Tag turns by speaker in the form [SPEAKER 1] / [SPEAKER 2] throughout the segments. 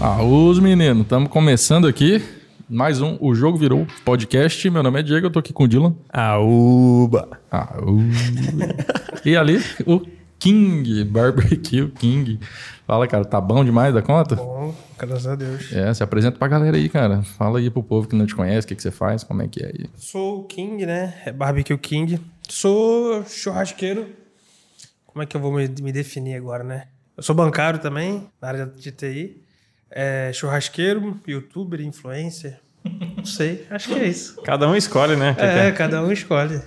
[SPEAKER 1] Aos Ah, meninos, estamos começando aqui. Mais um O Jogo Virou podcast. Meu nome é Diego, eu tô aqui com o Dylan.
[SPEAKER 2] Tá
[SPEAKER 3] Aúba!
[SPEAKER 1] Ah, o- e ali, o King, Barbecue King. Fala, cara, tá bom demais da conta?
[SPEAKER 2] Bom, graças a Deus.
[SPEAKER 1] É, se apresenta pra galera aí, cara. Fala aí pro povo que não te conhece, o que, que você faz, como é que é aí.
[SPEAKER 2] Sou o King, né? É Barbecue King. Sou churrasqueiro. Como é que eu vou me, me definir agora, né? Eu sou bancário também, na área de TI. É, churrasqueiro, youtuber, influencer. Não sei, acho que é isso.
[SPEAKER 3] Cada um escolhe, né? Que
[SPEAKER 2] É,
[SPEAKER 3] quer.
[SPEAKER 2] cada um escolhe.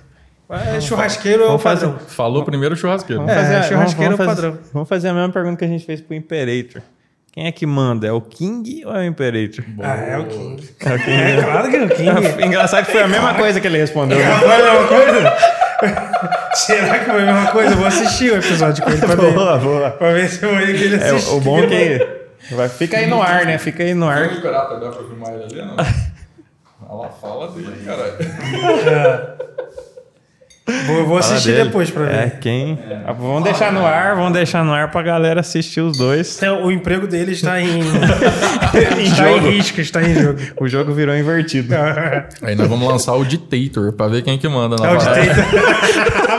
[SPEAKER 2] Mas churrasqueiro é o
[SPEAKER 3] vamos fazer-
[SPEAKER 2] padrão.
[SPEAKER 1] Falou primeiro o churrasqueiro. né?
[SPEAKER 2] É,
[SPEAKER 3] a-
[SPEAKER 2] churrasqueiro é o
[SPEAKER 3] fazer,
[SPEAKER 2] padrão.
[SPEAKER 3] Vamos fazer a mesma pergunta que a gente fez pro Imperator. Quem é que manda? É o King ou é o Imperator?
[SPEAKER 2] Ah, é o King. É claro que é o King.
[SPEAKER 3] Engraçado que foi a mesma coisa que ele respondeu. né?
[SPEAKER 2] Foi a mesma coisa? Será que foi a mesma coisa? Eu vou assistir o episódio com ele pra ver,
[SPEAKER 3] boa, boa.
[SPEAKER 2] pra ver se foi ele que ele
[SPEAKER 3] É,
[SPEAKER 2] assiste.
[SPEAKER 3] o bom é que. Vai, fica aí no ar, né? Fica aí no
[SPEAKER 1] É.
[SPEAKER 3] ar.
[SPEAKER 1] esperar pra dar pra filmar ele ali, não? Ela fala dele, caralho.
[SPEAKER 2] Vou, eu vou
[SPEAKER 3] Fala
[SPEAKER 2] assistir
[SPEAKER 3] dele.
[SPEAKER 2] depois pra ver.
[SPEAKER 3] É, quem? Ah, Vamos deixar no ar, vamos deixar no ar pra galera assistir os dois.
[SPEAKER 2] Então, o emprego dele está
[SPEAKER 3] Em
[SPEAKER 2] em, está em
[SPEAKER 3] jogo.
[SPEAKER 2] risco, está em jogo.
[SPEAKER 3] O jogo virou invertido.
[SPEAKER 1] Aí nós vamos lançar o Dictator pra ver quem que manda na
[SPEAKER 2] É o
[SPEAKER 1] parada.
[SPEAKER 2] ditator.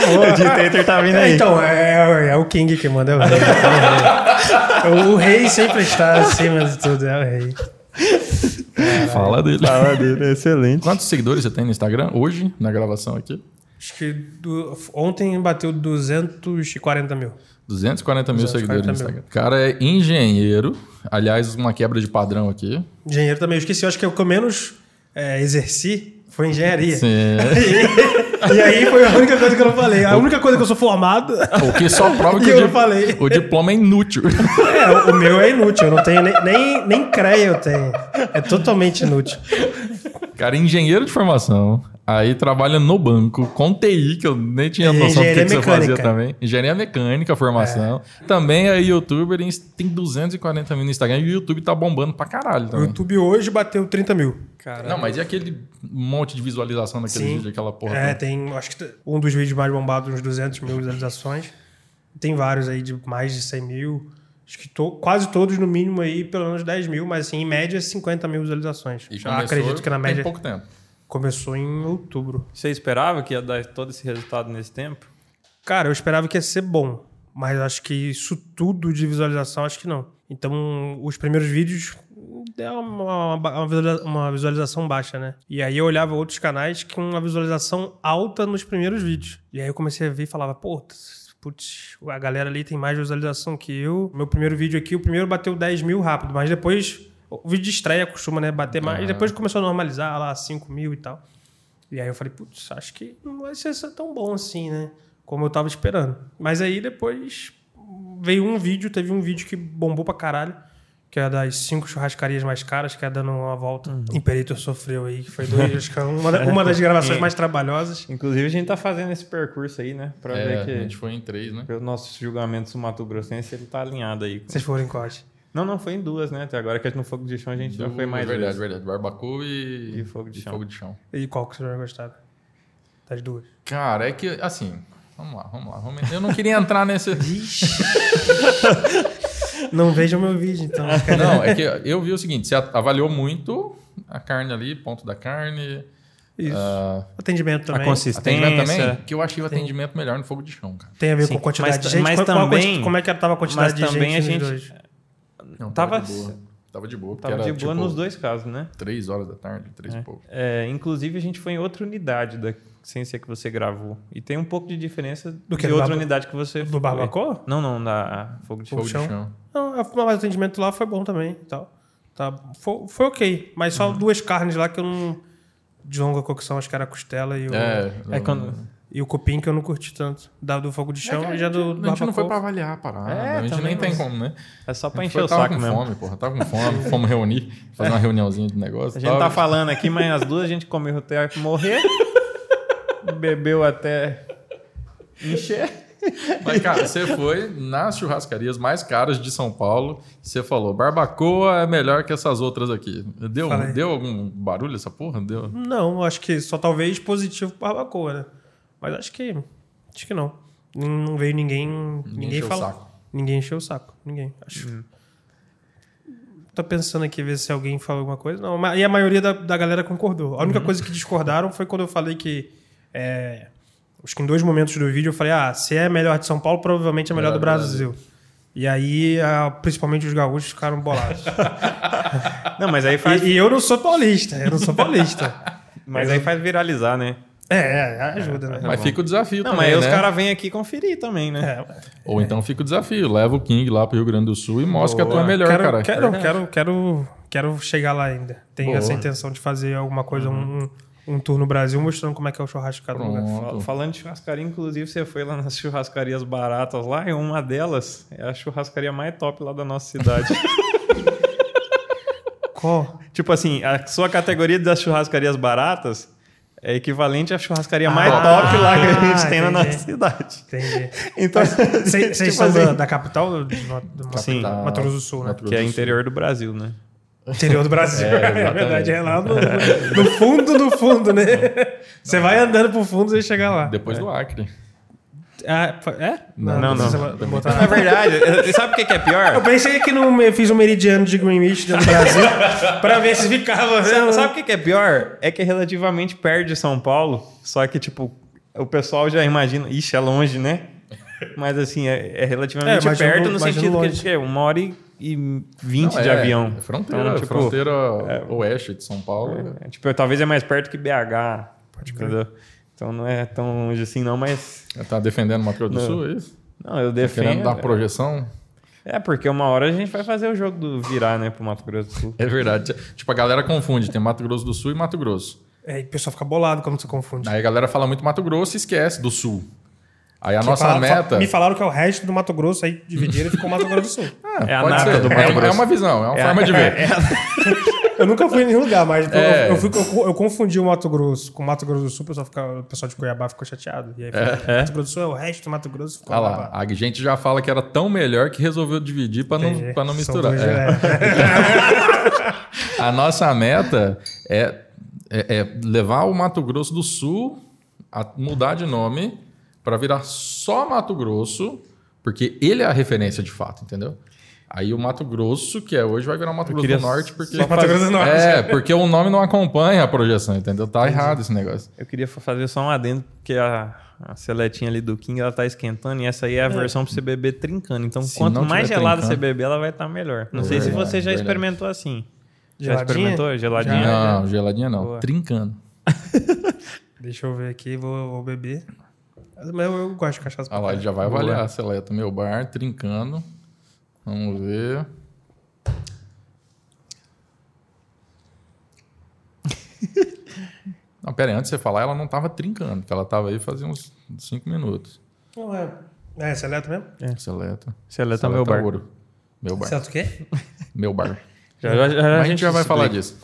[SPEAKER 3] o ditator tá vindo
[SPEAKER 2] É,
[SPEAKER 3] aí.
[SPEAKER 2] então, é, é o King que manda, é o rei. É o rei. O rei sempre está acima de tudo, é o rei.
[SPEAKER 1] Fala dele.
[SPEAKER 3] Fala dele, excelente.
[SPEAKER 1] Quantos seguidores você tem no Instagram hoje, na gravação aqui?
[SPEAKER 2] Acho que do- ontem bateu 240 mil.
[SPEAKER 1] 240 mil seguidores no
[SPEAKER 2] 240
[SPEAKER 1] Instagram. O cara é engenheiro. Aliás, uma quebra de padrão aqui.
[SPEAKER 2] Engenheiro também, eu esqueci, eu acho que o que eu menos é, exerci foi engenharia.
[SPEAKER 1] Sim.
[SPEAKER 2] E, e aí foi a única coisa que eu não falei. A única coisa que eu sou formado.
[SPEAKER 1] O que só prova que
[SPEAKER 2] E
[SPEAKER 1] o,
[SPEAKER 2] eu
[SPEAKER 1] di-
[SPEAKER 2] falei.
[SPEAKER 1] o diploma é inútil.
[SPEAKER 2] É, o- o meu é inútil, eu não tenho nem, nem, nem creia eu tenho. É totalmente inútil.
[SPEAKER 1] cara é engenheiro de formação. Aí trabalha no banco, com TI, que eu nem tinha
[SPEAKER 2] E
[SPEAKER 1] noção do que,
[SPEAKER 2] É, engenharia
[SPEAKER 1] que você fazia
[SPEAKER 2] mecânica.
[SPEAKER 1] também. Engenharia mecânica, formação. Também é youtuber, e tem 240 mil no Instagram. E o YouTube tá bombando pra caralho
[SPEAKER 2] O
[SPEAKER 1] também.
[SPEAKER 2] YouTube hoje bateu 30 mil.
[SPEAKER 1] Não, mas e aquele monte de visualização naquele
[SPEAKER 2] Sim.
[SPEAKER 1] vídeo, aquela porra?
[SPEAKER 2] É,
[SPEAKER 1] toda?
[SPEAKER 2] tem, acho que t- um dos vídeos mais bombados, uns 200 mil visualizações. Tem vários aí de mais de 100 mil. Acho que to- quase todos, no mínimo, aí pelo menos 10 mil, mas assim, em média, 50 mil visualizações.
[SPEAKER 1] E
[SPEAKER 2] Já
[SPEAKER 1] começou
[SPEAKER 2] acredito que na
[SPEAKER 1] tem
[SPEAKER 2] média
[SPEAKER 1] pouco tempo.
[SPEAKER 2] começou em outubro.
[SPEAKER 3] Você esperava que ia dar todo esse resultado nesse tempo?
[SPEAKER 2] Cara, eu esperava que ia ser bom, mas acho que isso tudo de visualização, acho que não. Então, os primeiros vídeos deu uma, uma visualiza- uma visualização baixa, né? E aí eu olhava outros canais com uma visualização alta nos primeiros vídeos. E aí eu comecei a ver e falava, pô, putz, a galera ali tem mais visualização que eu. Meu primeiro vídeo aqui, o primeiro bateu 10 mil rápido, mas depois... O vídeo de estreia costuma, né, bater mais. E depois começou a normalizar lá 5 mil e tal. E aí eu falei, putz, acho que não vai ser só tão bom assim, né? Como eu tava esperando. Mas aí depois veio um vídeo, teve um vídeo que bombou pra caralho, que é das cinco churrascarias mais caras, que é dando uma volta.
[SPEAKER 3] Uhum.
[SPEAKER 2] Imperator sofreu aí, que foi dois, acho que é uma, da- uma das gravações mais trabalhosas.
[SPEAKER 3] Inclusive, a gente tá fazendo esse percurso aí, né? Pra
[SPEAKER 1] É,
[SPEAKER 3] ver que
[SPEAKER 1] a gente foi em três, né?
[SPEAKER 3] pelo nosso julgamento Mato Grossense, ele tá alinhado aí.
[SPEAKER 2] Vocês foram em corte.
[SPEAKER 3] Não, não, foi em duas, né? Até agora que no Fogo de Chão a gente já
[SPEAKER 1] Do- é
[SPEAKER 3] foi mais
[SPEAKER 1] Verdade,
[SPEAKER 3] vezes.
[SPEAKER 1] verdade. Barbacoa e,
[SPEAKER 3] E fogo de chão.
[SPEAKER 1] chão.
[SPEAKER 2] E qual que vocês mais gostaram? Das duas.
[SPEAKER 1] Cara, é que, assim... Vamos lá, vamos lá. Vamos... Eu não queria entrar nesse...
[SPEAKER 2] Não vejam meu vídeo, então.
[SPEAKER 1] não, é que eu vi o seguinte. Você avaliou muito a carne ali, ponto da carne.
[SPEAKER 2] Isso.
[SPEAKER 1] ah,
[SPEAKER 2] Atendimento também.
[SPEAKER 3] A consistência.
[SPEAKER 1] atendimento também. Que eu achei o atendimento melhor no fogo de chão, cara.
[SPEAKER 2] Tem a ver
[SPEAKER 3] Sim,
[SPEAKER 2] com quantidade
[SPEAKER 3] mas
[SPEAKER 2] de gente.
[SPEAKER 3] ta- mas
[SPEAKER 2] Qual- qual a
[SPEAKER 3] também-
[SPEAKER 2] quanti- como é que tava a quantidade
[SPEAKER 3] mas
[SPEAKER 2] de
[SPEAKER 3] também
[SPEAKER 2] gente
[SPEAKER 3] a
[SPEAKER 2] nos
[SPEAKER 3] gente-
[SPEAKER 2] dois?
[SPEAKER 1] Não,
[SPEAKER 3] Tava-
[SPEAKER 1] de boa. Tava de boa. porque
[SPEAKER 3] Tava
[SPEAKER 1] era,
[SPEAKER 3] de boa
[SPEAKER 1] tipo,
[SPEAKER 3] nos dois casos, né?
[SPEAKER 1] Três horas da tarde, três e pouco.
[SPEAKER 3] É, inclusive, a gente foi em outra unidade da sem ser que você gravou. E tem um pouco de diferença do
[SPEAKER 2] que
[SPEAKER 3] de
[SPEAKER 2] do
[SPEAKER 3] outra
[SPEAKER 2] barba-
[SPEAKER 3] unidade que você
[SPEAKER 2] Do
[SPEAKER 3] foi.
[SPEAKER 2] Barbacô?
[SPEAKER 3] Não, não, da Fogo de
[SPEAKER 1] Fogo
[SPEAKER 3] Chão.
[SPEAKER 1] de
[SPEAKER 2] chão.
[SPEAKER 1] chão.
[SPEAKER 2] Não, a- mas o atendimento lá foi bom também e tal. Tá, foi, foi ok, mas só duas carnes lá que eu não. De longa cocção, acho que era a costela e o,
[SPEAKER 1] É,
[SPEAKER 3] É quando...
[SPEAKER 2] e o cupim que eu não curti tanto. Da do fogo de chão
[SPEAKER 1] É a
[SPEAKER 2] e já
[SPEAKER 1] gente,
[SPEAKER 2] do
[SPEAKER 1] a gente não foi
[SPEAKER 2] barbacoa.
[SPEAKER 1] pra avaliar a parada.
[SPEAKER 3] É,
[SPEAKER 1] a gente
[SPEAKER 3] também,
[SPEAKER 1] nem tem
[SPEAKER 3] mas-
[SPEAKER 1] como, né?
[SPEAKER 3] É só pra
[SPEAKER 1] Foi,
[SPEAKER 3] encher o
[SPEAKER 1] tava
[SPEAKER 3] saco
[SPEAKER 1] com
[SPEAKER 3] mesmo.
[SPEAKER 1] fome, porra. Tava com fome. Fomos reunir, fazer uma reuniãozinha de negócio.
[SPEAKER 3] A
[SPEAKER 1] e
[SPEAKER 3] gente
[SPEAKER 1] tal.
[SPEAKER 3] tá falando aqui, mas as duas a gente comeu até morrer, bebeu até encher.
[SPEAKER 1] Mas, cara, você foi nas churrascarias mais caras de São Paulo. Você falou, barbacoa é melhor que essas outras aqui. Deu,
[SPEAKER 2] Falei.
[SPEAKER 1] deu algum barulho essa porra? Deu.
[SPEAKER 2] Não, acho que só talvez positivo pro barbacoa, né? Mas acho que. Acho que não. Não, não veio ninguém. Ninguém,
[SPEAKER 1] encheu o Hum.
[SPEAKER 2] falou.
[SPEAKER 1] saco.
[SPEAKER 2] Ninguém encheu o saco. Ninguém, acho. Tô pensando aqui ver se alguém falou alguma coisa. Não, ma- e a maioria da, da galera concordou. A única
[SPEAKER 1] Uhum.
[SPEAKER 2] coisa que discordaram foi quando eu falei que. é, acho que em dois momentos do vídeo eu falei: ah, se é melhor de São Paulo, provavelmente é melhor,
[SPEAKER 1] Melhor
[SPEAKER 2] do
[SPEAKER 1] do
[SPEAKER 2] Brasil. E aí, ah, principalmente os gaúchos ficaram bolados.
[SPEAKER 3] Não, mas aí faz,
[SPEAKER 2] E, e eu não sou paulista, eu não sou paulista.
[SPEAKER 3] mas aí faz viralizar, né?
[SPEAKER 2] É, é, ajuda, né?
[SPEAKER 1] Mas fica o desafio
[SPEAKER 3] Tá Não,
[SPEAKER 1] também,
[SPEAKER 3] mas aí os
[SPEAKER 1] né?
[SPEAKER 3] caras vêm aqui conferir também, né?
[SPEAKER 2] É,
[SPEAKER 1] Ou então fica o desafio. Leva o King lá pro Rio Grande do Sul e mostra que a tua é melhor,
[SPEAKER 2] quero,
[SPEAKER 1] cara.
[SPEAKER 2] quero, quero, quero, quero chegar lá ainda. Tenho
[SPEAKER 1] Boa. Uhum.
[SPEAKER 2] essa intenção de fazer alguma coisa, um, um tour no Brasil, mostrando como é que é o churrasco de cada lugar.
[SPEAKER 3] Fal-
[SPEAKER 1] Pronto.
[SPEAKER 3] Falando de churrascaria, inclusive você foi lá nas churrascarias baratas lá, e uma delas é a churrascaria mais top lá da nossa cidade.
[SPEAKER 2] Qual?
[SPEAKER 3] tipo assim, a sua categoria das churrascarias baratas é equivalente à churrascaria mais
[SPEAKER 2] Ah,
[SPEAKER 3] top lá que a gente tem na
[SPEAKER 2] entendi.
[SPEAKER 3] nossa cidade.
[SPEAKER 2] Entendi.
[SPEAKER 3] Então,
[SPEAKER 2] Vocês
[SPEAKER 3] tipo
[SPEAKER 2] são da,
[SPEAKER 3] assim,
[SPEAKER 2] da capital do, do, do
[SPEAKER 3] Sim.
[SPEAKER 1] Tá.
[SPEAKER 2] Mato Grosso do Sul, né?
[SPEAKER 1] Mato Grosso
[SPEAKER 3] que é
[SPEAKER 1] do Sul.
[SPEAKER 3] interior do Brasil, né?
[SPEAKER 2] Interior do Brasil.
[SPEAKER 1] É,
[SPEAKER 2] É,
[SPEAKER 1] exatamente.
[SPEAKER 2] verdade, é lá no, no fundo do fundo, né? Você vai andando pro fundo e chega lá.
[SPEAKER 1] Depois
[SPEAKER 3] É.
[SPEAKER 1] do Acre.
[SPEAKER 2] Ah, é?
[SPEAKER 3] Não,
[SPEAKER 2] sei se
[SPEAKER 3] não.
[SPEAKER 2] eu vou botar
[SPEAKER 3] Na verdade, eh, sabe o que que é pior?
[SPEAKER 2] Eu pensei que não eu fiz um meridiano de Greenwich dentro do Brasil pra ver se ficava.
[SPEAKER 3] Sa-
[SPEAKER 2] né?
[SPEAKER 3] Sabe o que, que é pior? É que é relativamente perto de São Paulo, só que, tipo, o pessoal já imagina, ixi, é longe, né? Mas, assim, é, é
[SPEAKER 2] É,
[SPEAKER 3] relativamente
[SPEAKER 2] imagino-
[SPEAKER 3] perto no
[SPEAKER 2] imagino
[SPEAKER 3] sentido
[SPEAKER 2] longe.
[SPEAKER 3] que é uma hora e- e vinte
[SPEAKER 1] Não,
[SPEAKER 3] de
[SPEAKER 1] é-
[SPEAKER 3] avião.
[SPEAKER 1] É fronteira,
[SPEAKER 3] Então,
[SPEAKER 1] é
[SPEAKER 3] tipo,
[SPEAKER 1] fronteira oeste de São Paulo.
[SPEAKER 3] é, tipo, talvez é mais perto que BH, entendeu? Então não é tão longe assim, não, mas...
[SPEAKER 1] Tá defendendo Mato Grosso do
[SPEAKER 3] Não.
[SPEAKER 1] Sul, é isso?
[SPEAKER 3] Não, eu
[SPEAKER 1] Querendo
[SPEAKER 3] defendo...
[SPEAKER 1] dar projeção?
[SPEAKER 3] É, porque uma hora a gente vai fazer o jogo do virar, né, pro Mato Grosso do Sul.
[SPEAKER 1] É verdade. Tipo, a galera confunde. Tem Mato Grosso do Sul e Mato Grosso.
[SPEAKER 2] É, e o pessoal fica bolado quando você confunde.
[SPEAKER 1] Aí a galera fala muito Mato Grosso e esquece do Sul. Aí a nossa
[SPEAKER 2] Falaram- fa-
[SPEAKER 1] meta...
[SPEAKER 2] Me falaram que é o resto do Mato Grosso, aí dividiram e ficou Mato Grosso do Sul.
[SPEAKER 1] Ah,
[SPEAKER 3] É a
[SPEAKER 1] pode
[SPEAKER 3] nata
[SPEAKER 1] ser.
[SPEAKER 3] do
[SPEAKER 1] É
[SPEAKER 3] Mato
[SPEAKER 1] uma- é,
[SPEAKER 3] Grosso.
[SPEAKER 1] uma visão, é uma
[SPEAKER 3] É a-
[SPEAKER 1] forma de ver.
[SPEAKER 2] Eu nunca fui em nenhum lugar, mas eu-
[SPEAKER 1] É.
[SPEAKER 2] eu, fui- eu- eu confundi o Mato Grosso com o Mato Grosso do Sul, o pessoal, fica, o pessoal de Cuiabá ficou chateado. E aí falou, Mato Grosso do Sul é o resto do Mato Grosso, ficou
[SPEAKER 1] Ah lá,
[SPEAKER 2] Cuiabá.
[SPEAKER 1] a gente já fala que era tão melhor que resolveu dividir pra não,
[SPEAKER 2] Entendi.
[SPEAKER 1] pra não
[SPEAKER 2] São
[SPEAKER 1] misturar.
[SPEAKER 2] dois,
[SPEAKER 1] É.
[SPEAKER 2] é.
[SPEAKER 1] A nossa meta é, é- é levar o Mato Grosso do Sul a mudar de nome para virar só Mato Grosso, porque ele é a referência de fato, entendeu? Aí o Mato Grosso, que é hoje, vai virar o Mato Grosso
[SPEAKER 3] queria
[SPEAKER 1] do Norte, porque.
[SPEAKER 3] só
[SPEAKER 2] Mato Grosso do Norte.
[SPEAKER 1] É, porque o nome não acompanha a projeção, entendeu? Tá errado esse negócio.
[SPEAKER 3] Eu queria fa- fazer só um adendo, porque a, a seletinha ali do King, ela tá esquentando e essa aí é a versão pra você beber trincando. Então,
[SPEAKER 1] Se
[SPEAKER 3] quanto
[SPEAKER 1] não
[SPEAKER 3] mais
[SPEAKER 1] tiver
[SPEAKER 3] gelada
[SPEAKER 1] trincando-
[SPEAKER 3] você beber, ela vai estar melhor. Não sei se
[SPEAKER 1] Verdade,
[SPEAKER 3] você já
[SPEAKER 1] verdade.
[SPEAKER 3] experimentou assim. Já
[SPEAKER 2] Geladinha?
[SPEAKER 3] experimentou? Geladinha?
[SPEAKER 1] não, geladinha não.
[SPEAKER 3] Boa.
[SPEAKER 1] Trincando.
[SPEAKER 2] Deixa eu ver aqui, vou, vou beber. Mas eu, eu gosto de cachaça.
[SPEAKER 1] Olha Ah lá, ele já vai avaliar. Seleta meu bar, trincando. Vamos ver. Não, pera aí, antes de você falar, ela não tava trincando, porque ela tava aí fazia uns 5 minutos.
[SPEAKER 2] Não é. É, você é eletro mesmo?
[SPEAKER 1] Seleta.
[SPEAKER 3] Seleta tá meu bar.
[SPEAKER 1] é ouro. Meu bar.
[SPEAKER 2] Certo o quê?
[SPEAKER 1] Meu bar.
[SPEAKER 3] Já, já, já,
[SPEAKER 1] Mas a gente já vai falar
[SPEAKER 3] explica.
[SPEAKER 1] disso.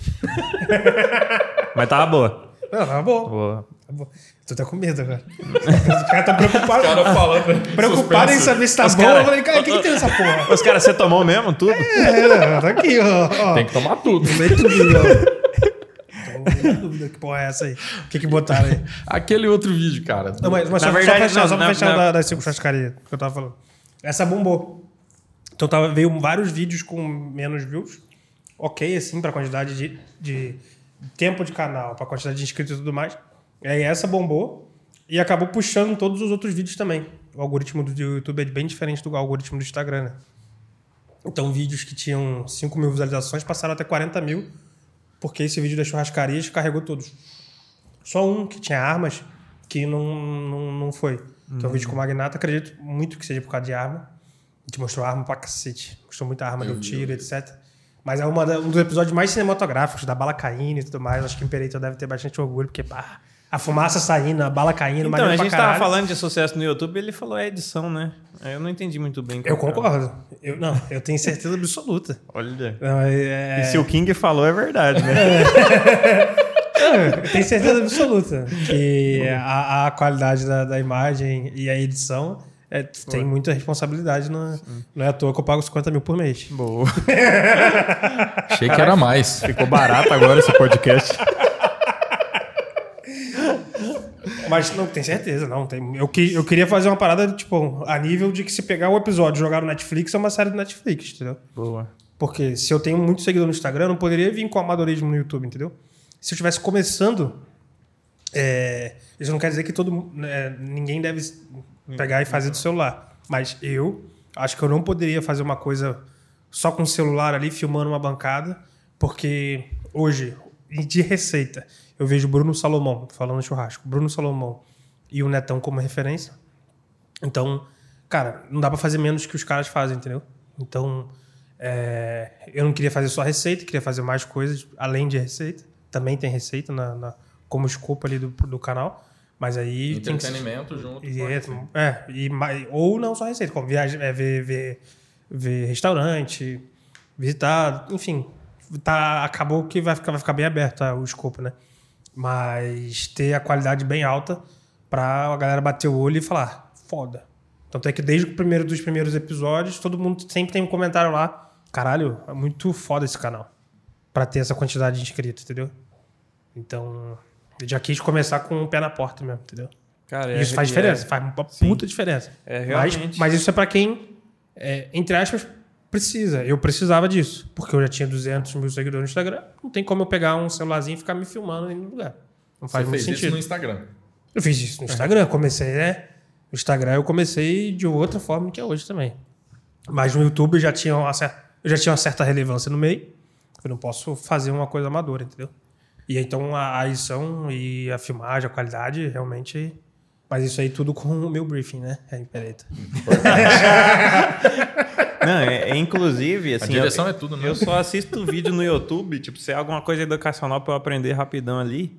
[SPEAKER 3] Mas tava boa.
[SPEAKER 2] Não, tá bom.
[SPEAKER 3] Boa.
[SPEAKER 2] Tá bom. Tô até com medo agora. Os caras tão preocupados.
[SPEAKER 1] falando. né?
[SPEAKER 2] Preocupado em saber se tá
[SPEAKER 3] Os
[SPEAKER 2] bom.
[SPEAKER 3] cara-
[SPEAKER 2] Eu falei, cara, o que, que tem nessa porra?
[SPEAKER 3] Os caras, você tomou mesmo tudo?
[SPEAKER 2] É, tá aqui, ó. ó.
[SPEAKER 1] Tem que tomar tudo.
[SPEAKER 2] Tomei tudo, ó. Tô na dúvida que porra é essa aí. O que que botaram aí?
[SPEAKER 1] Aquele outro vídeo, cara.
[SPEAKER 2] Não, mas, mas
[SPEAKER 3] Na
[SPEAKER 2] só,
[SPEAKER 3] verdade,
[SPEAKER 2] só pra fechar,
[SPEAKER 3] não,
[SPEAKER 2] só pra
[SPEAKER 3] na-
[SPEAKER 2] fechar
[SPEAKER 3] na-
[SPEAKER 2] o da- das cinco chascarias que eu tava falando. Essa bombou. Então tava, veio vários vídeos com menos views. Ok, assim, pra quantidade de, de tempo de canal, pra quantidade de inscritos e tudo mais. E aí essa bombou e acabou puxando todos os outros vídeos também. O algoritmo do YouTube é bem diferente do algoritmo do Instagram, né? Então, vídeos que tinham 5 mil visualizações passaram até 40 mil, porque esse vídeo das churrascarias carregou todos. Só um que tinha armas que não, não, não foi. Que é
[SPEAKER 3] Uhum.
[SPEAKER 2] um vídeo com o Magnata, acredito muito que seja por causa de arma. A gente mostrou arma pra cacete. Mostrou muita arma, deu tiro, etc. Mas é uma da- um dos episódios mais cinematográficos, da bala caindo e tudo mais. Acho que o Imperator deve ter bastante orgulho, porque pá, a fumaça saindo, a bala caindo,
[SPEAKER 3] Então,
[SPEAKER 2] maneiro
[SPEAKER 3] a
[SPEAKER 2] pra
[SPEAKER 3] gente tava
[SPEAKER 2] caralho.
[SPEAKER 3] falando de sucesso no YouTube ele falou é edição, né? Aí Eu não entendi muito bem.
[SPEAKER 2] Eu
[SPEAKER 3] qual que é.
[SPEAKER 2] concordo. Eu, não, eu tenho certeza absoluta.
[SPEAKER 3] Olha.
[SPEAKER 2] Não, é-
[SPEAKER 3] E se o King falou, é verdade, né?
[SPEAKER 2] Eu tenho certeza absoluta que a, a qualidade da, da imagem e a edição é, tem muita responsabilidade. Não é, não é à toa que eu pago 50 mil por mês.
[SPEAKER 3] Boa.
[SPEAKER 1] Achei que era mais.
[SPEAKER 3] Ficou barato agora esse podcast.
[SPEAKER 2] Mas não, tem certeza, não. Tem, eu, que- eu queria fazer uma um parada, tipo, a nível de que se pegar o episódio e jogar no Netflix, é uma série do Netflix, entendeu?
[SPEAKER 3] Boa.
[SPEAKER 2] Porque se eu tenho muito seguidor no Instagram, eu não poderia vir com amadorismo no YouTube, entendeu? Se eu estivesse começando, é, isso não quer dizer que todo mu- é, ninguém deve pegar e fazer do celular. Mas eu acho que eu não poderia fazer uma coisa só com o celular ali, filmando uma bancada, porque hoje, e de receita, eu vejo Bruno Salomão falando churrasco, Bruno Salomão e o Netão como referência. Então, cara, não dá pra fazer menos que os caras fazem, entendeu? Então, é, eu não queria fazer só receita, queria fazer mais coisas além de receita. Também tem receita na, na- como escopo ali do, do canal. Mas aí tem que ser-
[SPEAKER 1] Entretenimento junto.
[SPEAKER 2] e
[SPEAKER 1] pode
[SPEAKER 2] é,
[SPEAKER 1] ser.
[SPEAKER 2] é, e, ma- ou não só receita, como viagem, é, ver, ver, ver restaurante, visitar, enfim. Tá, acabou que vai ficar, vai ficar bem aberto tá, o escopo, né? Mas ter a qualidade bem alta pra a galera bater o olho e falar, foda. Tanto é que desde o primeiro dos primeiros episódios, todo mundo sempre tem um comentário lá. Caralho, é muito foda esse canal. Pra ter essa quantidade de inscritos, entendeu? Então, eu já quis começar com o pé na porta mesmo, entendeu?
[SPEAKER 3] Cara,
[SPEAKER 2] Isso faz
[SPEAKER 3] é-
[SPEAKER 2] diferença, faz uma puta diferença.
[SPEAKER 3] É,
[SPEAKER 2] mas,
[SPEAKER 3] realmente.
[SPEAKER 2] mas isso é pra quem, é, entre aspas, precisa. Eu precisava disso, porque eu já tinha 200 mil seguidores no Instagram. Não tem como eu pegar um celularzinho e ficar me filmando em nenhum lugar. Não faz
[SPEAKER 1] Você
[SPEAKER 3] um
[SPEAKER 1] fez
[SPEAKER 2] muito
[SPEAKER 1] isso
[SPEAKER 2] sentido.
[SPEAKER 1] no Instagram.
[SPEAKER 2] Eu fiz isso no Instagram, comecei, né? No Instagram eu comecei de outra forma que é hoje também. Mas no YouTube eu já tinha uma certa, eu já tinha uma certa relevância no meio. Eu não posso fazer uma coisa amadora, entendeu? E então a a edição e a filmagem, a qualidade, realmente. Mas isso aí tudo com o meu briefing, né? É, Pereta.
[SPEAKER 3] Não, é, é inclusive, assim.
[SPEAKER 1] a direção
[SPEAKER 3] eu,
[SPEAKER 1] é tudo, né?
[SPEAKER 3] eu só assisto um vídeo no YouTube, tipo, se é alguma coisa educacional pra eu aprender rapidão ali.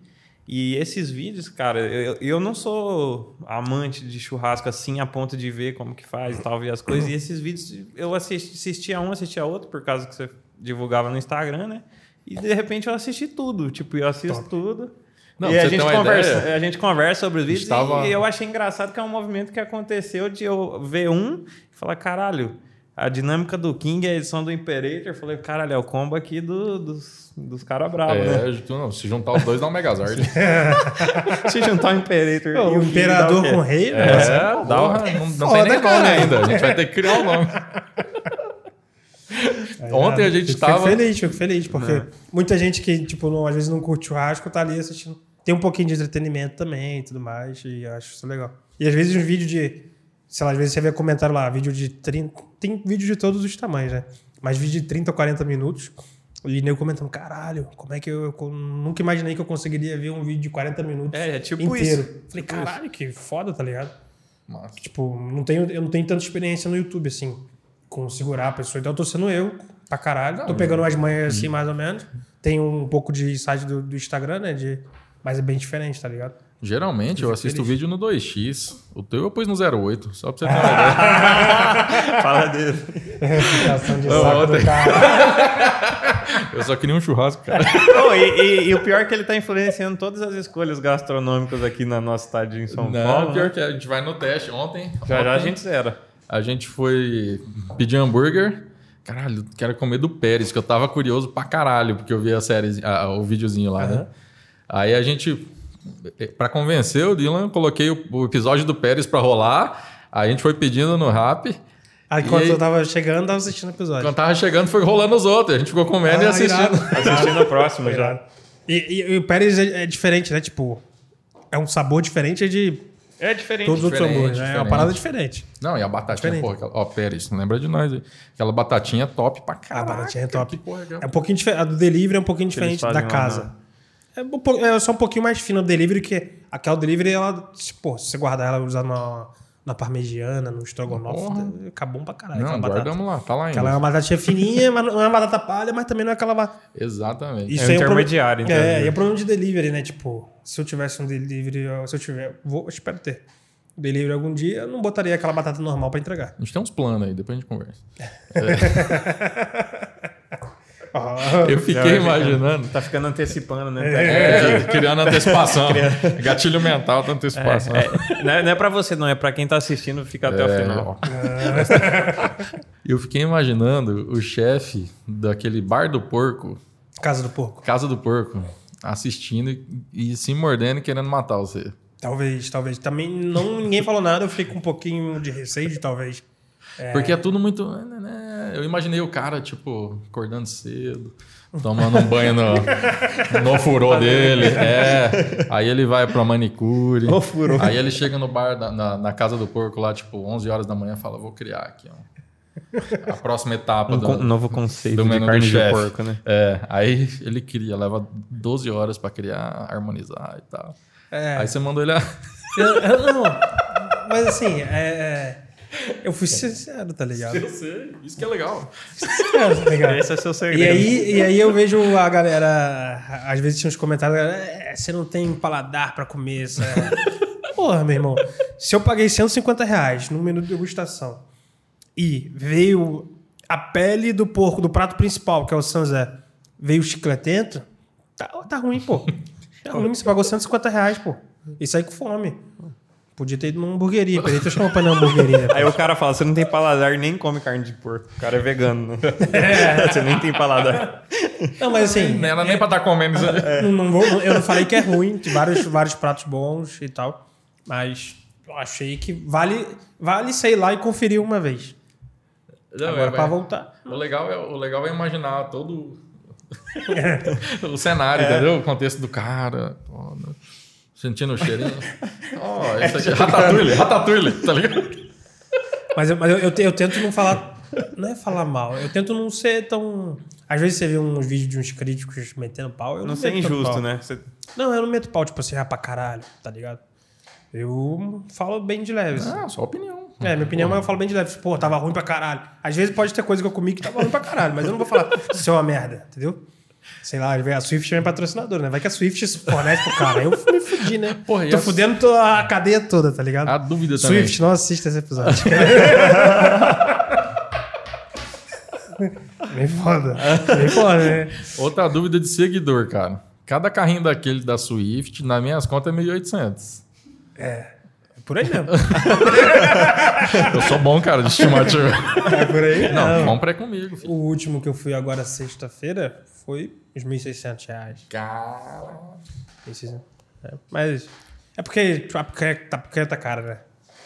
[SPEAKER 3] E esses vídeos, cara, eu, eu não sou amante de churrasco assim a ponto de ver como que faz e tal, ver as coisas. E esses vídeos, eu assisti- assistia um, assistia outro, por causa que você divulgava no Instagram, né? E de repente eu assisti tudo, tipo, eu assisto tudo.
[SPEAKER 1] Não,
[SPEAKER 3] e
[SPEAKER 1] pra
[SPEAKER 3] a
[SPEAKER 1] você
[SPEAKER 3] gente,
[SPEAKER 1] ter uma
[SPEAKER 3] conversa,
[SPEAKER 1] ideia,
[SPEAKER 3] a gente conversa sobre os vídeos
[SPEAKER 1] Estava-
[SPEAKER 3] e eu achei engraçado que é um movimento que aconteceu de eu ver um e falar, caralho, a dinâmica do King é a edição do Imperator. Eu falei, caralho, é o combo aqui do- dos, dos caras bravos, né?
[SPEAKER 1] É, tu não, se juntar os dois dá um megazord.
[SPEAKER 3] Se juntar o Imperator e
[SPEAKER 2] O
[SPEAKER 3] King,
[SPEAKER 2] imperador
[SPEAKER 3] dá o quê?
[SPEAKER 2] com o rei, né?
[SPEAKER 1] É, dá uma, não, não tem
[SPEAKER 2] foda,
[SPEAKER 1] nem nome É ainda. A gente vai ter que criar um nome. Ontem a gente
[SPEAKER 2] É, Fico
[SPEAKER 1] tava.
[SPEAKER 2] feliz, fico feliz, porque muita gente que, tipo, não- às vezes não curte churrasco, tá ali assistindo. Tem um pouquinho de entretenimento também e tudo mais, e eu acho isso legal. E às vezes um vídeo de. Sei lá, às vezes você vê comentário lá, vídeo de 30. Tem vídeo de todos os tamanhos, né? Mas vídeo de 30 ou 40 minutos. E nego comentando, caralho, como é que eu, eu nunca imaginei que eu conseguiria ver um vídeo de 40 minutos
[SPEAKER 3] É, é tipo
[SPEAKER 2] inteiro.
[SPEAKER 3] isso.
[SPEAKER 2] Falei, caralho, que foda, tá ligado?
[SPEAKER 1] Massa.
[SPEAKER 2] Tipo, não tenho, eu não tenho tanta experiência no YouTube, assim, com segurar a pessoa. Então, eu tô sendo eu, pra caralho. tô
[SPEAKER 1] é.
[SPEAKER 2] pegando umas manhas, assim, mais ou menos. Tenho um pouco de site do, do Instagram, né? De, mas é bem diferente, tá ligado?
[SPEAKER 1] Geralmente eu assisto o vídeo no 2x. O teu eu pus no 08, só pra você ter uma ideia.
[SPEAKER 3] Fala dele.
[SPEAKER 2] Criação de
[SPEAKER 1] Não,
[SPEAKER 2] saco do
[SPEAKER 1] ontem.
[SPEAKER 2] cara.
[SPEAKER 1] Eu só queria um churrasco, cara.
[SPEAKER 3] Não, e, e- e o pior é que ele tá influenciando todas as escolhas gastronômicas aqui na nossa cidade em São Paulo.
[SPEAKER 1] Não,
[SPEAKER 3] né?
[SPEAKER 1] pior que a gente vai no teste. Ontem.
[SPEAKER 3] Já já a
[SPEAKER 1] ontem
[SPEAKER 3] gente zera.
[SPEAKER 1] a gente foi pedir hambúrguer. Caralho, quero comer do Pérez, que eu tava curioso pra caralho, porque eu vi a série, a- o videozinho lá, né? Aí a gente, pra convencer o Dylan, eu coloquei o, o episódio do Pérez pra rolar. Aí a gente foi pedindo no rap.
[SPEAKER 2] Aí,
[SPEAKER 1] E
[SPEAKER 2] quando
[SPEAKER 1] aí?
[SPEAKER 2] eu tava chegando, tava assistindo o episódio.
[SPEAKER 1] Quando tava chegando, foi rolando os outros. A gente ficou comendo e
[SPEAKER 2] Ah,
[SPEAKER 1] assistindo.
[SPEAKER 2] irado.
[SPEAKER 3] Assistindo o próximo já.
[SPEAKER 2] E, e- e o Pérez é, é diferente, né? Tipo, é um sabor diferente de
[SPEAKER 3] É diferente.
[SPEAKER 2] todos os outros
[SPEAKER 1] diferente,
[SPEAKER 2] sabores, né? É uma
[SPEAKER 1] diferente.
[SPEAKER 2] parada diferente.
[SPEAKER 1] Não, e a batatinha,
[SPEAKER 2] Diferente.
[SPEAKER 1] porra, aquela, ó, Pérez, não lembra de nós, hein? Aquela batatinha top pra
[SPEAKER 2] A
[SPEAKER 1] caralho.
[SPEAKER 2] baratinha é top.
[SPEAKER 1] porra é aquela?
[SPEAKER 2] é um pouquinho diferente. A do delivery é um pouquinho
[SPEAKER 3] eles
[SPEAKER 2] diferente
[SPEAKER 3] fazem né,
[SPEAKER 2] da
[SPEAKER 3] lá
[SPEAKER 2] casa. É, um po- é só um pouquinho mais fina o delivery, que aquela delivery, ela, se, pô, se você guardar ela e usar na, na parmegiana, no estrogonofe, acabou pra caralho.
[SPEAKER 1] Não,
[SPEAKER 2] aquela batata.
[SPEAKER 1] guardamos lá, tá lá ainda.
[SPEAKER 2] Aquela é uma batatinha fininha, mas não é uma batata palha, mas também não é aquela batata.
[SPEAKER 1] Exatamente.
[SPEAKER 3] É intermediário,
[SPEAKER 2] é, um problema-
[SPEAKER 3] então.
[SPEAKER 2] É, e é problema de delivery, né? Tipo, se eu tivesse um delivery, eu- se eu tiver, vou, eu espero ter. Delivery algum dia, eu não botaria aquela batata normal pra entregar.
[SPEAKER 1] A gente tem uns planos aí, depois a gente conversa.
[SPEAKER 2] Ah,
[SPEAKER 1] Eu fiquei imaginando.
[SPEAKER 3] Tá ficando antecipando, né?
[SPEAKER 1] É, criando antecipação. Gatilho mental da antecipação.
[SPEAKER 3] É, não, é, não é pra você, não. É pra quem tá assistindo fica até o
[SPEAKER 1] É,
[SPEAKER 3] final.
[SPEAKER 1] ó. Eu fiquei imaginando o chefe daquele bar do porco,
[SPEAKER 2] Casa do porco.
[SPEAKER 1] Casa do Porco, assistindo e, e se mordendo e querendo matar você.
[SPEAKER 2] Talvez, talvez. Também não, ninguém falou nada, eu fiquei com um pouquinho de receio, de talvez.
[SPEAKER 1] Porque é tudo muito. né, né, né, né? Eu imaginei o cara, tipo, acordando cedo, tomando um banho no, no furô dele. É. Aí ele vai pra manicure.
[SPEAKER 4] No furô.
[SPEAKER 1] Aí ele chega no bar, da- na, na casa do porco lá, tipo, 11 horas da manhã, fala, vou criar aqui, ó. A próxima etapa
[SPEAKER 3] Um
[SPEAKER 1] do...
[SPEAKER 3] con- novo conceito
[SPEAKER 1] do
[SPEAKER 3] de
[SPEAKER 1] menu do
[SPEAKER 3] carne de
[SPEAKER 1] chefe.
[SPEAKER 3] porco, né?
[SPEAKER 1] É, aí ele cria, leva 12 horas pra criar, harmonizar e tal.
[SPEAKER 2] É.
[SPEAKER 1] Aí você mandou ele... a-
[SPEAKER 2] Eu- eu não. Mas assim, é, é, eu fui sincero, tá ligado?
[SPEAKER 1] sei, isso que é legal.
[SPEAKER 2] Sincero, tá ligado?
[SPEAKER 3] Esse é seu segredo.
[SPEAKER 2] E aí, e aí eu vejo a galera, às vezes tinha uns comentários, a galera, "É, você não tem paladar pra comer. Isso é-" Porra, meu irmão, se eu paguei 150 reais num minuto de degustação e veio a pele do porco, do prato principal, que é o Sanzé, veio o chiclete dentro, tá, tá ruim, pô. Tá ruim, você pagou 150 reais, pô. E saí com fome. Podia ter ido numa hamburgueria, peraí, tô chamando pra ir numa hamburgueria.
[SPEAKER 3] Aí o cara fala, você não tem paladar, nem come carne de porco. O cara é vegano, né? você nem tem paladar.
[SPEAKER 2] Não, mas assim,
[SPEAKER 1] Não era nem pra estar comendo isso
[SPEAKER 3] É.
[SPEAKER 1] ali.
[SPEAKER 2] Não- não vou- eu não falei que é ruim, tem vários, vários pratos bons e tal. Mas eu achei que vale, vale sei lá e conferir uma vez.
[SPEAKER 1] Não,
[SPEAKER 2] Agora
[SPEAKER 1] é-
[SPEAKER 2] pra
[SPEAKER 1] é-
[SPEAKER 2] voltar.
[SPEAKER 1] O legal, é, o legal é imaginar todo o cenário, entendeu? O contexto do cara. pô, né? Sentindo o cheirinho. Ó, esse aqui. é Ratatouille, ratatouille, tá ligado?
[SPEAKER 2] Mas, eu, mas eu, eu te- eu tento não falar. Não é falar mal, eu tento não ser tão. Às vezes você vê uns vídeos de uns críticos metendo pau. Eu não,
[SPEAKER 3] Não ser
[SPEAKER 2] meto tanto
[SPEAKER 3] injusto,
[SPEAKER 2] pau.
[SPEAKER 3] né? Você-
[SPEAKER 2] Não, eu não meto pau, tipo assim, ah, pra caralho, tá ligado? Eu falo bem de leve. assim.
[SPEAKER 1] Ah, só opinião.
[SPEAKER 2] É, minha opinião, mas eu falo bem de leve. Pô, tava ruim pra caralho. Às vezes pode ter coisa que eu comi que tava ruim pra caralho, mas eu não vou falar, isso é uma merda, entendeu? Sei lá, a Swift é minha patrocinadora, né? Vai que a Swift fornece pro cara. Eu me fudi, né?
[SPEAKER 1] Porra, e
[SPEAKER 2] Tô
[SPEAKER 1] a-
[SPEAKER 2] fudendo toda a cadeia toda, tá ligado?
[SPEAKER 1] A dúvida também.
[SPEAKER 2] Swift, não assista esse episódio. Bem foda. Bem foda, né?
[SPEAKER 1] Outra dúvida de seguidor, cara. Cada carrinho daquele da Swift, nas minhas contas, é 1.800.
[SPEAKER 2] É por aí mesmo.
[SPEAKER 1] Eu sou bom, cara, de estimativa.
[SPEAKER 2] É por aí.
[SPEAKER 1] Não, compra é comigo, filho.
[SPEAKER 2] O último que eu fui agora sexta-feira foi os 1.600 reais.
[SPEAKER 1] Cara.
[SPEAKER 2] Esse- é, mas é porque a picanha, tá- a picanha tá cara, né?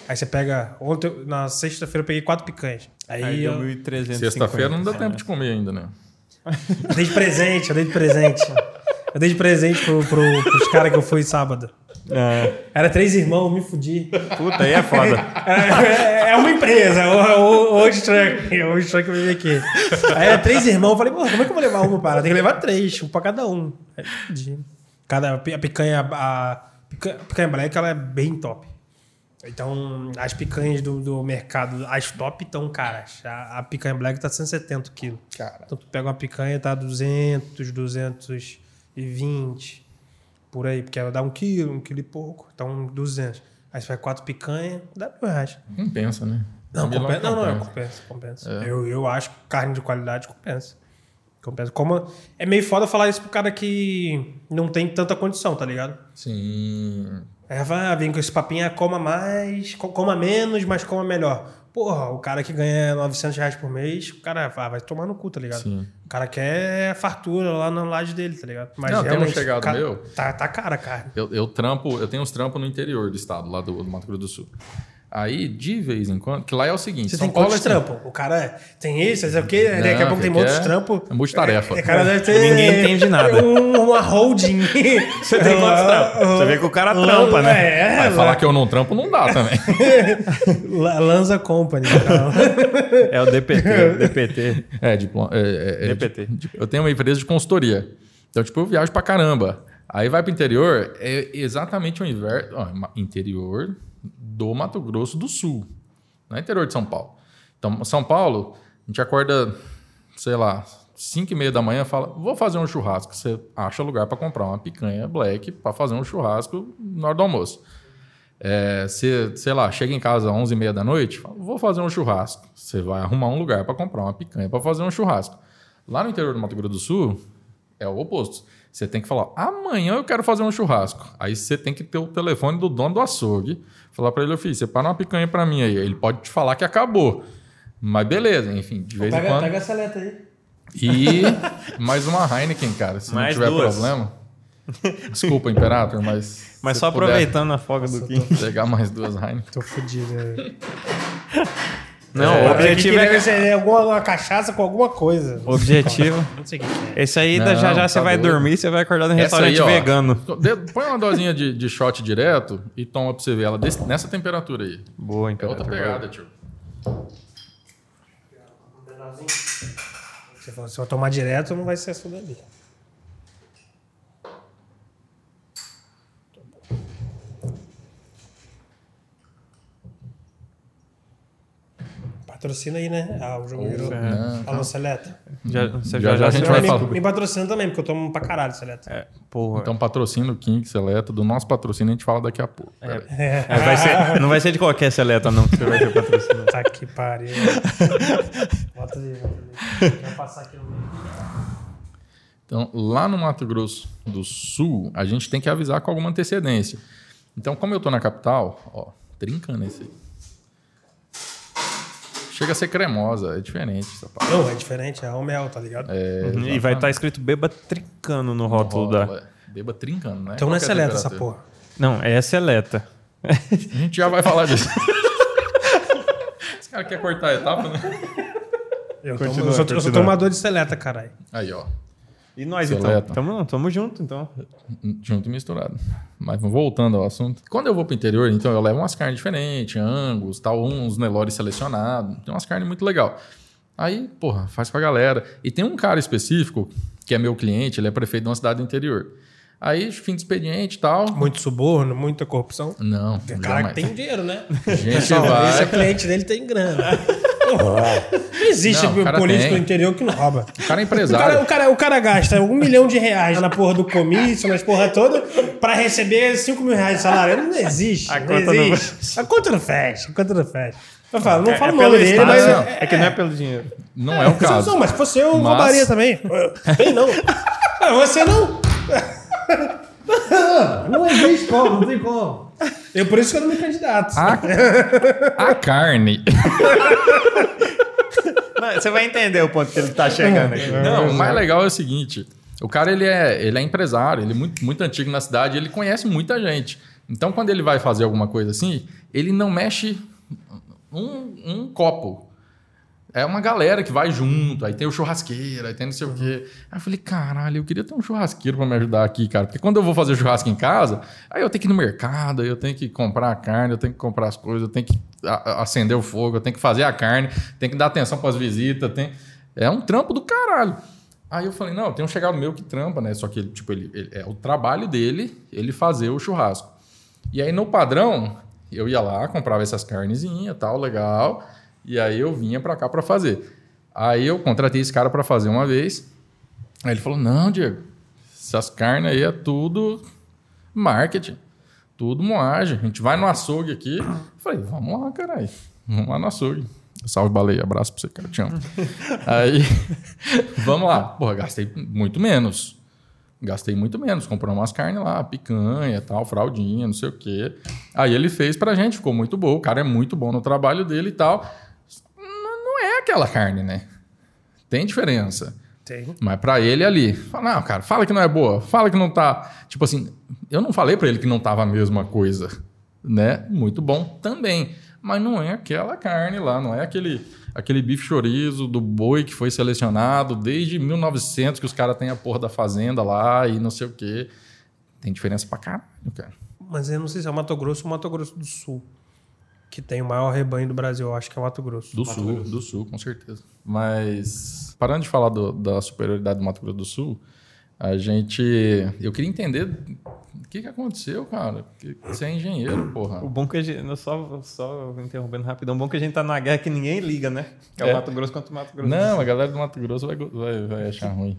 [SPEAKER 2] Aí você pega. Ontem, eu- na sexta-feira, eu peguei quatro picanhas. Aí,
[SPEAKER 3] Aí É. deu
[SPEAKER 2] eu
[SPEAKER 3] 1.350.
[SPEAKER 1] Sexta-feira não dá tempo de comer ainda, né?
[SPEAKER 2] dei de presente, eu dei de presente. Eu dei de presente pro, pro, pros caras que eu fui sábado.
[SPEAKER 3] É.
[SPEAKER 2] Era três irmãos, me fudi.
[SPEAKER 3] Puta, aí é foda.
[SPEAKER 2] É, é uma empresa, o- o- hoje truck, hoje truck veio aqui. Aí era três irmãos, eu falei, pô, como é que eu vou levar uma para? Tem que levar três, um pra cada um. Aí pedi. Cada, a picanha, a picanha, a picanha black, ela é bem top. Então, as picanhas do, do mercado, as top estão caras. A, a picanha black tá 170 quilos.
[SPEAKER 1] Cara.
[SPEAKER 2] Então, tu pega uma picanha, tá 200, 220, por aí. Porque ela dá um quilo, um quilo e pouco. Então, 200. Aí você faz quatro picanhas, dá mil reais.
[SPEAKER 1] Compensa, né?
[SPEAKER 2] Não,
[SPEAKER 1] Comida
[SPEAKER 2] compensa, não,
[SPEAKER 1] logo
[SPEAKER 2] não, é,
[SPEAKER 1] compensa. É.
[SPEAKER 2] compensa, compensa. Eu, eu acho que carne de qualidade compensa. Compensa. Como é meio foda falar isso pro cara que não tem tanta condição, tá ligado?
[SPEAKER 1] Sim.
[SPEAKER 2] Aí vai, ah, vem com esse papinho, ah, coma mais, co- coma menos, mas coma melhor. Porra, o cara que ganha 900 reais por mês, o cara ah, vai tomar no cu, tá ligado?
[SPEAKER 1] Sim.
[SPEAKER 2] O cara quer fartura lá na laje dele, tá ligado? Mas
[SPEAKER 1] Não, tem um
[SPEAKER 2] realmente,
[SPEAKER 1] chegado
[SPEAKER 2] cara,
[SPEAKER 1] meu.
[SPEAKER 2] Tá, tá cara, cara.
[SPEAKER 1] Eu, eu trampo, eu tenho uns trampos no interior do estado, lá do, do Mato Grosso do Sul. Aí, de vez em quando, que lá é o seguinte:
[SPEAKER 2] Você
[SPEAKER 1] São
[SPEAKER 2] tem
[SPEAKER 1] Paulo
[SPEAKER 2] quantos
[SPEAKER 1] é assim-
[SPEAKER 2] trampos? O cara tem isso, sei o quê,
[SPEAKER 1] Não,
[SPEAKER 2] daqui a pouco tem um
[SPEAKER 1] que
[SPEAKER 2] outros
[SPEAKER 1] é-
[SPEAKER 2] trampos.
[SPEAKER 1] é multitarefa.
[SPEAKER 2] É, cara deve ter
[SPEAKER 3] Ninguém entende nada.
[SPEAKER 2] um- uma holding.
[SPEAKER 3] Você tem quantos trampos? Você vê que o cara trampa, né?
[SPEAKER 2] É,
[SPEAKER 1] Aí falar que eu não trampo não dá também.
[SPEAKER 2] La- Lanza Company. então. cara.
[SPEAKER 3] É o DPT, DPT.
[SPEAKER 1] É, diploma. é, é, é,
[SPEAKER 3] DPT.
[SPEAKER 1] di- eu tenho uma empresa de consultoria. Então, tipo, eu viajo pra caramba. Aí vai pro interior, é exatamente o inverso. ó, ma- interior do Mato Grosso do Sul. Não é interior de São Paulo. Então, São Paulo, a gente acorda, sei lá, 5 e meia da manhã, fala, vou fazer um churrasco. Você acha lugar pra comprar uma picanha black pra fazer um churrasco na hora do almoço. É, você, sei lá, chega em casa às 11h30 da noite, fala, vou fazer um churrasco. Você vai arrumar um lugar para comprar uma picanha para fazer um churrasco. Lá no interior do Mato Grosso do Sul, é o oposto. Você tem que falar, amanhã eu quero fazer um churrasco. Aí você tem que ter o telefone do dono do açougue, falar para ele, "Ô, filho, separa uma picanha para mim aí. Ele pode te falar que acabou. Mas beleza, enfim, de vez em
[SPEAKER 2] Pega,
[SPEAKER 1] quando.
[SPEAKER 2] pega essa letra aí.
[SPEAKER 1] E mais uma Heineken, cara, se
[SPEAKER 3] Mais
[SPEAKER 1] não tiver
[SPEAKER 3] duas.
[SPEAKER 1] problema. Desculpa, Imperator, mas.
[SPEAKER 3] Mas
[SPEAKER 1] se
[SPEAKER 3] só
[SPEAKER 1] puder
[SPEAKER 3] aproveitando a folga do Kim.
[SPEAKER 1] Pegar mais duas Heineken.
[SPEAKER 2] Tô fudido. né?
[SPEAKER 3] Não,
[SPEAKER 2] É,
[SPEAKER 3] o
[SPEAKER 2] aqui
[SPEAKER 3] objetivo
[SPEAKER 2] que
[SPEAKER 3] é.
[SPEAKER 2] deve ser alguma uma cachaça com alguma coisa.
[SPEAKER 3] O objetivo.
[SPEAKER 2] Não sei o que que é.
[SPEAKER 3] Esse aí
[SPEAKER 1] Não,
[SPEAKER 3] já já
[SPEAKER 1] tá
[SPEAKER 3] você vai
[SPEAKER 1] doido.
[SPEAKER 3] dormir, você vai acordar no
[SPEAKER 1] Essa aí,
[SPEAKER 3] restaurante
[SPEAKER 1] ó,
[SPEAKER 3] vegano.
[SPEAKER 1] de- põe uma dosinha de, de shot direto e toma pra você ver ela desse- nessa temperatura aí.
[SPEAKER 3] Boa,
[SPEAKER 1] É
[SPEAKER 3] então.
[SPEAKER 1] outra pegada, tio.
[SPEAKER 2] Você falou, se eu tomar direto, não vai ser essa daí. Patrocina aí, né? Ah, o jogo virou.
[SPEAKER 1] Não.
[SPEAKER 2] Alô, Seleta.
[SPEAKER 3] Já, você
[SPEAKER 1] Já,
[SPEAKER 3] já,
[SPEAKER 1] já é. a
[SPEAKER 3] já,
[SPEAKER 1] gente
[SPEAKER 3] você
[SPEAKER 1] vai
[SPEAKER 3] vai-
[SPEAKER 1] falar.
[SPEAKER 2] Me, me patrocina também, porque eu tomo pra caralho, Seleta.
[SPEAKER 3] É, porra.
[SPEAKER 1] Então, patrocina o King Seleto. Do nosso patrocínio a gente fala daqui a pouco. Pera aí.
[SPEAKER 3] É, vai ser- não vai ser de qualquer seleta, não, que você vai ser patrocinado.
[SPEAKER 2] Tá que pariu. bota ali, bota ali. Quer passar aqui no meio.
[SPEAKER 1] Então, lá no Mato Grosso do Sul, a gente tem que avisar com alguma antecedência. Então, como eu tô na capital, ó, trincando esse. aí. Chega a ser cremosa, é diferente essa parte. É,
[SPEAKER 2] Não, é diferente, é o mel, tá ligado?
[SPEAKER 3] Uhum, e vai estar escrito beba trincando no rótulo da.
[SPEAKER 1] Rola, é. Beba trincando, né?
[SPEAKER 2] então não é
[SPEAKER 1] Qual que a
[SPEAKER 2] seleta essa
[SPEAKER 1] temperatura?
[SPEAKER 2] porra.
[SPEAKER 3] Não, é seleta.
[SPEAKER 1] A gente já vai falar disso. Esse cara quer cortar a etapa, né?
[SPEAKER 2] Eu,
[SPEAKER 3] Continua,
[SPEAKER 2] tomo- eu sou, eu sou
[SPEAKER 3] continua.
[SPEAKER 2] tomador de seleta, caralho.
[SPEAKER 1] Aí, ó.
[SPEAKER 3] E nós,
[SPEAKER 1] Seleta.
[SPEAKER 3] então? Tamo, tamo junto, então.
[SPEAKER 1] Junto e misturado. Mas voltando ao assunto. Quando eu vou pro interior, então eu levo umas carnes diferentes, angus, tal, uns Nelores selecionados. Tem umas carnes muito legal. Aí, porra, faz pra galera. E tem um cara específico, que é meu cliente, ele é prefeito de uma cidade do interior. Aí, fim de expediente e tal.
[SPEAKER 2] Muito suborno, muita corrupção.
[SPEAKER 1] Não,
[SPEAKER 2] Cara
[SPEAKER 1] jamais.
[SPEAKER 2] que tem dinheiro, né?
[SPEAKER 1] A gente
[SPEAKER 2] Pessoal, esse é
[SPEAKER 1] vai.
[SPEAKER 2] cliente dele tem grana. Não existe
[SPEAKER 1] Não, o cara
[SPEAKER 2] político
[SPEAKER 1] tem.
[SPEAKER 2] do interior que não rouba.
[SPEAKER 1] O cara é
[SPEAKER 2] O cara, o,
[SPEAKER 1] empresário.
[SPEAKER 2] cara, o cara gasta um milhão de reais na porra do comício, nas porra toda, pra receber cinco mil reais de salário. Não existe.
[SPEAKER 3] A
[SPEAKER 2] não
[SPEAKER 3] conta não
[SPEAKER 2] existe. A conta não fecha. A conta não fecha. Eu falo, não falo o
[SPEAKER 3] É, pelo
[SPEAKER 2] nome dele,
[SPEAKER 3] estado,
[SPEAKER 2] mas.
[SPEAKER 1] não.
[SPEAKER 3] É que não é pelo dinheiro.
[SPEAKER 1] Não é o
[SPEAKER 2] Não,
[SPEAKER 1] caso.
[SPEAKER 2] não, mas se fosse eu, eu
[SPEAKER 1] Mas-
[SPEAKER 2] roubaria também. Bem, não. Ah, Você não. Não existe como, não tem como. Eu, por isso que eu não me candidato.
[SPEAKER 1] Ah, A, a carne.
[SPEAKER 3] Você vai entender o ponto que ele tá chegando aqui.
[SPEAKER 1] Não, o mais legal é o seguinte: o cara ele é, ele é empresário, ele é muito, muito antigo na cidade, ele conhece muita gente. Então, quando ele vai fazer alguma coisa assim, ele não mexe um, um copo. É uma galera que vai junto, aí tem o churrasqueiro, aí tem não sei o quê. Aí eu falei, caralho, eu queria ter um churrasqueiro pra me ajudar aqui, cara. Porque quando eu vou fazer churrasco em casa, aí eu tenho que ir no mercado, aí eu tenho que comprar a carne, eu tenho que comprar as coisas, eu tenho que a- a- acender o fogo, eu tenho que fazer a carne, tenho que dar atenção pras visitas, tem... é um trampo do caralho. Aí eu falei, não, tem um chegado meu que trampa, né? Só que ele, tipo, ele, ele- é o trabalho dele ele fazer o churrasco. E aí, no padrão, eu ia lá, comprava essas carnezinhas, tal, legal. E aí eu vinha pra cá pra fazer. Aí eu contratei esse cara pra fazer uma vez. Aí ele falou: não, Diego, essas carnes aí é tudo marketing, tudo moagem. A gente vai no açougue aqui. Eu falei, vamos lá, caralho. Vamos lá no açougue. Salve, baleia. Abraço pra você, cara. Te amo. aí, vamos lá. Porra, gastei muito menos. Gastei muito menos. Comprou umas carnes lá, picanha, tal, fraldinha, não sei o quê. Aí ele fez pra gente, ficou muito bom. O cara é muito bom no trabalho dele e tal. Não não é aquela carne, né? Tem diferença.
[SPEAKER 2] Tem.
[SPEAKER 1] Mas pra ele ali, fala, não, cara, fala que não é boa, fala que não tá. Tipo assim, eu não falei pra ele que não tava a mesma coisa, né? Muito bom também. Mas não é aquela carne lá, não é aquele, aquele bife chorizo do boi que foi selecionado desde 1900 que os caras têm a porra da fazenda lá e não sei o quê. Tem diferença pra caralho, cara.
[SPEAKER 2] Mas eu não sei se é o Mato Grosso ou o Mato Grosso do Sul. Que tem o maior rebanho do Brasil, eu acho que é o Mato Grosso.
[SPEAKER 1] Do sul, do sul, com certeza. Mas, parando de falar do- da superioridade do Mato Grosso do Sul, a gente. Eu queria entender o que, que aconteceu, cara. Porque Você é engenheiro,
[SPEAKER 3] O
[SPEAKER 1] porra.
[SPEAKER 3] bom que a gente. eu Só, só interrompendo rapidão. O bom que a gente tá na guerra que ninguém liga, né? Que é,
[SPEAKER 1] É.
[SPEAKER 3] o Mato Grosso contra o Mato Grosso.
[SPEAKER 1] Não, a galera do Mato Grosso vai, go- vai, vai achar ruim.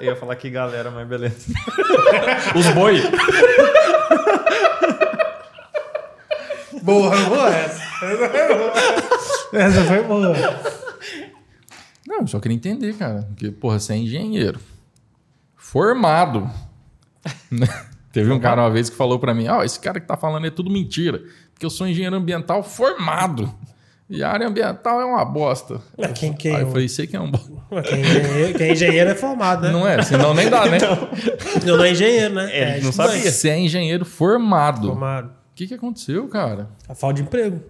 [SPEAKER 3] Eu ia falar que galera, mas beleza.
[SPEAKER 1] Os boi!
[SPEAKER 2] Boa, boa essa. Essa foi boa.
[SPEAKER 1] Não, eu só queria entender, cara. Porque, porra, você é engenheiro. Formado. Teve um cara uma vez que falou pra mim: Ó, esse cara que tá falando é tudo mentira. Porque eu sou engenheiro ambiental formado. E a área ambiental é uma bosta.
[SPEAKER 2] Mas Quem, quem,
[SPEAKER 1] Aí eu falei, sei que é um bo-
[SPEAKER 2] quem, é engenheiro, quem é engenheiro é formado, né?
[SPEAKER 1] Não é, senão nem dá, né?
[SPEAKER 2] Eu não é engenheiro, né?
[SPEAKER 3] É, ele não
[SPEAKER 2] estudante.
[SPEAKER 3] sabia.
[SPEAKER 1] Você é engenheiro tá formado.
[SPEAKER 2] Formado.
[SPEAKER 1] O que, que aconteceu, cara?
[SPEAKER 2] A falta de emprego.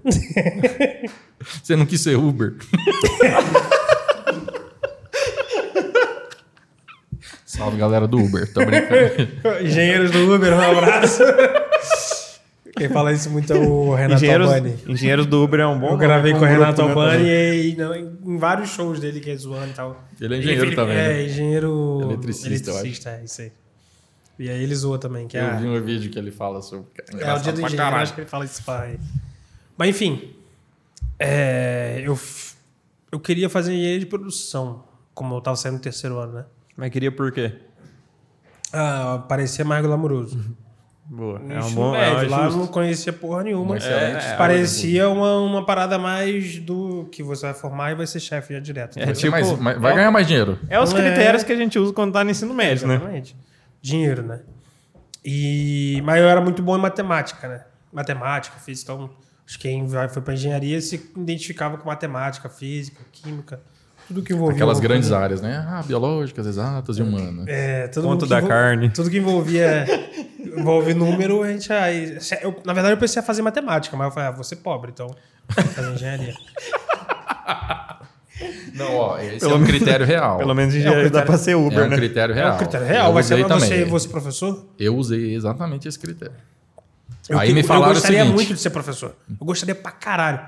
[SPEAKER 1] Você não quis ser Uber? Salve, galera do Uber. Tô brincando.
[SPEAKER 2] Engenheiros do Uber, um abraço. Quem fala isso muito é o Renato
[SPEAKER 3] Engenheiros,
[SPEAKER 2] Albani.
[SPEAKER 3] engenheiros do Uber é um bom.
[SPEAKER 2] Eu gravei
[SPEAKER 3] nome,
[SPEAKER 2] com o
[SPEAKER 3] é um
[SPEAKER 2] Renato
[SPEAKER 3] grupo, né,
[SPEAKER 2] Albani
[SPEAKER 3] também.
[SPEAKER 2] e, e não, em vários shows dele que é zoando e tal.
[SPEAKER 1] Ele é engenheiro
[SPEAKER 2] Ele-
[SPEAKER 1] também,
[SPEAKER 2] É,
[SPEAKER 1] né?
[SPEAKER 2] engenheiro.
[SPEAKER 1] Eletricista, eu
[SPEAKER 2] eletricista, é isso aí. E aí ele zoa também, que é.
[SPEAKER 1] Eu vi um vídeo que ele fala sobre.
[SPEAKER 2] É o dia
[SPEAKER 1] Engraçado
[SPEAKER 2] do
[SPEAKER 1] pra
[SPEAKER 2] engenheiro,
[SPEAKER 1] caralho.
[SPEAKER 2] acho que ele fala isso pra aí. Mas enfim, é, eu, f- eu queria fazer engenharia de produção, como eu tava saindo do terceiro ano, né?
[SPEAKER 3] Mas queria por quê?
[SPEAKER 2] Ah, parecia mais glamuroso.
[SPEAKER 1] Uhum.
[SPEAKER 3] Boa.
[SPEAKER 2] No
[SPEAKER 3] É um
[SPEAKER 2] ensino
[SPEAKER 3] bom. É,
[SPEAKER 2] médio,
[SPEAKER 3] um
[SPEAKER 2] lá eu
[SPEAKER 3] justo.
[SPEAKER 2] não conhecia porra nenhuma.
[SPEAKER 1] Uma excelente
[SPEAKER 2] É,
[SPEAKER 1] escola,
[SPEAKER 2] parecia uma, uma parada mais do que você vai formar e vai ser chefe já direto.
[SPEAKER 3] É,
[SPEAKER 1] Vai ser
[SPEAKER 3] tipo,
[SPEAKER 1] mais- mas vai
[SPEAKER 3] é-
[SPEAKER 1] ganhar mais dinheiro.
[SPEAKER 3] É os
[SPEAKER 2] Não é-
[SPEAKER 3] critérios que a gente usa quando tá no ensino médio, né?
[SPEAKER 2] Exatamente. Dinheiro, né? E... Mas eu era muito bom em matemática, né? Matemática, física. Então, acho que quem vai- foi pra engenharia se identificava com matemática, física, química, tudo que envolvia.
[SPEAKER 1] Aquelas
[SPEAKER 2] alguma
[SPEAKER 1] grandes
[SPEAKER 2] coisa-
[SPEAKER 1] áreas, né? Ah, biológicas, exatas e humanas.
[SPEAKER 2] É, todo
[SPEAKER 3] Conto
[SPEAKER 2] mundo que
[SPEAKER 3] da
[SPEAKER 2] envol-
[SPEAKER 3] carne.
[SPEAKER 2] Tudo que envolvia. envolve número, a gente. Aí, se- eu, na verdade, eu pensei em fazer matemática, mas eu falei, ah, vou ser pobre, então. Vou fazer engenharia.
[SPEAKER 1] Não, ó, esse
[SPEAKER 3] Pelo
[SPEAKER 1] é um
[SPEAKER 3] menos-
[SPEAKER 1] critério real.
[SPEAKER 3] Pelo menos engenheiro dá
[SPEAKER 2] é critério-
[SPEAKER 3] pra ser Uber,
[SPEAKER 1] é um
[SPEAKER 3] né?
[SPEAKER 1] critério real.
[SPEAKER 2] É um critério real. Vai ser
[SPEAKER 1] usei
[SPEAKER 2] mas você,
[SPEAKER 1] também.
[SPEAKER 2] você professor?
[SPEAKER 1] Eu usei exatamente esse critério.
[SPEAKER 2] Eu,
[SPEAKER 1] Aí
[SPEAKER 2] que-
[SPEAKER 1] me
[SPEAKER 2] eu
[SPEAKER 1] falaram o
[SPEAKER 2] gostaria
[SPEAKER 1] seguinte.
[SPEAKER 2] muito de ser professor. Eu gostaria pra caralho.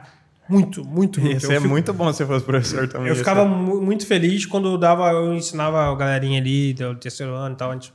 [SPEAKER 2] Muito, muito, muito.
[SPEAKER 3] Isso
[SPEAKER 2] Eu
[SPEAKER 3] é
[SPEAKER 2] fico-
[SPEAKER 3] muito bom se fosse professor também.
[SPEAKER 2] Eu
[SPEAKER 3] isso.
[SPEAKER 2] ficava mu- muito feliz quando eu dava, eu ensinava a galerinha ali do terceiro ano e tal. A gente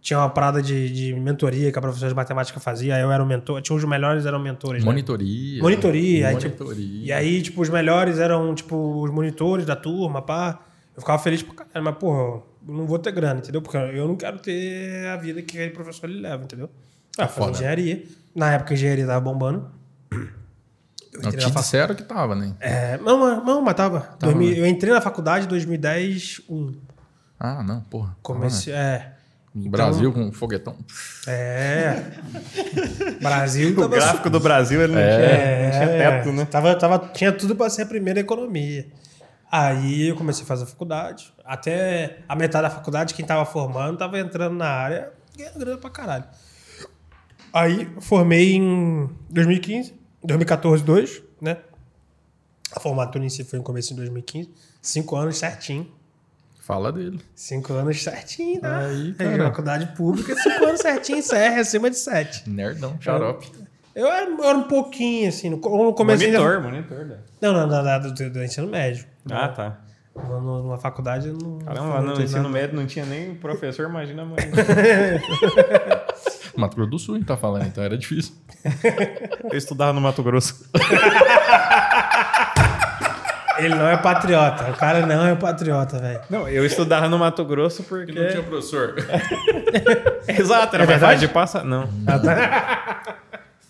[SPEAKER 2] tinha uma parada de, de mentoria que a professora de matemática fazia. aí Eu era o mentor. Tinha os melhores eram mentores. né?
[SPEAKER 1] Monitoria.
[SPEAKER 2] Monitoria. aí, tipo,
[SPEAKER 1] Monitoria.
[SPEAKER 2] e aí, tipo, os melhores eram, tipo, os monitores da turma, pá. Eu ficava feliz pra caralho, mas, porra, eu não vou ter grana, entendeu? Porque eu não quero ter a vida que aquele professor ele leva, entendeu? Ah, fazer
[SPEAKER 1] foda.
[SPEAKER 2] engenharia. Na época, a engenharia tava bombando. Eu
[SPEAKER 1] Não,
[SPEAKER 2] entrei
[SPEAKER 1] te
[SPEAKER 2] na fac...
[SPEAKER 1] disseram que tava, né?
[SPEAKER 2] é, não, mas- não, mas tava. 2000 Eu entrei na faculdade em 2010, 1.
[SPEAKER 1] Ah, não, porra. né?
[SPEAKER 2] Comecei. um. É.
[SPEAKER 1] No Brasil com um foguetão.
[SPEAKER 2] É. Brasil
[SPEAKER 3] O
[SPEAKER 2] tava
[SPEAKER 3] gráfico do Brasil ele não,
[SPEAKER 2] É,
[SPEAKER 3] tinha, não tinha teto, né?
[SPEAKER 2] Tava, tava, tinha tudo pra ser a primeira economia. Aí eu comecei a fazer a faculdade. Até a metade da faculdade, quem tava formando, tava entrando na área, ganhando grana pra caralho. Aí formei em 2015, 2014, 2, né? A formatura em si foi no começo de 2015. Cinco anos certinho.
[SPEAKER 1] Fala dele.
[SPEAKER 2] Cinco anos certinho, né?
[SPEAKER 1] Aí,
[SPEAKER 2] É,
[SPEAKER 1] cara.
[SPEAKER 2] faculdade pública, cinco anos certinho, encerra é acima de sete. É.
[SPEAKER 1] Nerdão, xarope.
[SPEAKER 2] Eu era, eu era um pouquinho, assim, no, no começo... ainda-
[SPEAKER 3] Monitor, monitor. né?
[SPEAKER 2] não, não, não, não, do, do- do ensino médio.
[SPEAKER 3] Ah, tá.
[SPEAKER 2] No- no- numa faculdade eu não.
[SPEAKER 3] Caramba,
[SPEAKER 2] não
[SPEAKER 3] no
[SPEAKER 2] tinha
[SPEAKER 3] ensino
[SPEAKER 2] nada.
[SPEAKER 3] médio não tinha nem professor, imagina a mãe.
[SPEAKER 1] Mato Grosso do Sul, a gente tá falando, então era difícil.
[SPEAKER 3] Eu estudava no Mato Grosso.
[SPEAKER 2] Ele não é patriota. O cara não é patriota, velho.
[SPEAKER 3] Não, eu estudava no Mato Grosso porque...
[SPEAKER 1] professor.
[SPEAKER 3] Exato, era verdade?
[SPEAKER 2] É verdade? Ah, tá.
[SPEAKER 3] de passa... Não.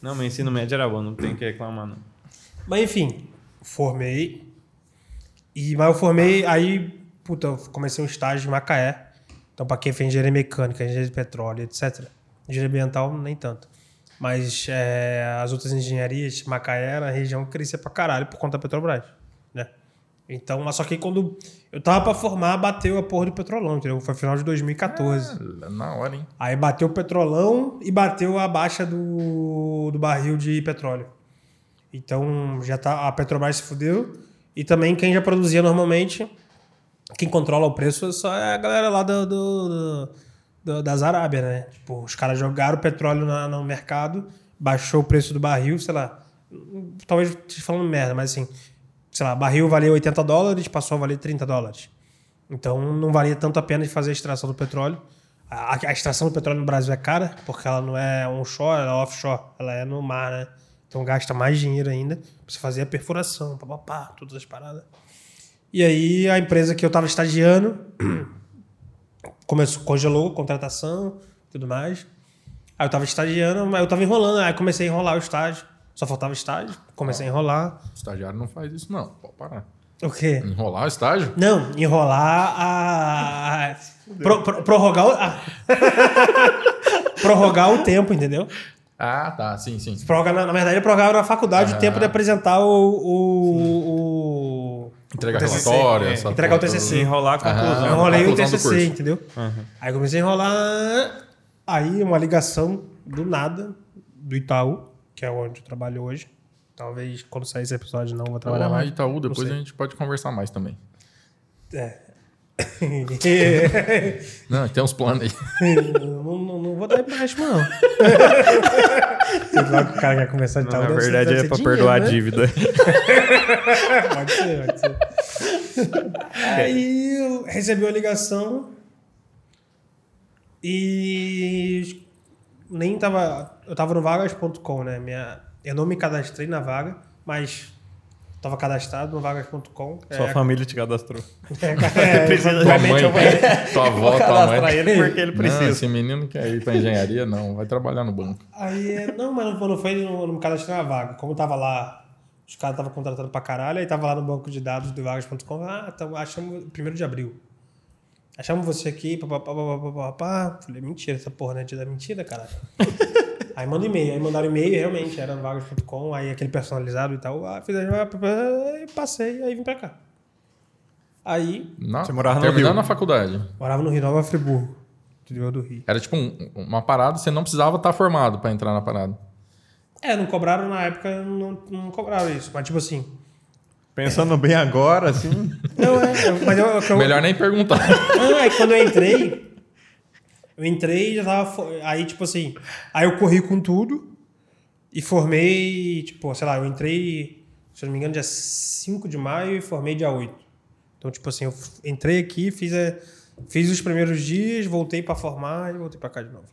[SPEAKER 3] não, meu ensino médio era bom, não tem que reclamar, não.
[SPEAKER 2] Mas enfim, formei. E, mas eu formei, aí, puta, eu comecei um estágio em Macaé. Então, pra quem fez engenharia mecânica, engenharia de petróleo, etc. Engenharia ambiental, nem tanto. Mas é, as outras engenharias, Macaé era a região que crescia pra caralho por conta da Petrobras, né? Então, mas só que quando eu tava pra formar, bateu a porra do petrolão, entendeu? Foi final de 2014.
[SPEAKER 1] Na hora, hein?
[SPEAKER 2] Aí bateu o petrolão e bateu a baixa do, do barril de petróleo. Então já tá, a Petrobras se fudeu. E também quem já produzia normalmente, quem controla o preço só é a galera lá do, do, do- das Arábia, né? Tipo, os caras jogaram petróleo na- no mercado, baixou o preço do barril, sei lá. Talvez esteja falando merda, mas assim, sei lá, barril valia 80 dólares, passou a valer 30 dólares. Então não valia tanto a pena de fazer a extração do petróleo. A, a extração do petróleo no Brasil é cara, porque ela não é onshore, ela é offshore, ela é no mar, né? Então gasta mais dinheiro ainda pra você fazer a perfuração, papapá, todas as paradas. E aí a empresa que eu tava estagiando começou, congelou a contratação tudo mais. Aí eu tava estagiando, mas eu tava enrolando, aí comecei a enrolar o estágio. Só faltava estágio, comecei a enrolar.
[SPEAKER 1] Estagiário não faz isso, não. Pode parar.
[SPEAKER 2] O quê?
[SPEAKER 1] Enrolar o estágio?
[SPEAKER 2] Não, enrolar a. a- pro- pro- prorrogar o. a- prorrogar o tempo, entendeu?
[SPEAKER 1] Ah, tá. Sim, sim.
[SPEAKER 2] Prorrogar, na, na verdade, é prorrogar na faculdade o
[SPEAKER 1] Ah.
[SPEAKER 2] tempo de apresentar o. o, o-
[SPEAKER 1] Entregar
[SPEAKER 2] o TCC.
[SPEAKER 1] relatório,
[SPEAKER 3] é.
[SPEAKER 1] essa
[SPEAKER 2] Entregar
[SPEAKER 1] porra
[SPEAKER 2] o TCC.
[SPEAKER 3] Se enrolar a conclusão.
[SPEAKER 1] Ah,
[SPEAKER 2] Eu enrolei o
[SPEAKER 1] conclusão do
[SPEAKER 2] TCC,
[SPEAKER 1] curso.
[SPEAKER 2] entendeu? Aí comecei a enrolar. Aí uma ligação do nada do Itaú. que é onde eu trabalho hoje. Talvez quando sair esse episódio né? não vou trabalhar
[SPEAKER 1] Então, a
[SPEAKER 2] mais.
[SPEAKER 1] Itaú, depois a
[SPEAKER 2] sei.
[SPEAKER 1] gente pode conversar mais também.
[SPEAKER 2] É.
[SPEAKER 1] Não, tem uns planos aí.
[SPEAKER 2] não, não, não vou dar empréstimo, não. Sei lá que o cara quer conversar de
[SPEAKER 3] Não,
[SPEAKER 2] tal.
[SPEAKER 3] na
[SPEAKER 2] Então deve ser-
[SPEAKER 3] verdade é
[SPEAKER 2] deve ser
[SPEAKER 3] pra
[SPEAKER 2] dinheiro,
[SPEAKER 3] perdoar
[SPEAKER 2] né?
[SPEAKER 3] a dívida.
[SPEAKER 2] Pode ser, pode ser. Aí eu recebi uma ligação e nem tava. Eu tava no vagas.com, né? Minha, eu não me cadastrei na vaga, mas tava cadastrado no vagas.com.
[SPEAKER 3] Sua família te cadastrou.
[SPEAKER 2] é,
[SPEAKER 3] Precisa-
[SPEAKER 1] Tua
[SPEAKER 3] Realmente
[SPEAKER 1] mãe,
[SPEAKER 3] eu
[SPEAKER 1] tua avó, tua
[SPEAKER 3] cadastrar
[SPEAKER 1] mãe.
[SPEAKER 3] ele porque ele
[SPEAKER 1] Não,
[SPEAKER 3] precisa.
[SPEAKER 1] esse menino quer ir pra engenharia, não. Vai trabalhar no banco.
[SPEAKER 2] Aí, é, não, mas não, não foi, não, não me cadastrei na vaga. Como tava lá, os caras estavam contratando pra caralho, aí tava lá no banco de dados do vagas.com, ah, então achamos, primeiro de abril. Achamos você aqui, papapá, papapá, papapá. Falei, mentira, essa porra não é dia da mentira, caralho. aí manda um e-mail, aí mandaram e-mail, realmente, era no vagas.com, aí aquele personalizado e tal, ah, fiz a e passei, aí vim pra cá. Aí,
[SPEAKER 1] Na,
[SPEAKER 3] Você morava no
[SPEAKER 1] terminando
[SPEAKER 3] Rio.
[SPEAKER 1] a faculdade.
[SPEAKER 2] morava no Rio Nova Friburgo, interior do Rio.
[SPEAKER 1] Era tipo um- uma parada, você não precisava estar formado pra entrar na parada.
[SPEAKER 2] É, não cobraram na época, não, não cobraram isso, mas tipo assim,
[SPEAKER 3] Pensando bem agora, assim.
[SPEAKER 2] Não, é, eu- mas eu, eu,
[SPEAKER 3] Então-
[SPEAKER 2] eu-
[SPEAKER 1] Melhor nem perguntar.
[SPEAKER 2] Não, é que quando eu entrei, eu entrei e já tava. fo- Aí, tipo assim, aí eu corri com tudo e formei, tipo, sei lá, eu entrei, se eu não me engano, dia 5 de maio e formei dia 8. Então, tipo assim, eu f- entrei aqui, fiz, a- fiz os primeiros dias, voltei pra formar e voltei pra cá de novo.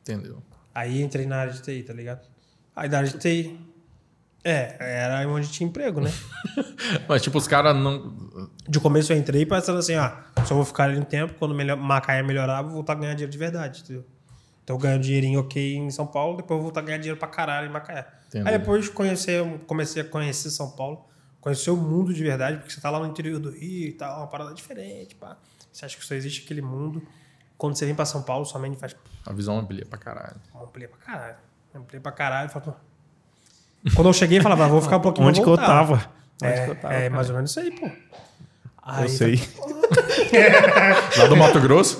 [SPEAKER 1] Entendeu?
[SPEAKER 2] Aí entrei na área de TI, tá ligado? Aí da área de TI. É, era onde tinha emprego, né?
[SPEAKER 1] Mas tipo, os caras não.
[SPEAKER 2] De começo eu entrei pensando assim, ah, só vou ficar ali um tempo, quando melhor, Macaé melhorar, vou voltar a ganhar dinheiro de verdade, entendeu? Então eu ganho um dinheirinho ok em São Paulo, depois eu vou voltar a ganhar dinheiro pra caralho em Macaé.
[SPEAKER 1] Entendi.
[SPEAKER 2] Aí depois conhecer, comecei a conhecer São Paulo, conhecer o mundo de verdade, porque você tá lá no interior do Rio e tal, é uma parada diferente, pá. Você acha que só existe aquele mundo. Quando você vem pra São Paulo, sua mente faz
[SPEAKER 1] A visão amplia pra caralho.
[SPEAKER 2] amplia pra caralho, amplia pra caralho. fala, pô. Quando eu cheguei, eu falava, vou ficar um pouquinho
[SPEAKER 3] Onde que
[SPEAKER 2] vou
[SPEAKER 3] eu
[SPEAKER 2] voltar.
[SPEAKER 3] tava? Onde
[SPEAKER 2] É,
[SPEAKER 3] que eu tava?
[SPEAKER 2] é
[SPEAKER 3] cara?
[SPEAKER 2] mais ou menos isso aí, pô. Aí, então.
[SPEAKER 3] Eu sei.
[SPEAKER 1] Lá do Mato Grosso?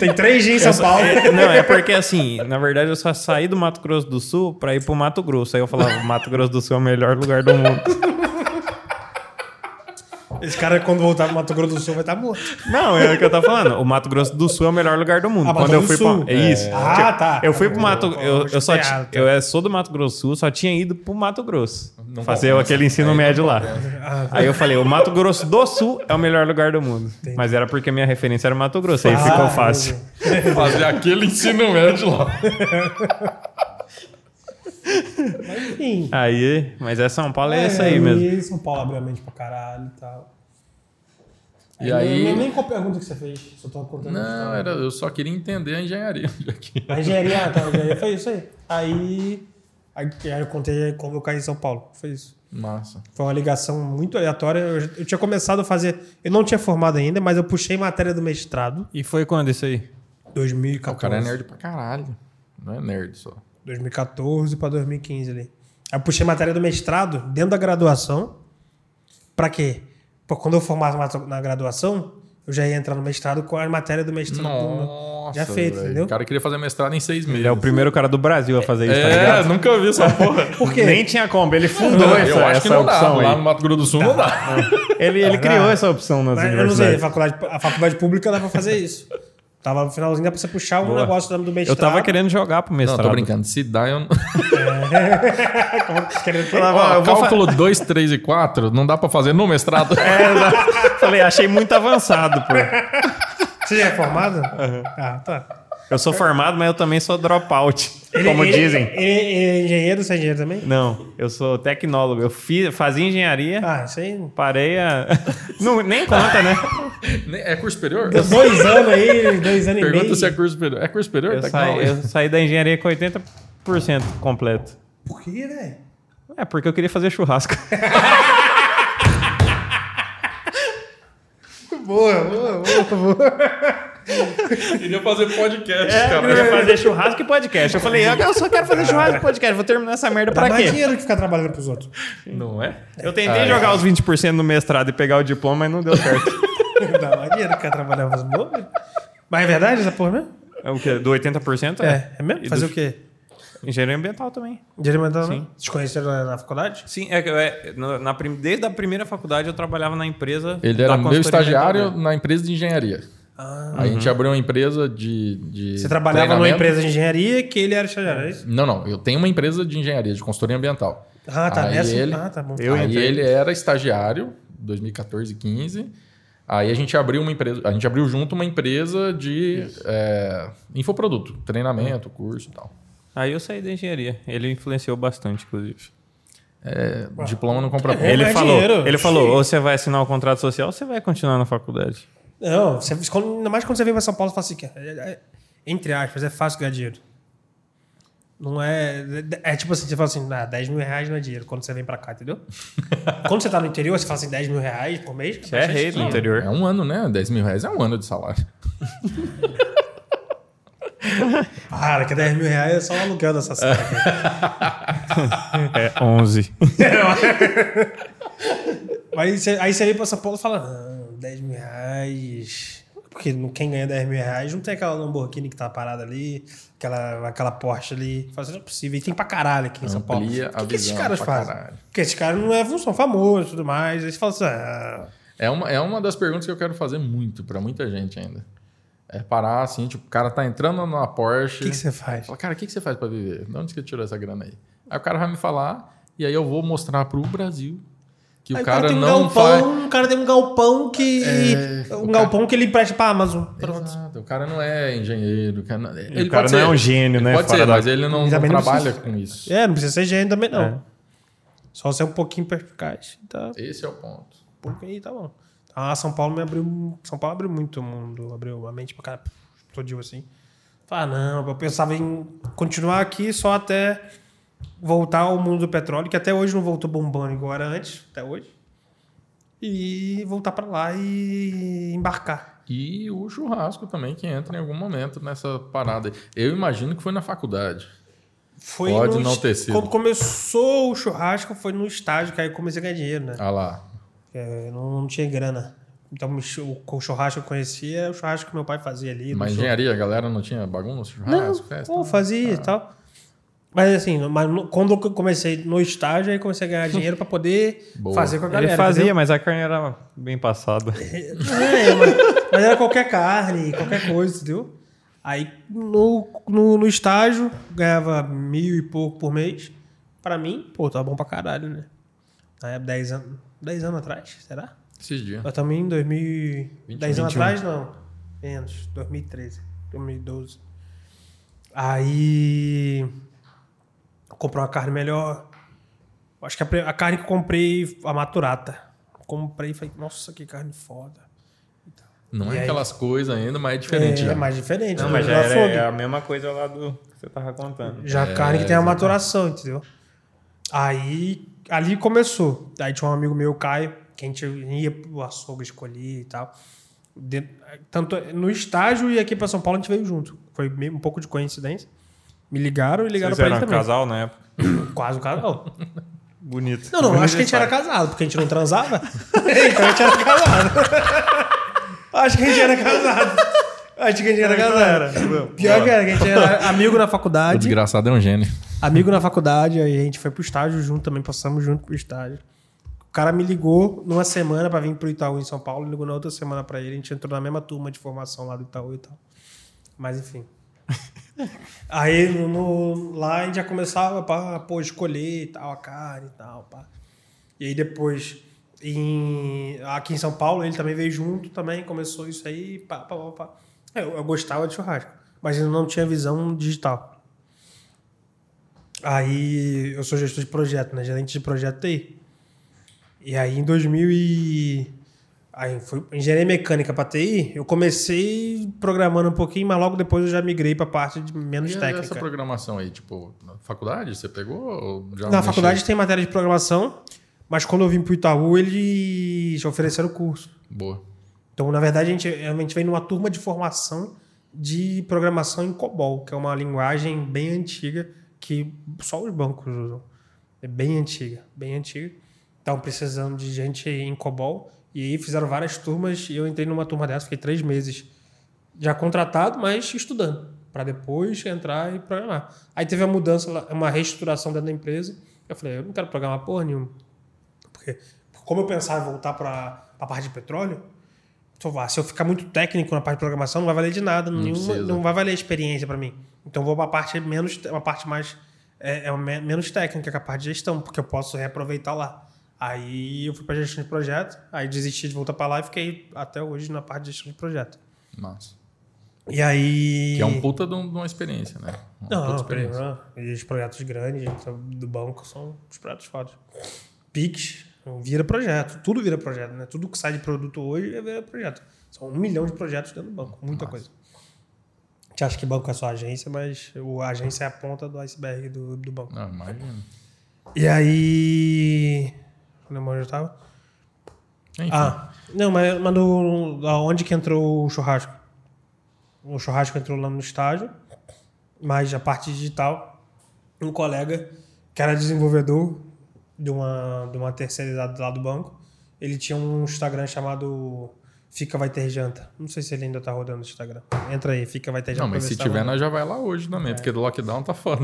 [SPEAKER 2] Tem três dias em São Paulo.
[SPEAKER 3] É, não, é porque assim, na verdade eu só saí do Mato Grosso do Sul pra ir pro Mato Grosso. Aí eu falava, Mato Grosso do Sul é o melhor lugar do mundo.
[SPEAKER 2] Esse cara, quando voltar pro Mato Grosso do Sul, vai estar morto.
[SPEAKER 3] Não, é o que eu tava falando. O Mato Grosso do Sul é o melhor lugar do mundo.
[SPEAKER 2] Ah, Mato
[SPEAKER 3] Quando eu fui
[SPEAKER 2] Grosso do Sul.
[SPEAKER 3] pra. É isso.
[SPEAKER 2] Ah,
[SPEAKER 3] Tipo,
[SPEAKER 2] tá.
[SPEAKER 3] Eu fui pro
[SPEAKER 2] Eu
[SPEAKER 3] Mato.
[SPEAKER 2] vou-
[SPEAKER 3] Eu, eu só. ti-
[SPEAKER 2] chateado, tá.
[SPEAKER 3] Eu é- sou do Mato Grosso do Sul, só tinha ido pro Mato Grosso.
[SPEAKER 1] Não
[SPEAKER 3] fazer
[SPEAKER 1] compensa.
[SPEAKER 3] aquele ensino médio lá.
[SPEAKER 2] Ah,
[SPEAKER 3] Aí eu falei, o Mato Grosso do Sul é o melhor lugar do mundo. Mas era porque minha referência era Mato Grosso, aí ficou
[SPEAKER 2] Ah,
[SPEAKER 3] fácil.
[SPEAKER 1] Fazer aquele ensino médio lá.
[SPEAKER 2] Enfim.
[SPEAKER 3] Aí, mas é São Paulo, é, essa aí mesmo.
[SPEAKER 2] Então, São Paulo abriu a mente pra caralho e tal.
[SPEAKER 1] E aí-
[SPEAKER 2] Nem, nem qual pergunta que você fez, só tô contando. a
[SPEAKER 1] Não,
[SPEAKER 2] história.
[SPEAKER 1] era, eu só queria entender a engenharia. já que-
[SPEAKER 2] A engenharia, tá, a engenharia foi isso aí. Aí, aí. aí eu contei como eu caí em São Paulo. Foi isso.
[SPEAKER 1] Massa.
[SPEAKER 2] Foi uma ligação muito aleatória. Eu, já- eu tinha começado a fazer. Eu não tinha formado ainda, mas eu puxei matéria do mestrado.
[SPEAKER 3] E foi quando isso aí?
[SPEAKER 1] O
[SPEAKER 2] 2014.
[SPEAKER 1] Ah, cara é nerd pra caralho. Não é nerd só.
[SPEAKER 2] 2014 pra 2015 ali. Aí eu puxei matéria do mestrado dentro da graduação. Pra quê? Porque quando eu formasse mat- na graduação, eu já ia entrar no mestrado com a matéria do mestrado.
[SPEAKER 1] Nossa.
[SPEAKER 2] já feito,
[SPEAKER 1] velho.
[SPEAKER 2] entendeu?
[SPEAKER 1] O cara queria fazer mestrado em seis meses.
[SPEAKER 3] Ele é o primeiro cara do Brasil a fazer isso, tá
[SPEAKER 1] É,
[SPEAKER 3] ligado?
[SPEAKER 1] nunca vi essa porra.
[SPEAKER 2] Por quê?
[SPEAKER 3] Nem tinha como, ele fundou
[SPEAKER 1] Não,
[SPEAKER 3] essa,
[SPEAKER 1] eu acho que
[SPEAKER 3] essa
[SPEAKER 1] não dá.
[SPEAKER 3] opção
[SPEAKER 1] Lá no
[SPEAKER 3] aí. Tá.
[SPEAKER 1] Mato Grosso do Sul não dá.
[SPEAKER 3] Ele, ele criou essa opção nas
[SPEAKER 2] Ah, tá. Mas eu não sei, a
[SPEAKER 3] universidades.
[SPEAKER 2] faculdade, a faculdade pública dá pra fazer isso. Tava no finalzinho, dá pra você puxar um
[SPEAKER 3] Boa.
[SPEAKER 2] negócio do mestrado.
[SPEAKER 3] Eu tava querendo jogar pro
[SPEAKER 1] Não,
[SPEAKER 3] mestrado.
[SPEAKER 1] tô brincando. Se dá, eu não.
[SPEAKER 2] querendo
[SPEAKER 3] Eu falava,
[SPEAKER 1] Ó,
[SPEAKER 3] eu vou fa-
[SPEAKER 1] cálculo 2, 3 e 4 não dá pra fazer no mestrado.
[SPEAKER 3] É, exato. Falei, achei muito avançado, pô.
[SPEAKER 2] Você já é formado? Ah, tá.
[SPEAKER 3] Eu sou formado, mas eu também sou dropout,
[SPEAKER 2] Ele-
[SPEAKER 3] como
[SPEAKER 2] ele-
[SPEAKER 3] dizem.
[SPEAKER 2] Ele, ele é engenheiro, você é engenheiro também?
[SPEAKER 3] Não, eu sou tecnólogo. Eu fiz, fazia engenharia,
[SPEAKER 2] Ah, isso aí.
[SPEAKER 3] parei a... Não, nem conta, né?
[SPEAKER 1] Nem- É curso superior?
[SPEAKER 2] Dois anos aí, dois anos e
[SPEAKER 1] Pergunta
[SPEAKER 2] meio.
[SPEAKER 1] se é curso superior. É curso superior?
[SPEAKER 3] Eu saí, eu saí da engenharia com 80% completo.
[SPEAKER 2] Por que, velho?
[SPEAKER 3] É, porque eu queria fazer churrasco.
[SPEAKER 2] Boa, boa, boa, boa.
[SPEAKER 1] Queria fazer podcast,
[SPEAKER 3] É, eu queria fazer churrasco e podcast. Eu falei, eu só quero fazer churrasco e podcast, vou terminar essa merda pra
[SPEAKER 2] Dá mais
[SPEAKER 3] quê?
[SPEAKER 2] dinheiro que ficar trabalhando pros outros.
[SPEAKER 1] Não é?
[SPEAKER 3] Eu tentei jogar os 20% no mestrado e pegar o diploma, mas não deu certo.
[SPEAKER 2] Dá mais dinheiro que ficar trabalhando pros outros. Mas é verdade essa porra mesmo?
[SPEAKER 3] é o quê? Do 80%?
[SPEAKER 2] É, é mesmo?
[SPEAKER 3] E
[SPEAKER 2] Fazer
[SPEAKER 3] do-
[SPEAKER 2] o quê?
[SPEAKER 3] Engenharia ambiental também.
[SPEAKER 2] Engenharia ambiental,
[SPEAKER 3] Sim.
[SPEAKER 2] né? Vocês conheceram na, na faculdade?
[SPEAKER 3] Sim, é, que eu- é, na, na prim- desde a primeira faculdade eu trabalhava na empresa.
[SPEAKER 1] Ele
[SPEAKER 3] da
[SPEAKER 1] era meu
[SPEAKER 3] consultoria
[SPEAKER 1] estagiário
[SPEAKER 3] ambiental.
[SPEAKER 1] na empresa de engenharia. Aí a gente abriu uma empresa de. de
[SPEAKER 2] Você trabalhava numa
[SPEAKER 1] treinamento.
[SPEAKER 2] empresa de engenharia que ele era estagiário, é isso?
[SPEAKER 1] Não, não. Eu tenho uma empresa de engenharia, de consultoria ambiental.
[SPEAKER 2] Ah, tá.
[SPEAKER 1] Aí
[SPEAKER 2] nessa?
[SPEAKER 1] ele-
[SPEAKER 2] Ah, tá bom.
[SPEAKER 3] Eu
[SPEAKER 1] aí
[SPEAKER 3] entrei.
[SPEAKER 1] ele era estagiário, 2014, 15. Aí a gente abriu uma empresa, a gente abriu junto uma empresa de é, infoproduto, treinamento, curso e tal.
[SPEAKER 3] Aí eu saí da engenharia. Ele influenciou bastante, inclusive.
[SPEAKER 1] É, diploma não compra pão.
[SPEAKER 2] É,
[SPEAKER 3] Ele
[SPEAKER 2] mas
[SPEAKER 3] falou,
[SPEAKER 2] dinheiro.
[SPEAKER 3] ele falou, ou você vai assinar o contrato social ou você vai continuar na faculdade.
[SPEAKER 2] Não, você, quando- ainda mais quando você vem pra São Paulo, você fala assim, que é- é- entre aspas, é fácil ganhar dinheiro. Não é. É tipo assim, você fala assim, ah, 10 mil reais não é dinheiro quando você vem pra cá, entendeu? quando você tá no interior, você fala assim, 10 mil reais por mês.
[SPEAKER 3] Você é rei do
[SPEAKER 2] dinheiro.
[SPEAKER 3] interior.
[SPEAKER 1] É um ano, né? 10 mil reais é um ano de salário.
[SPEAKER 2] Para, que 10 mil reais é só o aluguel dessa sala. cara.
[SPEAKER 3] É 11.
[SPEAKER 2] Mas você- aí você vem pra São Paulo e fala, ah, 10 mil reais. Porque não- quem ganha 10 mil reais não tem aquela Lamborghini que tá parada ali, aquela, aquela Porsche ali. Fala assim, não é possível. E tem pra caralho aqui em São Paulo. O
[SPEAKER 1] Amplia a
[SPEAKER 2] que, que esses
[SPEAKER 1] visão
[SPEAKER 2] caras
[SPEAKER 1] pra
[SPEAKER 2] fazem?
[SPEAKER 1] caralho.
[SPEAKER 2] Porque esses caras não é função famoso e tudo mais. Aí você fala assim, ah,
[SPEAKER 1] É uma, é uma das perguntas que eu quero fazer muito pra muita gente ainda. É parar assim, tipo, o cara tá entrando na
[SPEAKER 2] o
[SPEAKER 1] Porsche.
[SPEAKER 2] que, que você faz?
[SPEAKER 1] Fala, cara, o que, que você faz pra viver? De onde que você tirou essa grana aí? Aí o cara vai me falar, e aí eu vou mostrar pro Brasil que
[SPEAKER 2] Aí
[SPEAKER 1] o cara,
[SPEAKER 2] tem um
[SPEAKER 1] não
[SPEAKER 2] galpão,
[SPEAKER 1] faz.
[SPEAKER 2] o cara tem um galpão que.
[SPEAKER 1] É,
[SPEAKER 2] um
[SPEAKER 1] o
[SPEAKER 2] galpão que ele empresta pra Amazon. Pronto.
[SPEAKER 1] Exato, o cara não é engenheiro. O cara não, ele
[SPEAKER 3] o cara
[SPEAKER 1] pode
[SPEAKER 3] não
[SPEAKER 1] ser,
[SPEAKER 3] é um gênio, né?
[SPEAKER 1] Pode
[SPEAKER 3] Fora
[SPEAKER 1] ser,
[SPEAKER 3] da-
[SPEAKER 1] mas ele não, não
[SPEAKER 2] Ele também não
[SPEAKER 1] trabalha
[SPEAKER 2] precisa.
[SPEAKER 1] com isso.
[SPEAKER 2] É, não precisa ser gênio também, não.
[SPEAKER 3] É.
[SPEAKER 2] Só ser um pouquinho perspicaz. Tá,
[SPEAKER 1] Esse é o ponto.
[SPEAKER 2] pouco aí tá bom. Ah, São Paulo me abriu. São Paulo abriu muito o mundo, abriu a mente pra cara, explodiu assim. Falar, não, eu pensava em continuar aqui só até voltar ao mundo do petróleo, que até hoje não voltou bombando igual era antes, até hoje. E voltar pra lá e embarcar.
[SPEAKER 1] E o churrasco também, que entra em algum momento nessa parada. aí. Eu imagino que foi na faculdade.
[SPEAKER 2] Foi
[SPEAKER 1] Pode
[SPEAKER 2] no
[SPEAKER 1] não
[SPEAKER 2] est-
[SPEAKER 1] ter sido.
[SPEAKER 2] Quando começou o churrasco, foi no estágio que aí eu comecei a ganhar dinheiro, né?
[SPEAKER 1] Ah lá.
[SPEAKER 2] É, eu não, não tinha grana. Então o chu- o churrasco que eu conhecia, o churrasco que meu pai fazia ali.
[SPEAKER 1] Mas
[SPEAKER 2] do show.
[SPEAKER 1] engenharia, a galera não tinha bagunça, churrasco, festa. né? É.
[SPEAKER 2] Pô, fazia e tal. Mas assim, mas no- quando eu comecei no estágio, aí comecei a ganhar dinheiro pra poder
[SPEAKER 1] Boa.
[SPEAKER 2] fazer com a galera.
[SPEAKER 3] Ele fazia, mas a carne era bem passada.
[SPEAKER 2] entendeu? É, mas, mas era qualquer carne, qualquer coisa, entendeu? Aí no, no, no estágio, ganhava mil e pouco por mês. Pra mim, pô, tava bom pra caralho, né? Na época, 10 anos, 10 anos atrás, será?
[SPEAKER 1] Esses dias.
[SPEAKER 2] Eu também em 2010 10 anos
[SPEAKER 1] 21.
[SPEAKER 2] atrás, não. Menos, 2013, 2012. Aí comprei uma carne melhor. Acho que a, pre- a carne que eu comprei, a maturata. Comprei e falei, nossa, que carne foda.
[SPEAKER 1] Não
[SPEAKER 2] E
[SPEAKER 1] é
[SPEAKER 2] aí?
[SPEAKER 1] aquelas coisas ainda, mas é diferente.
[SPEAKER 2] é,
[SPEAKER 1] já.
[SPEAKER 2] é mais diferente.
[SPEAKER 3] Não,
[SPEAKER 2] né?
[SPEAKER 3] mas
[SPEAKER 2] Do
[SPEAKER 3] já era
[SPEAKER 2] açougue.
[SPEAKER 3] é a mesma coisa lá do que você tava contando.
[SPEAKER 2] Já a carne que tem a maturação, entendeu? Aí ali começou. Aí tinha um amigo meu, Caio, que a gente ia pro açougue escolher e tal. De- tanto no estágio e aqui pra São Paulo a gente veio junto. Foi meio- um pouco de coincidência. Me ligaram e ligaram
[SPEAKER 3] Vocês
[SPEAKER 2] pra ele
[SPEAKER 3] eram um
[SPEAKER 2] também.
[SPEAKER 3] casal na época.
[SPEAKER 2] Quase um casal.
[SPEAKER 3] Bonito.
[SPEAKER 2] Não, não, acho que a gente era casado, porque a gente não transava. então a gente era casado. acho que a gente era casado. Acho que a gente era casado. Pior que era, que a gente era amigo na
[SPEAKER 1] O
[SPEAKER 2] faculdade.
[SPEAKER 1] desgraçado é um gênio.
[SPEAKER 2] Amigo na faculdade, aí a gente foi pro estágio junto também, passamos junto pro estágio. O cara me ligou numa semana pra vir pro Itaú em São Paulo, ligou na outra semana pra ele, a gente entrou na mesma turma de formação lá do Itaú e tal. Mas enfim. aí no, no- lá a gente já começava pra pô, escolher e tal, a carne e tal, pá. E aí depois, em- aqui em São Paulo, ele também veio junto também, começou isso aí, pá, pá, pá, pá. Eu, eu gostava de churrasco, mas eu não tinha visão digital. Aí eu sou gestor de projeto, né? Gerente de projeto TI. E aí em 2000 e... Aí foi engenharia mecânica para TI, eu comecei programando um pouquinho, mas logo depois eu já migrei para parte é de menos
[SPEAKER 1] E essa
[SPEAKER 2] técnica.
[SPEAKER 1] programação aí, tipo, na faculdade você pegou? ou já
[SPEAKER 2] Na
[SPEAKER 1] mexeu?
[SPEAKER 2] faculdade tem matéria de programação, mas quando eu vim pro Itaú, eles ofereceram curso.
[SPEAKER 1] Boa.
[SPEAKER 2] Então, na verdade, a gente, a gente vem numa turma de formação de programação em COBOL, que é uma linguagem bem antiga que só os bancos usam. É bem antiga, bem antiga. Estavam precisando de gente em COBOL e aí fizeram várias turmas e eu entrei numa turma dessa, fiquei três meses já contratado, mas estudando. para depois entrar e programar. Aí teve a mudança, lá, uma reestruturação dentro da empresa. Eu falei, eu não quero programar porra nenhuma. Porque como eu pensava em voltar para a parte de petróleo, se eu- "Ah, se eu ficar muito técnico na parte de programação, não vai valer de nada, nenhuma,
[SPEAKER 1] precisa.
[SPEAKER 2] não vai valer a experiência para mim. Então eu vou para a parte menos, uma parte mais é, é uma me- menos técnica, que é a parte de gestão, porque eu posso reaproveitar lá. Aí eu fui para gestão de projeto, aí desisti de voltar para lá e fiquei até hoje na parte de gestão de projeto.
[SPEAKER 1] Massa.
[SPEAKER 2] E aí
[SPEAKER 1] Que é um puta de um- de uma experiência, né? Uma
[SPEAKER 2] não, é.
[SPEAKER 1] puta
[SPEAKER 2] não, peraí,
[SPEAKER 1] experiência.
[SPEAKER 2] não. E os projetos grandes então, do banco são os projetos fodas. Pix vira projeto. Tudo vira projeto, né? Tudo que sai de produto hoje é vira projeto. São um milhão de projetos dentro do banco. Muita coisa. A gente acha que banco é só agência, mas o- a agência é a ponta do iceberg do, do banco.
[SPEAKER 1] Não, imagina.
[SPEAKER 2] E aí... Não lembro onde eu tava.
[SPEAKER 1] Enfim,
[SPEAKER 2] Ah, não, mas, mas no, aonde que entrou o churrasco? O churrasco entrou lá no estágio, mas a parte digital, um colega que era desenvolvedor de uma, de uma terceirizada lá do banco, ele tinha um Instagram chamado Fica Vai Ter Janta. Não sei se ele ainda tá rodando o Instagram. Entra aí, Fica Vai Ter Janta.
[SPEAKER 1] não, mas
[SPEAKER 2] pra ver
[SPEAKER 1] se
[SPEAKER 2] tá
[SPEAKER 1] tiver,
[SPEAKER 2] rodando.
[SPEAKER 1] nós já vai lá hoje também,
[SPEAKER 2] É.
[SPEAKER 1] porque do lockdown tá foda.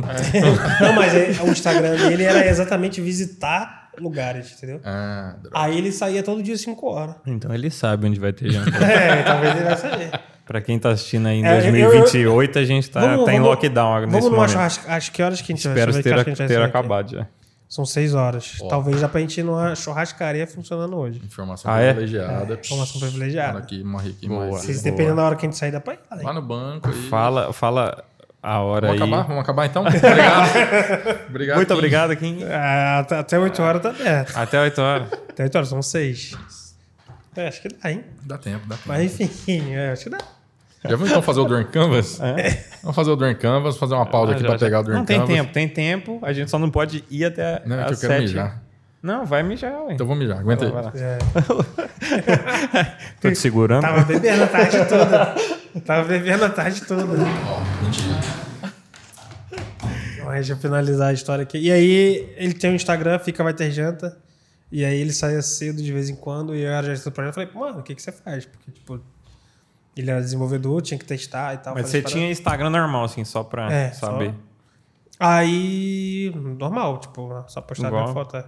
[SPEAKER 2] Não, mas é- o Instagram dele era exatamente visitar lugares, entendeu?
[SPEAKER 1] Ah, droga.
[SPEAKER 2] Aí ele saía todo dia 5 horas.
[SPEAKER 3] Então ele sabe onde vai ter janta.
[SPEAKER 2] É, talvez ele vai saber.
[SPEAKER 3] pra quem tá assistindo aí em
[SPEAKER 2] É, eu-
[SPEAKER 3] 2028, a gente tá, tá em lockdown nesse
[SPEAKER 2] Vamos numa
[SPEAKER 3] momento.
[SPEAKER 2] churrasca. Acho que horas que a gente
[SPEAKER 3] Espero
[SPEAKER 2] vai
[SPEAKER 3] ter,
[SPEAKER 2] ver que horas que a gente vai
[SPEAKER 3] ter
[SPEAKER 2] sair aqui.
[SPEAKER 3] acabado já.
[SPEAKER 2] São seis horas. Talvez dá pra gente ir numa churrascaria funcionando hoje.
[SPEAKER 1] Informação
[SPEAKER 3] Ah, é?
[SPEAKER 1] privilegiada.
[SPEAKER 2] informação privilegiada.
[SPEAKER 1] Olha Aqui, morre aqui,
[SPEAKER 3] Boa.
[SPEAKER 1] mais.
[SPEAKER 2] Se
[SPEAKER 3] Boa.
[SPEAKER 2] dependendo da hora que a gente sair, dá pra ir. lá,
[SPEAKER 1] Lá
[SPEAKER 2] hein?
[SPEAKER 1] no banco aí.
[SPEAKER 3] Fala, fala a hora
[SPEAKER 1] Vamos
[SPEAKER 3] aí.
[SPEAKER 1] acabar? Vamos acabar então? Obrigado. obrigado
[SPEAKER 3] Muito
[SPEAKER 1] Kim.
[SPEAKER 3] obrigado, Kim.
[SPEAKER 2] Ah, at- até oito horas tá aberto.
[SPEAKER 3] Até 8 horas.
[SPEAKER 2] Até oito horas, são seis. É, acho que dá, hein?
[SPEAKER 1] Dá tempo, dá tempo.
[SPEAKER 2] Mas enfim, é, acho que dá.
[SPEAKER 1] Já vamos então fazer o Drawing Canvas?
[SPEAKER 3] É.
[SPEAKER 1] Vamos fazer o Drawing Canvas, fazer uma pausa
[SPEAKER 3] Ah,
[SPEAKER 1] aqui
[SPEAKER 3] já,
[SPEAKER 1] pra
[SPEAKER 3] já.
[SPEAKER 1] pegar o Drawing
[SPEAKER 3] Não tem
[SPEAKER 1] Canvas.
[SPEAKER 3] tempo, tem tempo. A gente só não pode ir até
[SPEAKER 1] Não, é que eu
[SPEAKER 3] às
[SPEAKER 1] quero
[SPEAKER 3] 7.
[SPEAKER 1] mijar.
[SPEAKER 3] Não, vai mijar, ué.
[SPEAKER 1] Então vou mijar, aguenta aí.
[SPEAKER 3] Vai lá.
[SPEAKER 2] É.
[SPEAKER 3] Tô te segurando.
[SPEAKER 2] Tava bebendo a tarde toda. Tava bebendo a tarde toda. Mas Deixa eu finalizar a história aqui. E aí, ele tem um Instagram, fica, vai ter janta. E aí, ele saia cedo de vez em quando. E eu era gestor do projeto. Eu falei, mano, o que, que você faz? Porque, tipo, ele era desenvolvedor, tinha que testar e tal.
[SPEAKER 3] Mas
[SPEAKER 2] fazer
[SPEAKER 3] você
[SPEAKER 2] as
[SPEAKER 3] tinha Instagram normal, assim, só pra
[SPEAKER 2] É,
[SPEAKER 3] saber.
[SPEAKER 2] Aí, normal, tipo, só postar
[SPEAKER 3] Igual. Uhum.
[SPEAKER 2] minha foto. é.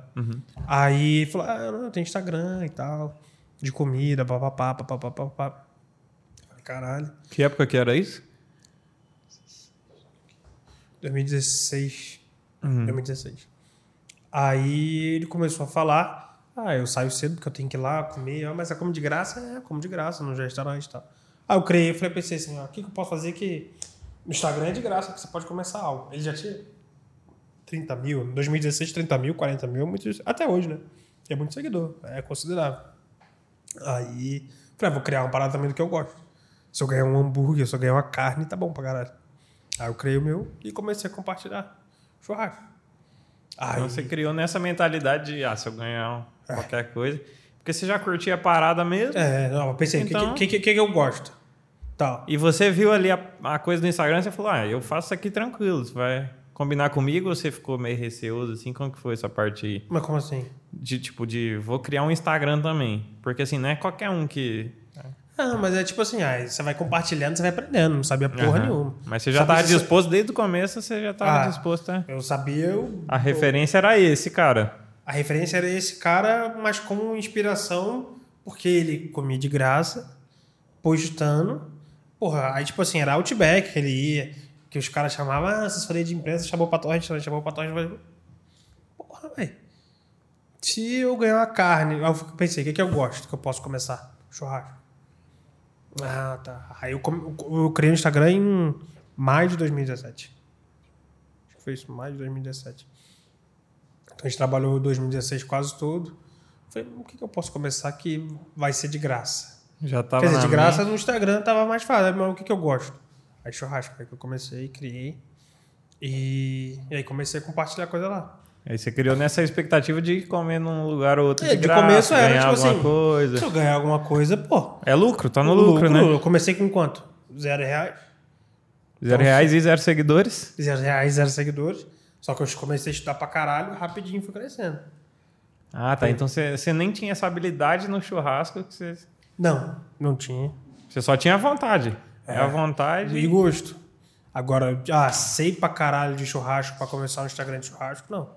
[SPEAKER 2] Aí falou, ah, não, tem Instagram e tal, de comida, papapá, papapá, papapá. Falei, Caralho,
[SPEAKER 3] Que época que era isso?
[SPEAKER 2] 2016. 2016. Aí ele começou a falar, ah, eu saio cedo porque eu tenho que ir lá comer, ah, mas eu como de graça, é, como de graça no restaurante e tal. Aí eu criei, eu falei, pensei assim, ó, o que, que eu posso fazer que no Instagram é de graça, que você pode começar algo. Ele já tinha 30 mil, em 2016, 30 mil, 40 mil, é muito, até hoje, né? É muito seguidor, é considerável. Aí, falei, ah, vou criar uma parada também do que eu gosto. Se eu ganhar um hambúrguer, se eu ganhar uma carne, tá bom pra caralho. Aí eu criei o meu e comecei a compartilhar churrasco. Aí,
[SPEAKER 3] Então você criou nessa mentalidade de, ah, se eu ganhar qualquer coisa. Porque você já curtia a parada mesmo.
[SPEAKER 2] É, não, eu pensei, o
[SPEAKER 3] Então-
[SPEAKER 2] que, que, que, que eu gosto? Tal.
[SPEAKER 3] E você viu ali a, a coisa do Instagram e você falou, ah, eu faço isso aqui tranquilo. Você vai combinar comigo ou você ficou meio receoso, assim? Como que foi essa parte aí?
[SPEAKER 2] Mas como assim?
[SPEAKER 3] De, tipo, de vou criar um Instagram também. Porque, assim, não é qualquer um que...
[SPEAKER 2] Ah, mas é tipo assim, ah, você vai compartilhando, você vai aprendendo, não sabia porra
[SPEAKER 3] Aham.
[SPEAKER 2] nenhuma.
[SPEAKER 3] Mas você já
[SPEAKER 2] Só
[SPEAKER 3] estava
[SPEAKER 2] precisa-
[SPEAKER 3] disposto, desde o começo você já estava
[SPEAKER 2] Ah.
[SPEAKER 3] disposto a...
[SPEAKER 2] Eu sabia, eu-
[SPEAKER 3] A referência era esse, cara.
[SPEAKER 2] a referência era esse cara, mas como inspiração, porque ele comia de graça, postando. Porra, aí tipo assim, era Outback que ele ia, que os caras chamavam, ah, assessoria de imprensa, chamou pra torre, chamou pra torre, porra, velho. Se eu ganhar uma carne, aí eu fico- pensei, o que, que eu gosto que eu posso começar? Churrasco. Ah, tá. Aí eu, come- eu criei o Instagram em maio de 2017. Acho que foi isso, maio de 2017. Então a gente trabalhou 2016 quase todo. Falei, o que, que eu posso começar que vai ser de graça?
[SPEAKER 3] Já tava
[SPEAKER 2] Quer dizer,
[SPEAKER 3] na
[SPEAKER 2] de graça no Instagram tava mais fácil, mas o que, que eu gosto? Aí churrasco, aí que eu comecei, criei. E, e aí comecei a compartilhar coisa lá.
[SPEAKER 3] mente. Aí você criou nessa expectativa de comer num lugar ou outro
[SPEAKER 2] É,
[SPEAKER 3] de,
[SPEAKER 2] de
[SPEAKER 3] graça,
[SPEAKER 2] começo era,
[SPEAKER 3] ganhar
[SPEAKER 2] tipo
[SPEAKER 3] alguma
[SPEAKER 2] assim, Se
[SPEAKER 3] coisa.
[SPEAKER 2] eu ganhar alguma coisa, pô.
[SPEAKER 3] É lucro, tá no lucro, né?
[SPEAKER 2] Eu comecei com quanto? Zero reais. Então,
[SPEAKER 3] Zero reais e zero seguidores.
[SPEAKER 2] Zero reais, zero seguidores. Só que eu comecei a estudar pra caralho, rapidinho fui crescendo.
[SPEAKER 3] Ah, tá. Então você você nem tinha essa habilidade no churrasco. Que você,
[SPEAKER 2] Não, não tinha.
[SPEAKER 3] você só tinha a vontade. É a vontade.
[SPEAKER 2] E gosto. Agora, ah, sei pra caralho de churrasco pra começar no Instagram de churrasco, não.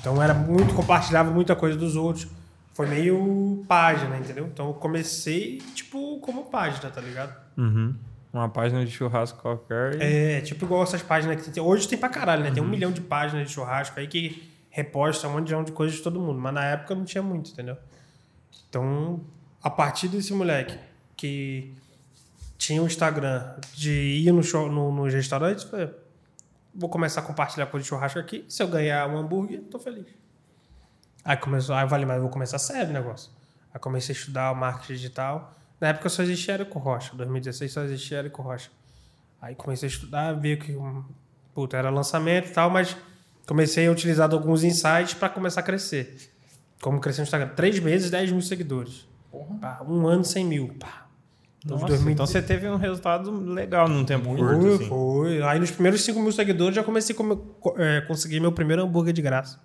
[SPEAKER 2] Então era muito, compartilhava muita coisa dos outros. Foi meio página, entendeu? Então eu comecei, tipo, como página, tá ligado?
[SPEAKER 3] Uhum. Uma página de churrasco qualquer. e-
[SPEAKER 2] É, tipo igual essas páginas que tem. Hoje tem pra caralho, né? Tem um milhão de páginas de churrasco aí que reposta um monte de coisa de todo mundo. Mas na época não tinha muito, entendeu? Então, a partir desse moleque que tinha um Instagram de ir no show, no, nos restaurantes, falei, vou começar a compartilhar coisa de churrasco aqui. Se eu ganhar um hambúrguer, tô feliz. Aí começou, aí eu falei, mas eu vou começar sério o negócio. Aí comecei a estudar o marketing digital. Na época só existia Érico Rocha, 2016 só existia Érico Rocha. Aí comecei a estudar, vi que hum, puta, era lançamento e tal, mas comecei a utilizar alguns insights para começar a crescer. Como crescer no Instagram. Três meses, 10 mil seguidores. Pá, um ano, 100 mil. Pá. Então,
[SPEAKER 3] Nossa,
[SPEAKER 2] 2000
[SPEAKER 3] Então você teve um resultado legal num tempo curto,
[SPEAKER 2] Foi,
[SPEAKER 3] assim.
[SPEAKER 2] foi. Aí nos primeiros 5 mil seguidores já comecei a comer- co- é, conseguir meu primeiro hambúrguer de graça.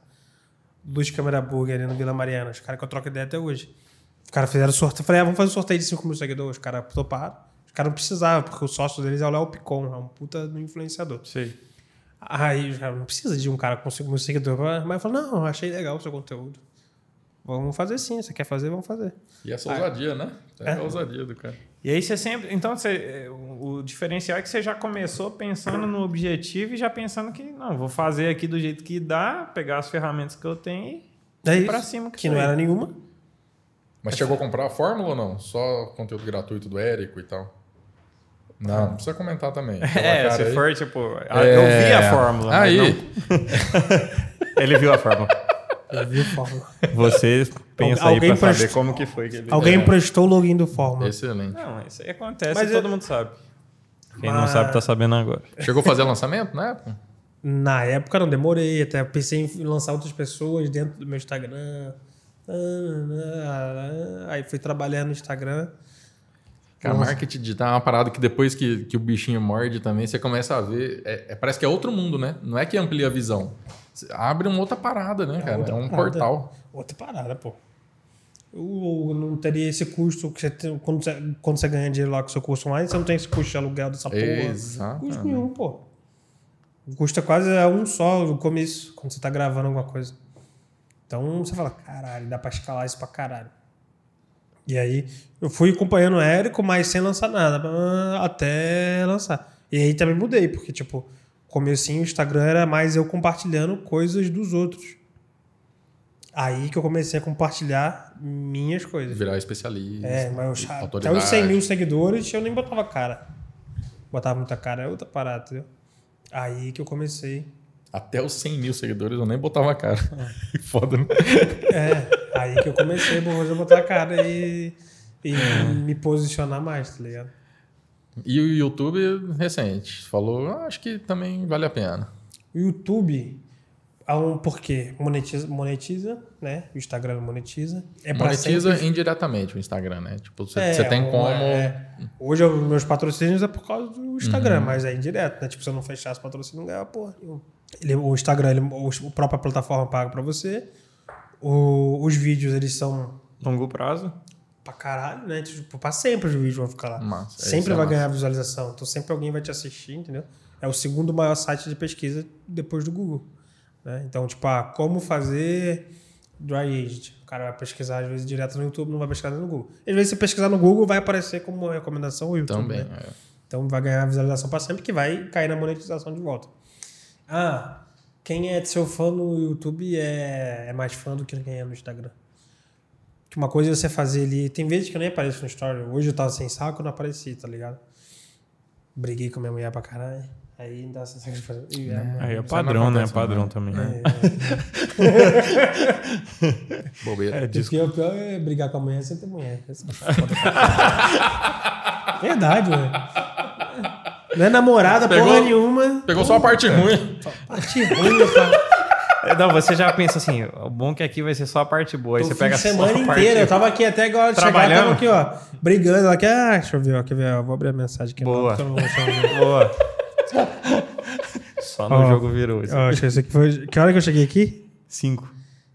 [SPEAKER 2] Luz Câmera Burger ali no Vila Mariana. Os caras que eu troco ideia até hoje. Os caras fizeram sorteio. Eu falei, ah, vamos fazer um sorteio de 5 mil seguidores. Os caras toparam. Os caras não precisavam, porque o sócio deles é o Léo Picon, é um puta do influenciador.
[SPEAKER 3] Sei.
[SPEAKER 2] Aí os caras, não precisa de um cara com 5 mil seguidores. Mas eu falei, não, achei legal o seu conteúdo. Vamos fazer sim, você quer fazer, vamos fazer.
[SPEAKER 1] E essa ousadia, né? É a ousadia do cara.
[SPEAKER 3] E aí você sempre. Então você- é, o o diferencial é que você já começou pensando no objetivo e já pensando que, não, vou fazer aqui do jeito que dá, pegar as ferramentas que eu tenho e
[SPEAKER 2] É
[SPEAKER 3] ir
[SPEAKER 2] isso,
[SPEAKER 3] pra cima.
[SPEAKER 2] que não
[SPEAKER 3] foi.
[SPEAKER 2] era nenhuma.
[SPEAKER 1] Mas chegou a comprar a fórmula ou não? Só conteúdo gratuito do Érico e tal? Não, não precisa comentar também. Aquela
[SPEAKER 3] É,
[SPEAKER 1] cara
[SPEAKER 3] se
[SPEAKER 1] aí.
[SPEAKER 3] for, tipo. a- Eu vi a
[SPEAKER 1] É.
[SPEAKER 3] fórmula. mas
[SPEAKER 1] Aí,
[SPEAKER 3] não- ele viu a fórmula.
[SPEAKER 2] Eu vi o fórmula.
[SPEAKER 3] Você pensa aí
[SPEAKER 2] Alguém
[SPEAKER 3] pra saber
[SPEAKER 2] prest-
[SPEAKER 3] como que foi que ele.
[SPEAKER 2] Alguém emprestou o login do Fórmula.
[SPEAKER 1] excelente.
[SPEAKER 3] Não, isso aí acontece
[SPEAKER 2] Mas
[SPEAKER 3] e
[SPEAKER 2] eu-
[SPEAKER 3] todo mundo sabe. Quem não
[SPEAKER 2] Mas-
[SPEAKER 3] sabe tá sabendo agora.
[SPEAKER 1] Chegou a fazer lançamento na época?
[SPEAKER 2] Na época não demorei, até pensei em lançar outras pessoas dentro do meu Instagram. Ah, Aí fui trabalhar no Instagram.
[SPEAKER 1] Cara, marketing digital é uma parada que depois que, que o bichinho morde também, você começa a ver. é- é- parece que é outro mundo, né? Não é que amplia a visão. Você abre uma outra parada, né, cara?
[SPEAKER 2] outra
[SPEAKER 1] É um
[SPEAKER 2] parada.
[SPEAKER 1] portal.
[SPEAKER 2] Outra parada, pô. Eu não teria esse custo que você tem, quando, você, quando você ganha dinheiro lá com o seu curso online, você não tem esse custo de aluguel dessa porra.
[SPEAKER 1] Exato.
[SPEAKER 2] Custo nenhum, pô. Custa quase a um só no começo, quando você tá gravando alguma coisa. Então você fala, caralho, dá pra escalar isso pra caralho. E aí eu fui acompanhando o Érico, mas sem lançar nada, ah, até lançar. E aí também mudei, porque, tipo, comecinho o Instagram era mais eu compartilhando coisas dos outros. Aí que eu comecei a compartilhar minhas coisas.
[SPEAKER 1] Virar especialista.
[SPEAKER 2] É, mas eu, até
[SPEAKER 1] autoridade.
[SPEAKER 2] os 100 mil seguidores eu nem botava cara. Botava muita cara, é outra parada, entendeu? Aí que eu comecei.
[SPEAKER 1] Até os 100 mil seguidores eu nem botava a cara. Foda, né?
[SPEAKER 2] É, aí que eu comecei por fazer botar a cara e, e me posicionar mais, tá ligado?
[SPEAKER 1] E o YouTube recente falou, "Ah, acho que também vale a pena.
[SPEAKER 2] O YouTube, há um porquê? Monetiza, monetiza, né? O Instagram não monetiza. É pra
[SPEAKER 1] Monetiza
[SPEAKER 2] sempre-
[SPEAKER 1] indiretamente o Instagram, né? Tipo, você,
[SPEAKER 2] É,
[SPEAKER 1] você tem
[SPEAKER 2] um-
[SPEAKER 1] como.
[SPEAKER 2] é. Hoje os meus patrocínios é por causa do
[SPEAKER 1] Uhum.
[SPEAKER 2] Instagram, mas é indireto, né? Tipo, se eu não fechasse patrocínio, não ganhava porra nenhuma. Ele, o Instagram, ele, o, a própria plataforma paga pra você. O- os vídeos, eles são
[SPEAKER 3] Longo prazo.
[SPEAKER 2] pra caralho, né? Tipo, pra sempre os vídeos vão ficar lá.
[SPEAKER 1] Massa, é, isso
[SPEAKER 2] sempre
[SPEAKER 1] é
[SPEAKER 2] vai
[SPEAKER 1] massa.
[SPEAKER 2] ganhar visualização. Então sempre alguém vai te assistir, entendeu? É o segundo maior site de pesquisa depois do Google. né? Então, tipo, ah, como fazer dry aged? O cara vai pesquisar, às vezes, direto no YouTube, não vai pesquisar no Google. Às vezes, se pesquisar no Google, vai aparecer como uma recomendação o YouTube.
[SPEAKER 1] Também.
[SPEAKER 2] né?
[SPEAKER 1] é.
[SPEAKER 2] Então vai ganhar visualização para sempre, que vai cair na monetização de volta. Ah, quem é seu fã no YouTube é, é mais fã do que quem é no Instagram. Que uma coisa é você fazer ali. Tem vezes que eu nem apareço no Story. Hoje eu tava sem saco, eu não apareci, tá ligado? Briguei com minha mulher pra caralho. Aí não dá sem saco de fazer. Ih, é,
[SPEAKER 3] Aí é
[SPEAKER 1] Isso não
[SPEAKER 3] padrão, né?
[SPEAKER 1] acontece,
[SPEAKER 3] Padrão
[SPEAKER 1] né?
[SPEAKER 3] também.
[SPEAKER 1] Bobeira.
[SPEAKER 3] É,
[SPEAKER 2] Diz
[SPEAKER 3] diz
[SPEAKER 2] que o pior é brigar com a mulher sem ter mulher. Essa é foda. Verdade, velho. Não é namorada,
[SPEAKER 1] Pegou-
[SPEAKER 2] porra nenhuma. tá
[SPEAKER 1] Pegou só a parte ruim.
[SPEAKER 2] Parte ruim, meu pai.
[SPEAKER 3] É, Não, você já pensa assim, o bom é que aqui vai ser só a parte boa. Aí
[SPEAKER 2] Tô
[SPEAKER 3] você
[SPEAKER 2] fim
[SPEAKER 3] pega
[SPEAKER 2] de
[SPEAKER 3] só
[SPEAKER 2] semana
[SPEAKER 3] a parte
[SPEAKER 2] inteira. tá? Eu tava aqui até agora de chegar, eu tava
[SPEAKER 3] Trabalhando?
[SPEAKER 2] aqui, ó, brigando. Ela quer. Ah, deixa eu ver, ó, quer ver, ó, vou abrir a mensagem aqui.
[SPEAKER 3] Boa.
[SPEAKER 2] Não, porque eu não vou um- chamar.
[SPEAKER 3] boa. Só no
[SPEAKER 2] Ó,
[SPEAKER 3] jogo virou isso.
[SPEAKER 2] Ó, acho que isso aqui foi. Que hora que eu cheguei aqui?
[SPEAKER 3] Cinco.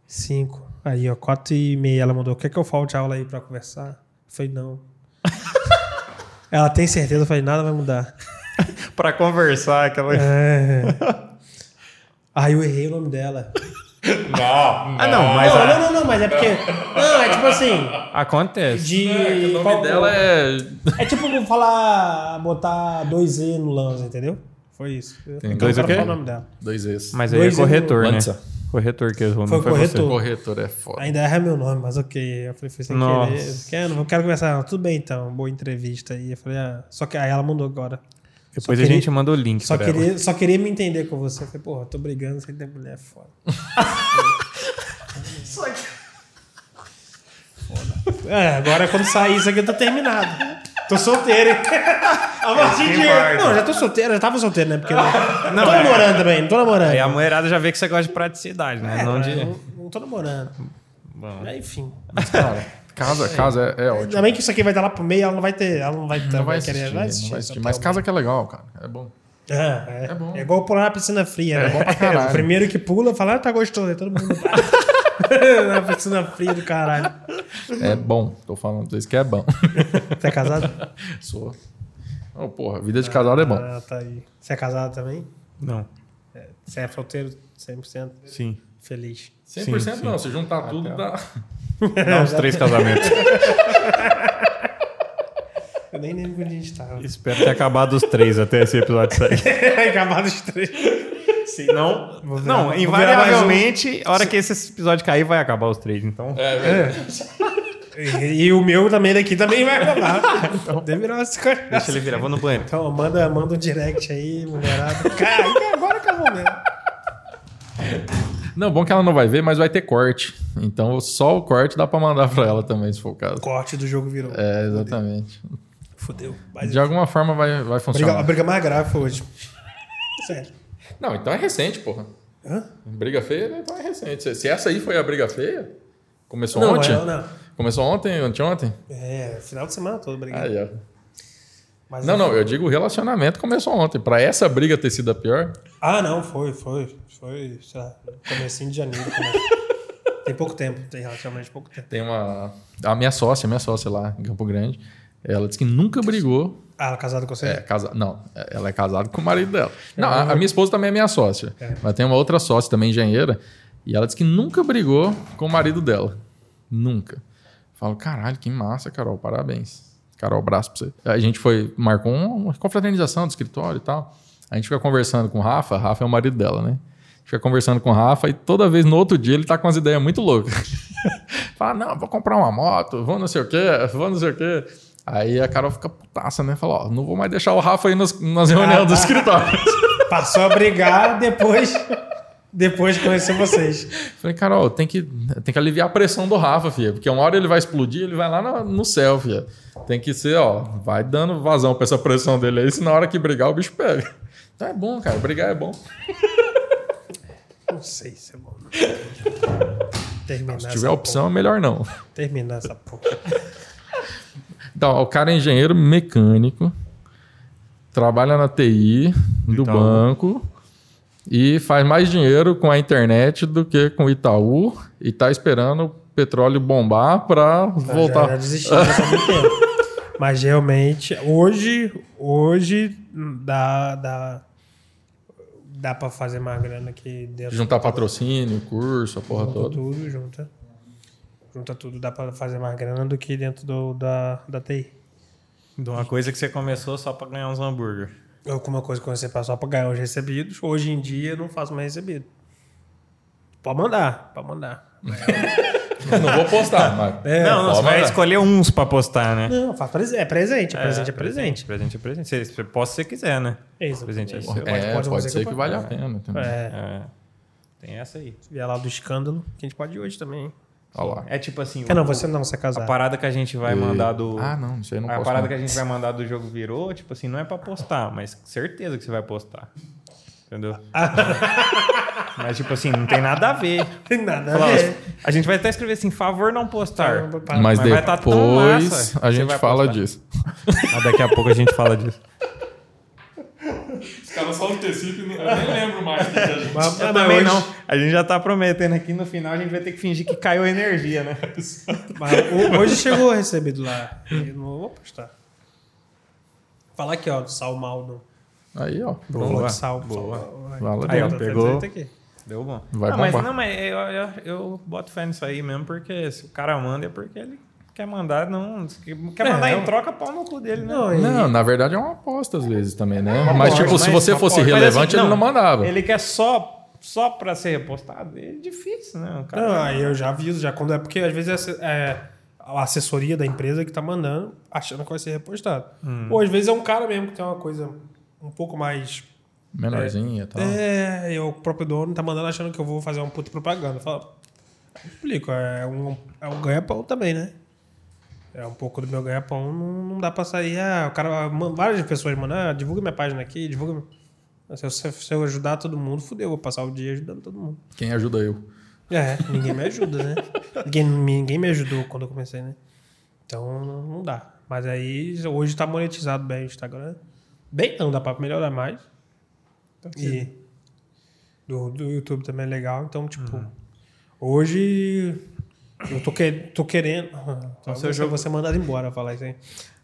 [SPEAKER 2] Cinco. Aí, ó, quatro e meia ela mandou. Quer que eu falte aula aí pra conversar? Eu falei, não. ela tem certeza, eu falei, nada vai mudar.
[SPEAKER 3] pra conversar. Aquela...
[SPEAKER 2] Ah, eu errei o nome dela.
[SPEAKER 1] Não,
[SPEAKER 3] Ah, não, mas.
[SPEAKER 2] Não,
[SPEAKER 3] a-
[SPEAKER 2] não, não, não, mas é porque. Não, é tipo assim.
[SPEAKER 3] Acontece.
[SPEAKER 2] De.
[SPEAKER 1] o nome
[SPEAKER 2] qual-
[SPEAKER 1] dela é.
[SPEAKER 2] É tipo falar. botar 2E no Lanza, entendeu? Foi isso.
[SPEAKER 1] Tem
[SPEAKER 2] Eu
[SPEAKER 3] dois
[SPEAKER 2] não
[SPEAKER 3] o quê?
[SPEAKER 2] quero falar o nome dela.
[SPEAKER 1] Dois ex.
[SPEAKER 3] Mas aí
[SPEAKER 2] Dois um.
[SPEAKER 3] é corretor, né?
[SPEAKER 1] Lança.
[SPEAKER 3] Corretor que errou,
[SPEAKER 2] Foi
[SPEAKER 3] não foi
[SPEAKER 2] corretor.
[SPEAKER 3] você.
[SPEAKER 1] Corretor é foda.
[SPEAKER 2] Ainda erra meu nome, mas ok. Eu falei, foi sem
[SPEAKER 3] Nossa.
[SPEAKER 2] querer. Quero, não quero conversar. Não. Tudo bem, então. Boa entrevista. aí. eu falei, ah, só que aí ela mandou agora.
[SPEAKER 3] Depois
[SPEAKER 2] Só
[SPEAKER 3] a
[SPEAKER 2] queria-
[SPEAKER 3] gente manda o link
[SPEAKER 2] Só
[SPEAKER 3] pra ela.
[SPEAKER 2] queria, só queria me entender com você. Eu falei, porra, tô brigando sem ter mulher, é foda. foda. É, agora quando sair isso aqui eu tô terminado. Tô solteiro, hein? A partir de.
[SPEAKER 3] embargo.
[SPEAKER 2] Não, já tô solteiro, já tava solteiro, né? Porque eu não, não tô namorando também, não tô namorando.
[SPEAKER 3] é. Aí a mulherada já vê que você gosta de praticidade, né?
[SPEAKER 2] É,
[SPEAKER 3] não de...
[SPEAKER 2] não, não tô namorando.
[SPEAKER 3] Bom.
[SPEAKER 2] Mas, enfim.
[SPEAKER 1] Cara, casa, casa é, é ótimo.
[SPEAKER 2] Ainda bem que isso aqui vai estar lá pro meio, ela não vai ter. Ela não vai, ela
[SPEAKER 1] Não
[SPEAKER 2] não
[SPEAKER 1] vai
[SPEAKER 2] querer.
[SPEAKER 1] assistir, não vai
[SPEAKER 2] assistir,
[SPEAKER 1] assistir.
[SPEAKER 2] então
[SPEAKER 1] Mas
[SPEAKER 2] tá
[SPEAKER 1] casa que é legal, cara. É bom.
[SPEAKER 2] Ah, é.
[SPEAKER 1] É bom.
[SPEAKER 2] É igual pular na piscina fria, né? É
[SPEAKER 1] bom pra caralho.
[SPEAKER 2] O primeiro que pula, fala, ah, tá gostoso. Aí todo mundo vai. na piscina fria do caralho.
[SPEAKER 1] É bom. Tô falando pra vocês que é bom.
[SPEAKER 2] Você é casado?
[SPEAKER 1] Sou. Oh, porra, vida de casado é bom.
[SPEAKER 2] Ah, tá aí. Você é casado também?
[SPEAKER 3] Não,
[SPEAKER 2] Você é solteiro 100%
[SPEAKER 3] sim.
[SPEAKER 2] feliz.
[SPEAKER 1] 100%
[SPEAKER 3] Sim, sim.
[SPEAKER 1] não. Se juntar tudo, dá.
[SPEAKER 3] Dá uns três casamentos.
[SPEAKER 2] Eu nem lembro onde a gente tava.
[SPEAKER 3] Espero ter acabado os três até esse episódio sair.
[SPEAKER 2] Acabado os três.
[SPEAKER 3] Se não,
[SPEAKER 2] Vou virar- vou
[SPEAKER 3] não
[SPEAKER 2] virar um.
[SPEAKER 3] invariavelmente, a hora que esse episódio cair, vai acabar os três. Então,
[SPEAKER 2] E, e o meu também daqui também vai acabar. Deve virar umas coisas.
[SPEAKER 3] deixa ele virar. Vou no banheiro.
[SPEAKER 2] Então, manda, manda um direct É, aí, mulherada. Cara, agora acabou mesmo.
[SPEAKER 1] Não, bom que ela não vai ver, mas vai ter corte. Então só o corte dá pra mandar pra ela também, se for o caso.
[SPEAKER 2] Corte do jogo virou.
[SPEAKER 1] É, exatamente.
[SPEAKER 2] Fudeu. Mas
[SPEAKER 1] De alguma forma vai, vai
[SPEAKER 2] Briga, a
[SPEAKER 1] funcionar.
[SPEAKER 2] briga mais grave foi hoje. Sério.
[SPEAKER 1] Não, então é recente, porra.
[SPEAKER 2] Hã?
[SPEAKER 1] Briga feia, né? então é recente. Se- Se essa aí foi a briga feia, começou
[SPEAKER 2] Não, é,
[SPEAKER 1] ontem?
[SPEAKER 2] não, não.
[SPEAKER 1] Começou ontem, anteontem?
[SPEAKER 2] É, final de semana todo brigando.
[SPEAKER 1] Aí, ó.
[SPEAKER 2] Mas-
[SPEAKER 1] Não, não, eu digo o relacionamento começou ontem. Pra essa briga ter sido a pior,
[SPEAKER 2] Ah, não, foi, foi. Foi, sei lá, comecinho de janeiro. né? tem pouco tempo, tem relativamente pouco tempo.
[SPEAKER 1] tem uma. A minha sócia, minha sócia lá em Campo Grande, ela disse que nunca brigou.
[SPEAKER 2] Ah, ela é casada com você?
[SPEAKER 1] É, casa... Não, ela é casada com o marido dela. Não, a, a minha esposa também é minha sócia. Mas tem uma outra sócia também, engenheira, e ela disse que nunca brigou com o marido dela. Nunca. Eu Falo, caralho, que massa, Carol, parabéns. Carol, abraço pra você. A gente foi, marcou um, uma confraternização do escritório e tal. A gente fica conversando com o Rafa, Rafa é o marido dela, né? A gente fica conversando com o Rafa e toda vez no outro dia ele tá com umas ideias muito loucas. Fala, não, vou comprar uma moto, vou não sei o quê, vou não sei o quê. Aí a Carol fica putaça, né? Fala, ó, não vou mais deixar o Rafa aí nas, nas reuniões do escritório.
[SPEAKER 2] Passou a brigar depois, depois de conhecer vocês.
[SPEAKER 1] Falei, Carol, tem que, tem que aliviar a pressão do Rafa, filha. Porque uma hora ele vai explodir, ele vai lá no, no céu, filha. Tem que ser, ó, vai dando vazão pra essa pressão dele aí, se na hora que brigar o bicho pega. Então é bom, cara, brigar é bom.
[SPEAKER 2] Não sei se é bom. Terminar
[SPEAKER 1] Se
[SPEAKER 2] essa
[SPEAKER 1] tiver opção, é melhor não.
[SPEAKER 2] porra. Terminar essa porra.
[SPEAKER 1] Então, ó, o cara é engenheiro mecânico, trabalha na TI do
[SPEAKER 3] Itaú.
[SPEAKER 1] banco e faz mais dinheiro com a internet do que com o Itaú e tá esperando o petróleo bombar pra
[SPEAKER 2] Eu
[SPEAKER 1] voltar.
[SPEAKER 2] Tá, Já, já desisti disso há muito tempo. Mas realmente, hoje, hoje dá, dá, dá pra fazer mais grana aqui dentro.
[SPEAKER 1] Juntar patrocínio, curso, a porra
[SPEAKER 2] junta
[SPEAKER 1] toda.
[SPEAKER 2] tudo, junta. Junta tudo, dá pra fazer mais grana do que dentro do, da, da TI.
[SPEAKER 3] De uma coisa que você começou só pra ganhar uns hambúrguer.
[SPEAKER 2] Alguma É coisa que você passou pra ganhar os recebidos, hoje em dia eu não faço mais recebido. Pode mandar, pode mandar.
[SPEAKER 1] Não vou postar, mas.
[SPEAKER 3] não, não,
[SPEAKER 1] pode
[SPEAKER 3] você vai
[SPEAKER 1] mandar.
[SPEAKER 3] escolher uns pra postar, né?
[SPEAKER 2] Não, eu faço presente. É presente, é presente, é presente.
[SPEAKER 3] Presente é presente. Você, você posta se você quiser, né?
[SPEAKER 2] Isso,
[SPEAKER 3] Presente é
[SPEAKER 2] isso.
[SPEAKER 3] seu.
[SPEAKER 2] Pode-
[SPEAKER 1] É,
[SPEAKER 2] pode
[SPEAKER 1] pode,
[SPEAKER 2] fazer
[SPEAKER 1] ser
[SPEAKER 2] que
[SPEAKER 1] que,
[SPEAKER 2] eu
[SPEAKER 1] valha a pena. também.
[SPEAKER 2] É,
[SPEAKER 3] É. Tem essa aí.
[SPEAKER 2] via lá do escândalo, que a gente pode ir hoje também, hein?
[SPEAKER 1] Olha lá.
[SPEAKER 3] É tipo assim.
[SPEAKER 2] Ah, não,
[SPEAKER 3] o-
[SPEAKER 2] você não, você é
[SPEAKER 3] A
[SPEAKER 2] casado.
[SPEAKER 3] parada que a gente vai
[SPEAKER 1] E-
[SPEAKER 3] mandar do.
[SPEAKER 1] Ah, não, isso aí não
[SPEAKER 3] a
[SPEAKER 1] posso,
[SPEAKER 3] parada
[SPEAKER 1] não.
[SPEAKER 3] que a gente vai mandar do jogo virou, tipo assim, não é pra postar, mas certeza que você vai postar. Entendeu? mas, tipo assim, não tem nada a ver.
[SPEAKER 2] Tem nada
[SPEAKER 3] Fala,
[SPEAKER 2] a ver.
[SPEAKER 3] A gente vai até escrever assim, favor não postar.
[SPEAKER 1] Mas,
[SPEAKER 3] vai tá tão
[SPEAKER 1] depois
[SPEAKER 3] massa
[SPEAKER 1] a
[SPEAKER 3] que você
[SPEAKER 1] gente
[SPEAKER 3] vai
[SPEAKER 1] fala
[SPEAKER 3] postar.
[SPEAKER 1] disso.
[SPEAKER 3] Ah, daqui a pouco a gente fala disso.
[SPEAKER 1] Os caras só no tecido, eu nem lembro mais.
[SPEAKER 2] Mas,
[SPEAKER 3] Eu
[SPEAKER 2] mas
[SPEAKER 3] também
[SPEAKER 2] hoje-
[SPEAKER 3] Ah, não. A gente já tá prometendo aqui no final, a gente vai ter que fingir que caiu a energia, né?
[SPEAKER 2] mas ho- hoje chegou recebido lá. Eu não vou postar. Falar aqui, ó, do Salmaldo.
[SPEAKER 1] Aí, ó.
[SPEAKER 3] Boa.
[SPEAKER 2] Sal.
[SPEAKER 3] Boa.
[SPEAKER 1] Valeu.
[SPEAKER 3] Aí, ó,
[SPEAKER 2] Tá
[SPEAKER 3] pegou.
[SPEAKER 2] feito aqui.
[SPEAKER 3] Deu bom.
[SPEAKER 1] Vai
[SPEAKER 3] não, mas,
[SPEAKER 1] bombar.
[SPEAKER 3] não, mas eu, eu, eu boto fé nisso aí mesmo, porque se o cara manda é porque ele quer mandar, não. se Quer mandar em troca, pau no cu dele, né?
[SPEAKER 2] Não, e-
[SPEAKER 1] Não, na verdade é uma aposta às vezes também, né? mas, tipo, se
[SPEAKER 3] mas-
[SPEAKER 1] você
[SPEAKER 3] mas
[SPEAKER 1] fosse
[SPEAKER 3] pode. Mas,
[SPEAKER 1] relevante,
[SPEAKER 3] assim,
[SPEAKER 1] ele não mandava.
[SPEAKER 3] Ele quer só, só pra ser repostado? É difícil, né? O cara
[SPEAKER 2] Não, aí eu já aviso, já quando é porque às vezes é asse- é a assessoria da empresa que tá mandando, achando que vai ser repostado.
[SPEAKER 3] Hum.
[SPEAKER 2] Ou às vezes é um cara mesmo que tem uma coisa um pouco mais.
[SPEAKER 1] Menorzinha e tal.
[SPEAKER 2] É, e o próprio dono tá mandando achando que eu vou fazer uma puta propaganda. Fala, explico, é um, é um ganha-pão também, né? É um pouco do meu ganha-pão, não, não dá pra sair. Ah, o cara, man- várias pessoas mandam, ah, divulga minha página aqui, divulga. minha-" Assim, Se eu, se eu ajudar todo mundo, fudeu, vou passar o dia ajudando todo mundo.
[SPEAKER 1] Quem ajuda eu?
[SPEAKER 2] É, ninguém me ajuda, né? Ninguém, ninguém me ajudou quando eu comecei, né? Então não não dá. Mas aí hoje tá monetizado bem o Instagram. né? Bem não, dá pra melhorar mais. E do, do YouTube também é legal. Então, tipo,
[SPEAKER 3] Uhum.
[SPEAKER 2] hoje eu tô, que, tô querendo. Então,
[SPEAKER 3] seu
[SPEAKER 2] seu
[SPEAKER 3] jogo-
[SPEAKER 2] jogo você mandado embora falar isso aí.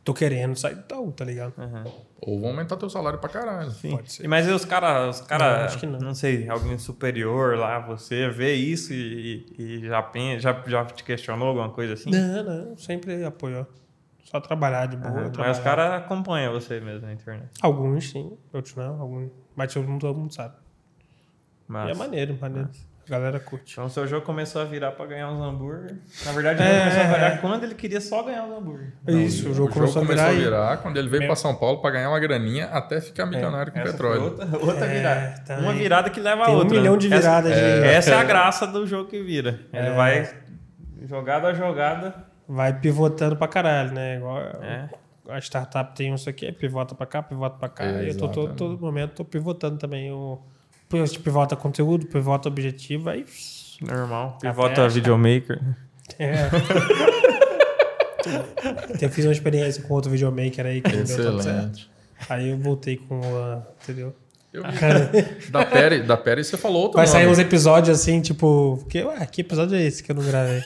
[SPEAKER 2] Tô querendo sair do Itaú, tá ligado?
[SPEAKER 3] Uhum.
[SPEAKER 1] Ou vão aumentar teu salário pra caralho.
[SPEAKER 3] Sim.
[SPEAKER 2] Pode ser.
[SPEAKER 3] Mas os caras, os
[SPEAKER 2] Não,
[SPEAKER 3] cara,
[SPEAKER 2] acho que
[SPEAKER 3] não.
[SPEAKER 2] não.
[SPEAKER 3] sei, alguém superior lá, você vê isso e, e já, pen- já, já te questionou alguma coisa assim?
[SPEAKER 2] Não, Ah, não, sempre apoiou. Só trabalhar de boa.
[SPEAKER 3] Aham,
[SPEAKER 2] trabalhar.
[SPEAKER 3] Uhum, Mas os caras acompanham você mesmo na internet.
[SPEAKER 2] Alguns sim, outros não, alguns. Mas todo mundo, todo mundo sabe. E
[SPEAKER 3] Mas,
[SPEAKER 2] é maneiro, maneiro. A galera curte.
[SPEAKER 3] então seu jogo começou a virar pra ganhar uns hambúrguer. Na verdade,
[SPEAKER 2] É,
[SPEAKER 3] ele começou a
[SPEAKER 2] é,
[SPEAKER 3] virar
[SPEAKER 2] é.
[SPEAKER 3] quando ele queria só ganhar os hambúrguer.
[SPEAKER 2] É
[SPEAKER 1] Então,
[SPEAKER 2] isso, o jogo, começou, a virar.
[SPEAKER 1] quando ele veio
[SPEAKER 2] Meu-
[SPEAKER 1] pra São Paulo pra ganhar uma graninha até ficar milionário com
[SPEAKER 3] É, Essa foi
[SPEAKER 1] petróleo.
[SPEAKER 3] outra, outra
[SPEAKER 2] É,
[SPEAKER 3] virada.
[SPEAKER 2] também.
[SPEAKER 3] Uma virada que leva
[SPEAKER 2] Tem
[SPEAKER 3] a
[SPEAKER 2] um
[SPEAKER 3] outra. né?
[SPEAKER 2] milhão de
[SPEAKER 3] Essa-
[SPEAKER 2] viradas de-
[SPEAKER 3] é,
[SPEAKER 2] É.
[SPEAKER 3] Essa é a graça do jogo que vira. Ele
[SPEAKER 2] É.
[SPEAKER 3] vai jogada a jogada.
[SPEAKER 2] e Vai pivotando pra caralho, né? Igual
[SPEAKER 3] É.
[SPEAKER 2] a startup tem um isso aqui, pivota pra cá, pivota pra cá.
[SPEAKER 1] É,
[SPEAKER 2] e eu tô todo,
[SPEAKER 1] exatamente.
[SPEAKER 2] todo momento tô pivotando também. Eu, eu pivota conteúdo, pivota objetivo, aí.
[SPEAKER 3] Normal.
[SPEAKER 2] Até
[SPEAKER 3] Pivota
[SPEAKER 2] achar.
[SPEAKER 3] videomaker.
[SPEAKER 2] É. eu fiz uma experiência com outro videomaker aí que não deu tanto certo.
[SPEAKER 1] Excelente.
[SPEAKER 2] Aí eu voltei com a. Entendeu?
[SPEAKER 1] Eu vi. da Pérez, da Pérez você falou outro
[SPEAKER 2] Vai sair
[SPEAKER 1] nome.
[SPEAKER 2] uns episódios assim, tipo. Que, ué, que episódio é esse que eu não gravei?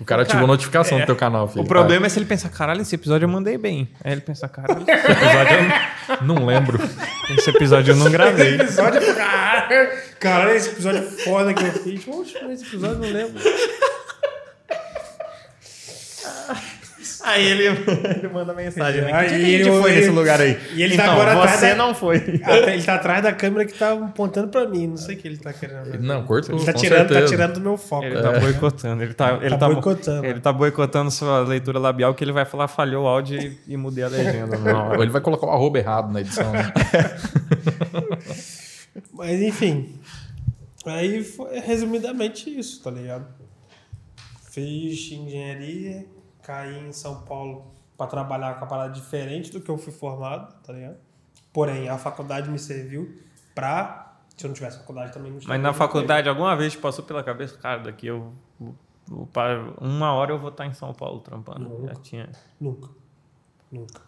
[SPEAKER 1] O cara ativou a notificação do teu canal, filho.
[SPEAKER 3] O problema é se ele pensar, caralho, esse episódio eu mandei bem. Aí ele pensa, caralho, esse
[SPEAKER 2] é-
[SPEAKER 1] é-
[SPEAKER 3] episódio eu não lembro. Esse episódio eu não gravei.
[SPEAKER 2] episódio. Caralho, esse episódio é foda que eu fiz. Oxe, mas esse episódio eu não lembro.
[SPEAKER 3] Aí ele, ele manda mensagem. né?
[SPEAKER 2] Aí
[SPEAKER 3] Que dia que a gente
[SPEAKER 2] eu-
[SPEAKER 3] foi nesse lugar aí?
[SPEAKER 2] E ele tá
[SPEAKER 3] então,
[SPEAKER 2] agora atrás
[SPEAKER 3] você
[SPEAKER 2] da-
[SPEAKER 3] não foi.
[SPEAKER 2] Até ele tá atrás da câmera que tá apontando pra mim. Não sei o que ele tá querendo. fazer.
[SPEAKER 1] Não, cortou.
[SPEAKER 2] Ele tá
[SPEAKER 1] com
[SPEAKER 2] tirando, tá
[SPEAKER 1] certeza.
[SPEAKER 2] tirando do meu foco.
[SPEAKER 3] Ele tá boicotando. Ele tá, ele
[SPEAKER 2] Tá
[SPEAKER 3] tá bo-
[SPEAKER 2] boicotando.
[SPEAKER 3] Ele tá boicotando sua leitura labial que ele vai falar falhou o áudio e, e mudei a legenda. Não,
[SPEAKER 1] Ou ele vai colocar o arroba errado na edição. né?
[SPEAKER 2] Mas enfim. Aí foi resumidamente isso, tá ligado? Fiz engenharia, caí em São Paulo pra trabalhar com a parada diferente do que eu fui formado, tá ligado? Porém, a faculdade me serviu pra. Se eu não tivesse faculdade também não
[SPEAKER 3] Mas
[SPEAKER 2] estaria
[SPEAKER 3] na
[SPEAKER 2] no emprego.
[SPEAKER 3] faculdade, alguma vez te passou pela cabeça, cara, daqui eu. eu- eu- Uma hora eu vou estar em São Paulo trampando.
[SPEAKER 2] Nunca.
[SPEAKER 3] Já tinha.
[SPEAKER 2] Nunca. Nunca.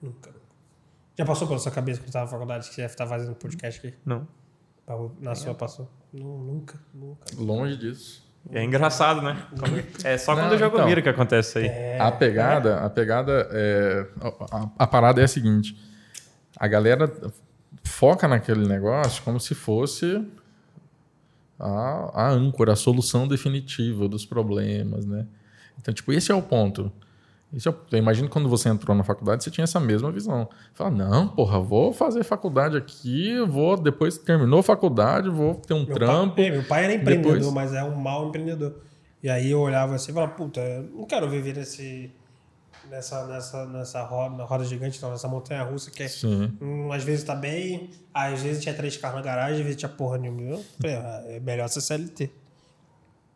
[SPEAKER 2] Nunca. Já passou pela sua cabeça quando estava na faculdade que você ia estar fazendo podcast aqui?
[SPEAKER 3] Não.
[SPEAKER 2] Pra- Na sua passou? Não, nunca, nunca.
[SPEAKER 1] Longe disso.
[SPEAKER 3] É engraçado, né? É só
[SPEAKER 1] Não,
[SPEAKER 3] quando o jogo
[SPEAKER 1] então.
[SPEAKER 3] vira que acontece isso
[SPEAKER 2] É.
[SPEAKER 3] aí.
[SPEAKER 1] A pegada, a pegada é. a- A, a parada é a seguinte: a galera foca naquele negócio como se fosse a, a âncora, a solução definitiva dos problemas, né? Então, tipo, esse é o ponto. Esse é o, eu imagino que quando você entrou na faculdade, você tinha essa mesma visão. Fala, não, porra, vou fazer faculdade aqui, vou depois terminou a faculdade, vou ter um
[SPEAKER 2] Meu
[SPEAKER 1] trampo.
[SPEAKER 2] pai, é, meu pai era empreendedor,
[SPEAKER 1] depois-
[SPEAKER 2] mas é um mau empreendedor. E aí eu olhava assim e falava, puta, eu não quero viver nesse, nessa, nessa, nessa roda, roda gigante, não, nessa montanha russa que é
[SPEAKER 1] Sim.
[SPEAKER 2] Hum, às vezes tá bem, às vezes tinha três carros na garagem, às vezes tinha porra nenhuma. Eu falei, ah, é melhor ser CLT.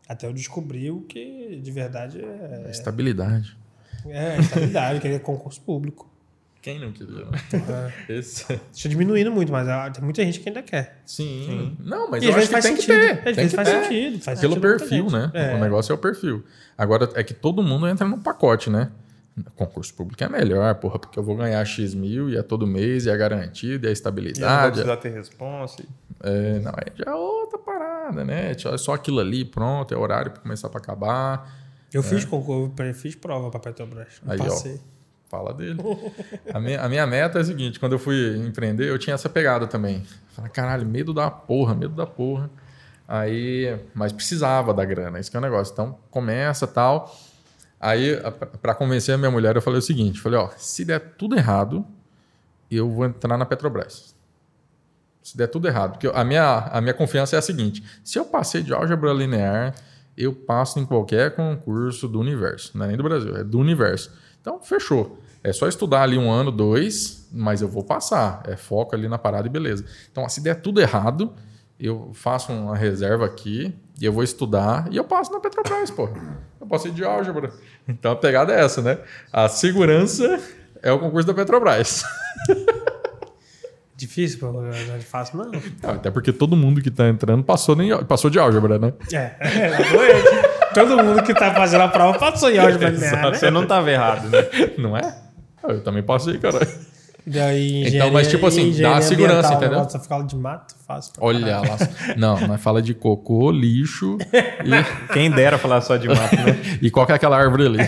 [SPEAKER 2] Até eu descobri o que de verdade é,
[SPEAKER 1] Estabilidade.
[SPEAKER 2] é estabilidade, que é concurso público.
[SPEAKER 1] Quem não queria? né? Esse.
[SPEAKER 2] Isso diminuindo muito, mas ah, tem muita gente que ainda quer.
[SPEAKER 1] Sim. Não, mas
[SPEAKER 2] E
[SPEAKER 1] eu
[SPEAKER 2] às
[SPEAKER 1] acho
[SPEAKER 2] vezes
[SPEAKER 1] que
[SPEAKER 2] faz
[SPEAKER 1] tem que
[SPEAKER 2] sentido.
[SPEAKER 1] ter.
[SPEAKER 2] Às
[SPEAKER 1] Tem
[SPEAKER 2] vezes
[SPEAKER 1] que
[SPEAKER 2] faz
[SPEAKER 1] ter.
[SPEAKER 2] sentido. Faz
[SPEAKER 1] Pelo
[SPEAKER 2] sentido pra
[SPEAKER 1] perfil,
[SPEAKER 2] gente.
[SPEAKER 1] né?
[SPEAKER 2] É.
[SPEAKER 1] O negócio é o perfil. Agora, é que todo mundo entra num pacote, né? Concurso público é melhor, porra, porque eu vou ganhar X mil e é todo mês, e é garantido, e é estabilidade.
[SPEAKER 3] ter resposta.
[SPEAKER 1] É, não, aí já é outra parada, né? É só aquilo ali, pronto, é horário pra começar pra acabar.
[SPEAKER 2] Eu fiz concurso, eu fiz prova pra Petrobras. Não
[SPEAKER 1] É. Aí, ó.
[SPEAKER 2] passei.
[SPEAKER 1] Fala dele. A minha, a minha meta é a seguinte: quando eu fui empreender, eu tinha essa pegada também. Falei, caralho, medo da porra, medo da porra. Aí, mas precisava da grana, isso que é o negócio. Então, começa tal. Aí, para convencer a minha mulher, eu falei o seguinte: falei, ó, se der tudo errado, eu vou entrar na Petrobras. Se der tudo errado. Porque a minha, a minha confiança é a seguinte: se eu passei de álgebra linear, eu passo em qualquer concurso do universo. Não é nem do Brasil, é do universo. Então, fechou. É só estudar ali um ano, dois, mas eu vou passar. É foco ali na parada e beleza. Então, se der tudo errado, eu faço uma reserva aqui e eu vou estudar e eu passo na Petrobras, porra. Eu passei de álgebra. Então a pegada é essa, né? A segurança é o concurso da Petrobras.
[SPEAKER 2] Difícil, pô, não é fácil, não.
[SPEAKER 1] Não, até porque todo mundo que tá entrando passou, nem, passou de álgebra, né?
[SPEAKER 2] É, é doente. Todo mundo que tá fazendo a prova passou em álgebra linear, né?
[SPEAKER 3] Você não tava errado, né?
[SPEAKER 1] Não é? Ah, Eu também passei, caralho.
[SPEAKER 2] Daí,
[SPEAKER 1] Então, mas, tipo assim, dá
[SPEAKER 2] engenharia
[SPEAKER 1] segurança,
[SPEAKER 2] ambiental,
[SPEAKER 1] entendeu?
[SPEAKER 2] negócio, Só ficar de mato, fácil. pra
[SPEAKER 1] Olha lá. Não, mas fala de cocô, lixo e,
[SPEAKER 3] Quem dera falar só de mato, né?
[SPEAKER 1] e qual que é aquela árvore ali.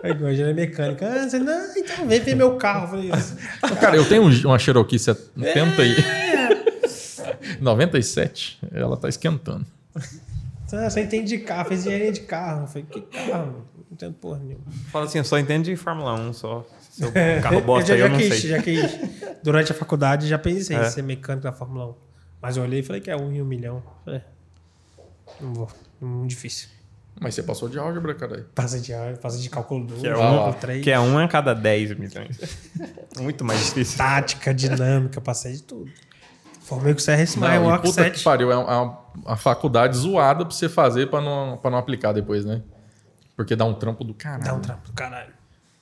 [SPEAKER 2] Aí, igual engenharia mecânica. Ah, você, não, então vem ver meu carro. Eu Falei isso.
[SPEAKER 1] Cara, eu tenho um- uma Cherokee 70 aí. 97, ela tá esquentando.
[SPEAKER 2] Ah, você entende de carro, fez engenharia de carro. Eu falei, que carro? Não entendo porra nenhuma.
[SPEAKER 3] Fala assim, eu só entendo de Fórmula 1, só. Seu carro bosta aí,
[SPEAKER 2] É. já,
[SPEAKER 3] eu não
[SPEAKER 2] quis,
[SPEAKER 3] sei.
[SPEAKER 2] já quis. Durante a faculdade já pensei
[SPEAKER 3] É.
[SPEAKER 2] em ser mecânico da Fórmula 1. Mas eu olhei e falei que é um em um milhão. Falei, não vou. é Muito difícil.
[SPEAKER 1] Mas você passou de álgebra, caralho.
[SPEAKER 2] Passa de, passa de cálculo 2,
[SPEAKER 3] Que é,
[SPEAKER 1] Vai
[SPEAKER 3] um,
[SPEAKER 1] lá.
[SPEAKER 2] cálculo 3.
[SPEAKER 3] que é um a cada 10 milhões. Muito mais difícil.
[SPEAKER 2] Tática, dinâmica, passei de tudo. Formei com o CRS
[SPEAKER 1] Não,
[SPEAKER 2] Maia,
[SPEAKER 1] e
[SPEAKER 2] o Arc
[SPEAKER 1] puta que
[SPEAKER 2] 7.
[SPEAKER 1] pariu, é uma- é uma, uma faculdade zoada pra você fazer pra não, pra não aplicar depois, né? Porque dá um trampo do caralho.
[SPEAKER 2] Dá um trampo do caralho.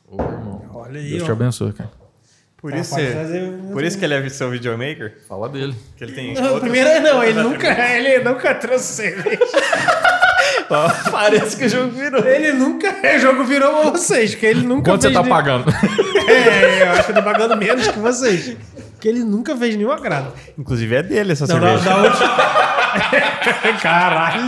[SPEAKER 1] Ô, irmão.
[SPEAKER 2] um Olha aí,
[SPEAKER 1] Deus
[SPEAKER 2] ó.
[SPEAKER 1] te abençoe, cara.
[SPEAKER 3] Por
[SPEAKER 2] Tá,
[SPEAKER 3] isso,
[SPEAKER 2] pode fazer- um-
[SPEAKER 3] por isso que ele é seu videomaker?
[SPEAKER 1] Fala dele.
[SPEAKER 3] Que ele tem.
[SPEAKER 2] Não, primeiro não, ele nunca, ele nunca trouxe cerveja.
[SPEAKER 3] Parece que o jogo virou.
[SPEAKER 2] Ele nunca. O jogo virou pra vocês, que ele nunca.
[SPEAKER 1] Quanto você
[SPEAKER 2] fez
[SPEAKER 1] tá
[SPEAKER 2] nem-
[SPEAKER 1] pagando?
[SPEAKER 2] É, eu acho que eu tô pagando menos que vocês. Que ele nunca fez nenhum agrado.
[SPEAKER 3] Inclusive é dele essa
[SPEAKER 2] Não, da,
[SPEAKER 3] cerveja.
[SPEAKER 2] da última. Caralho.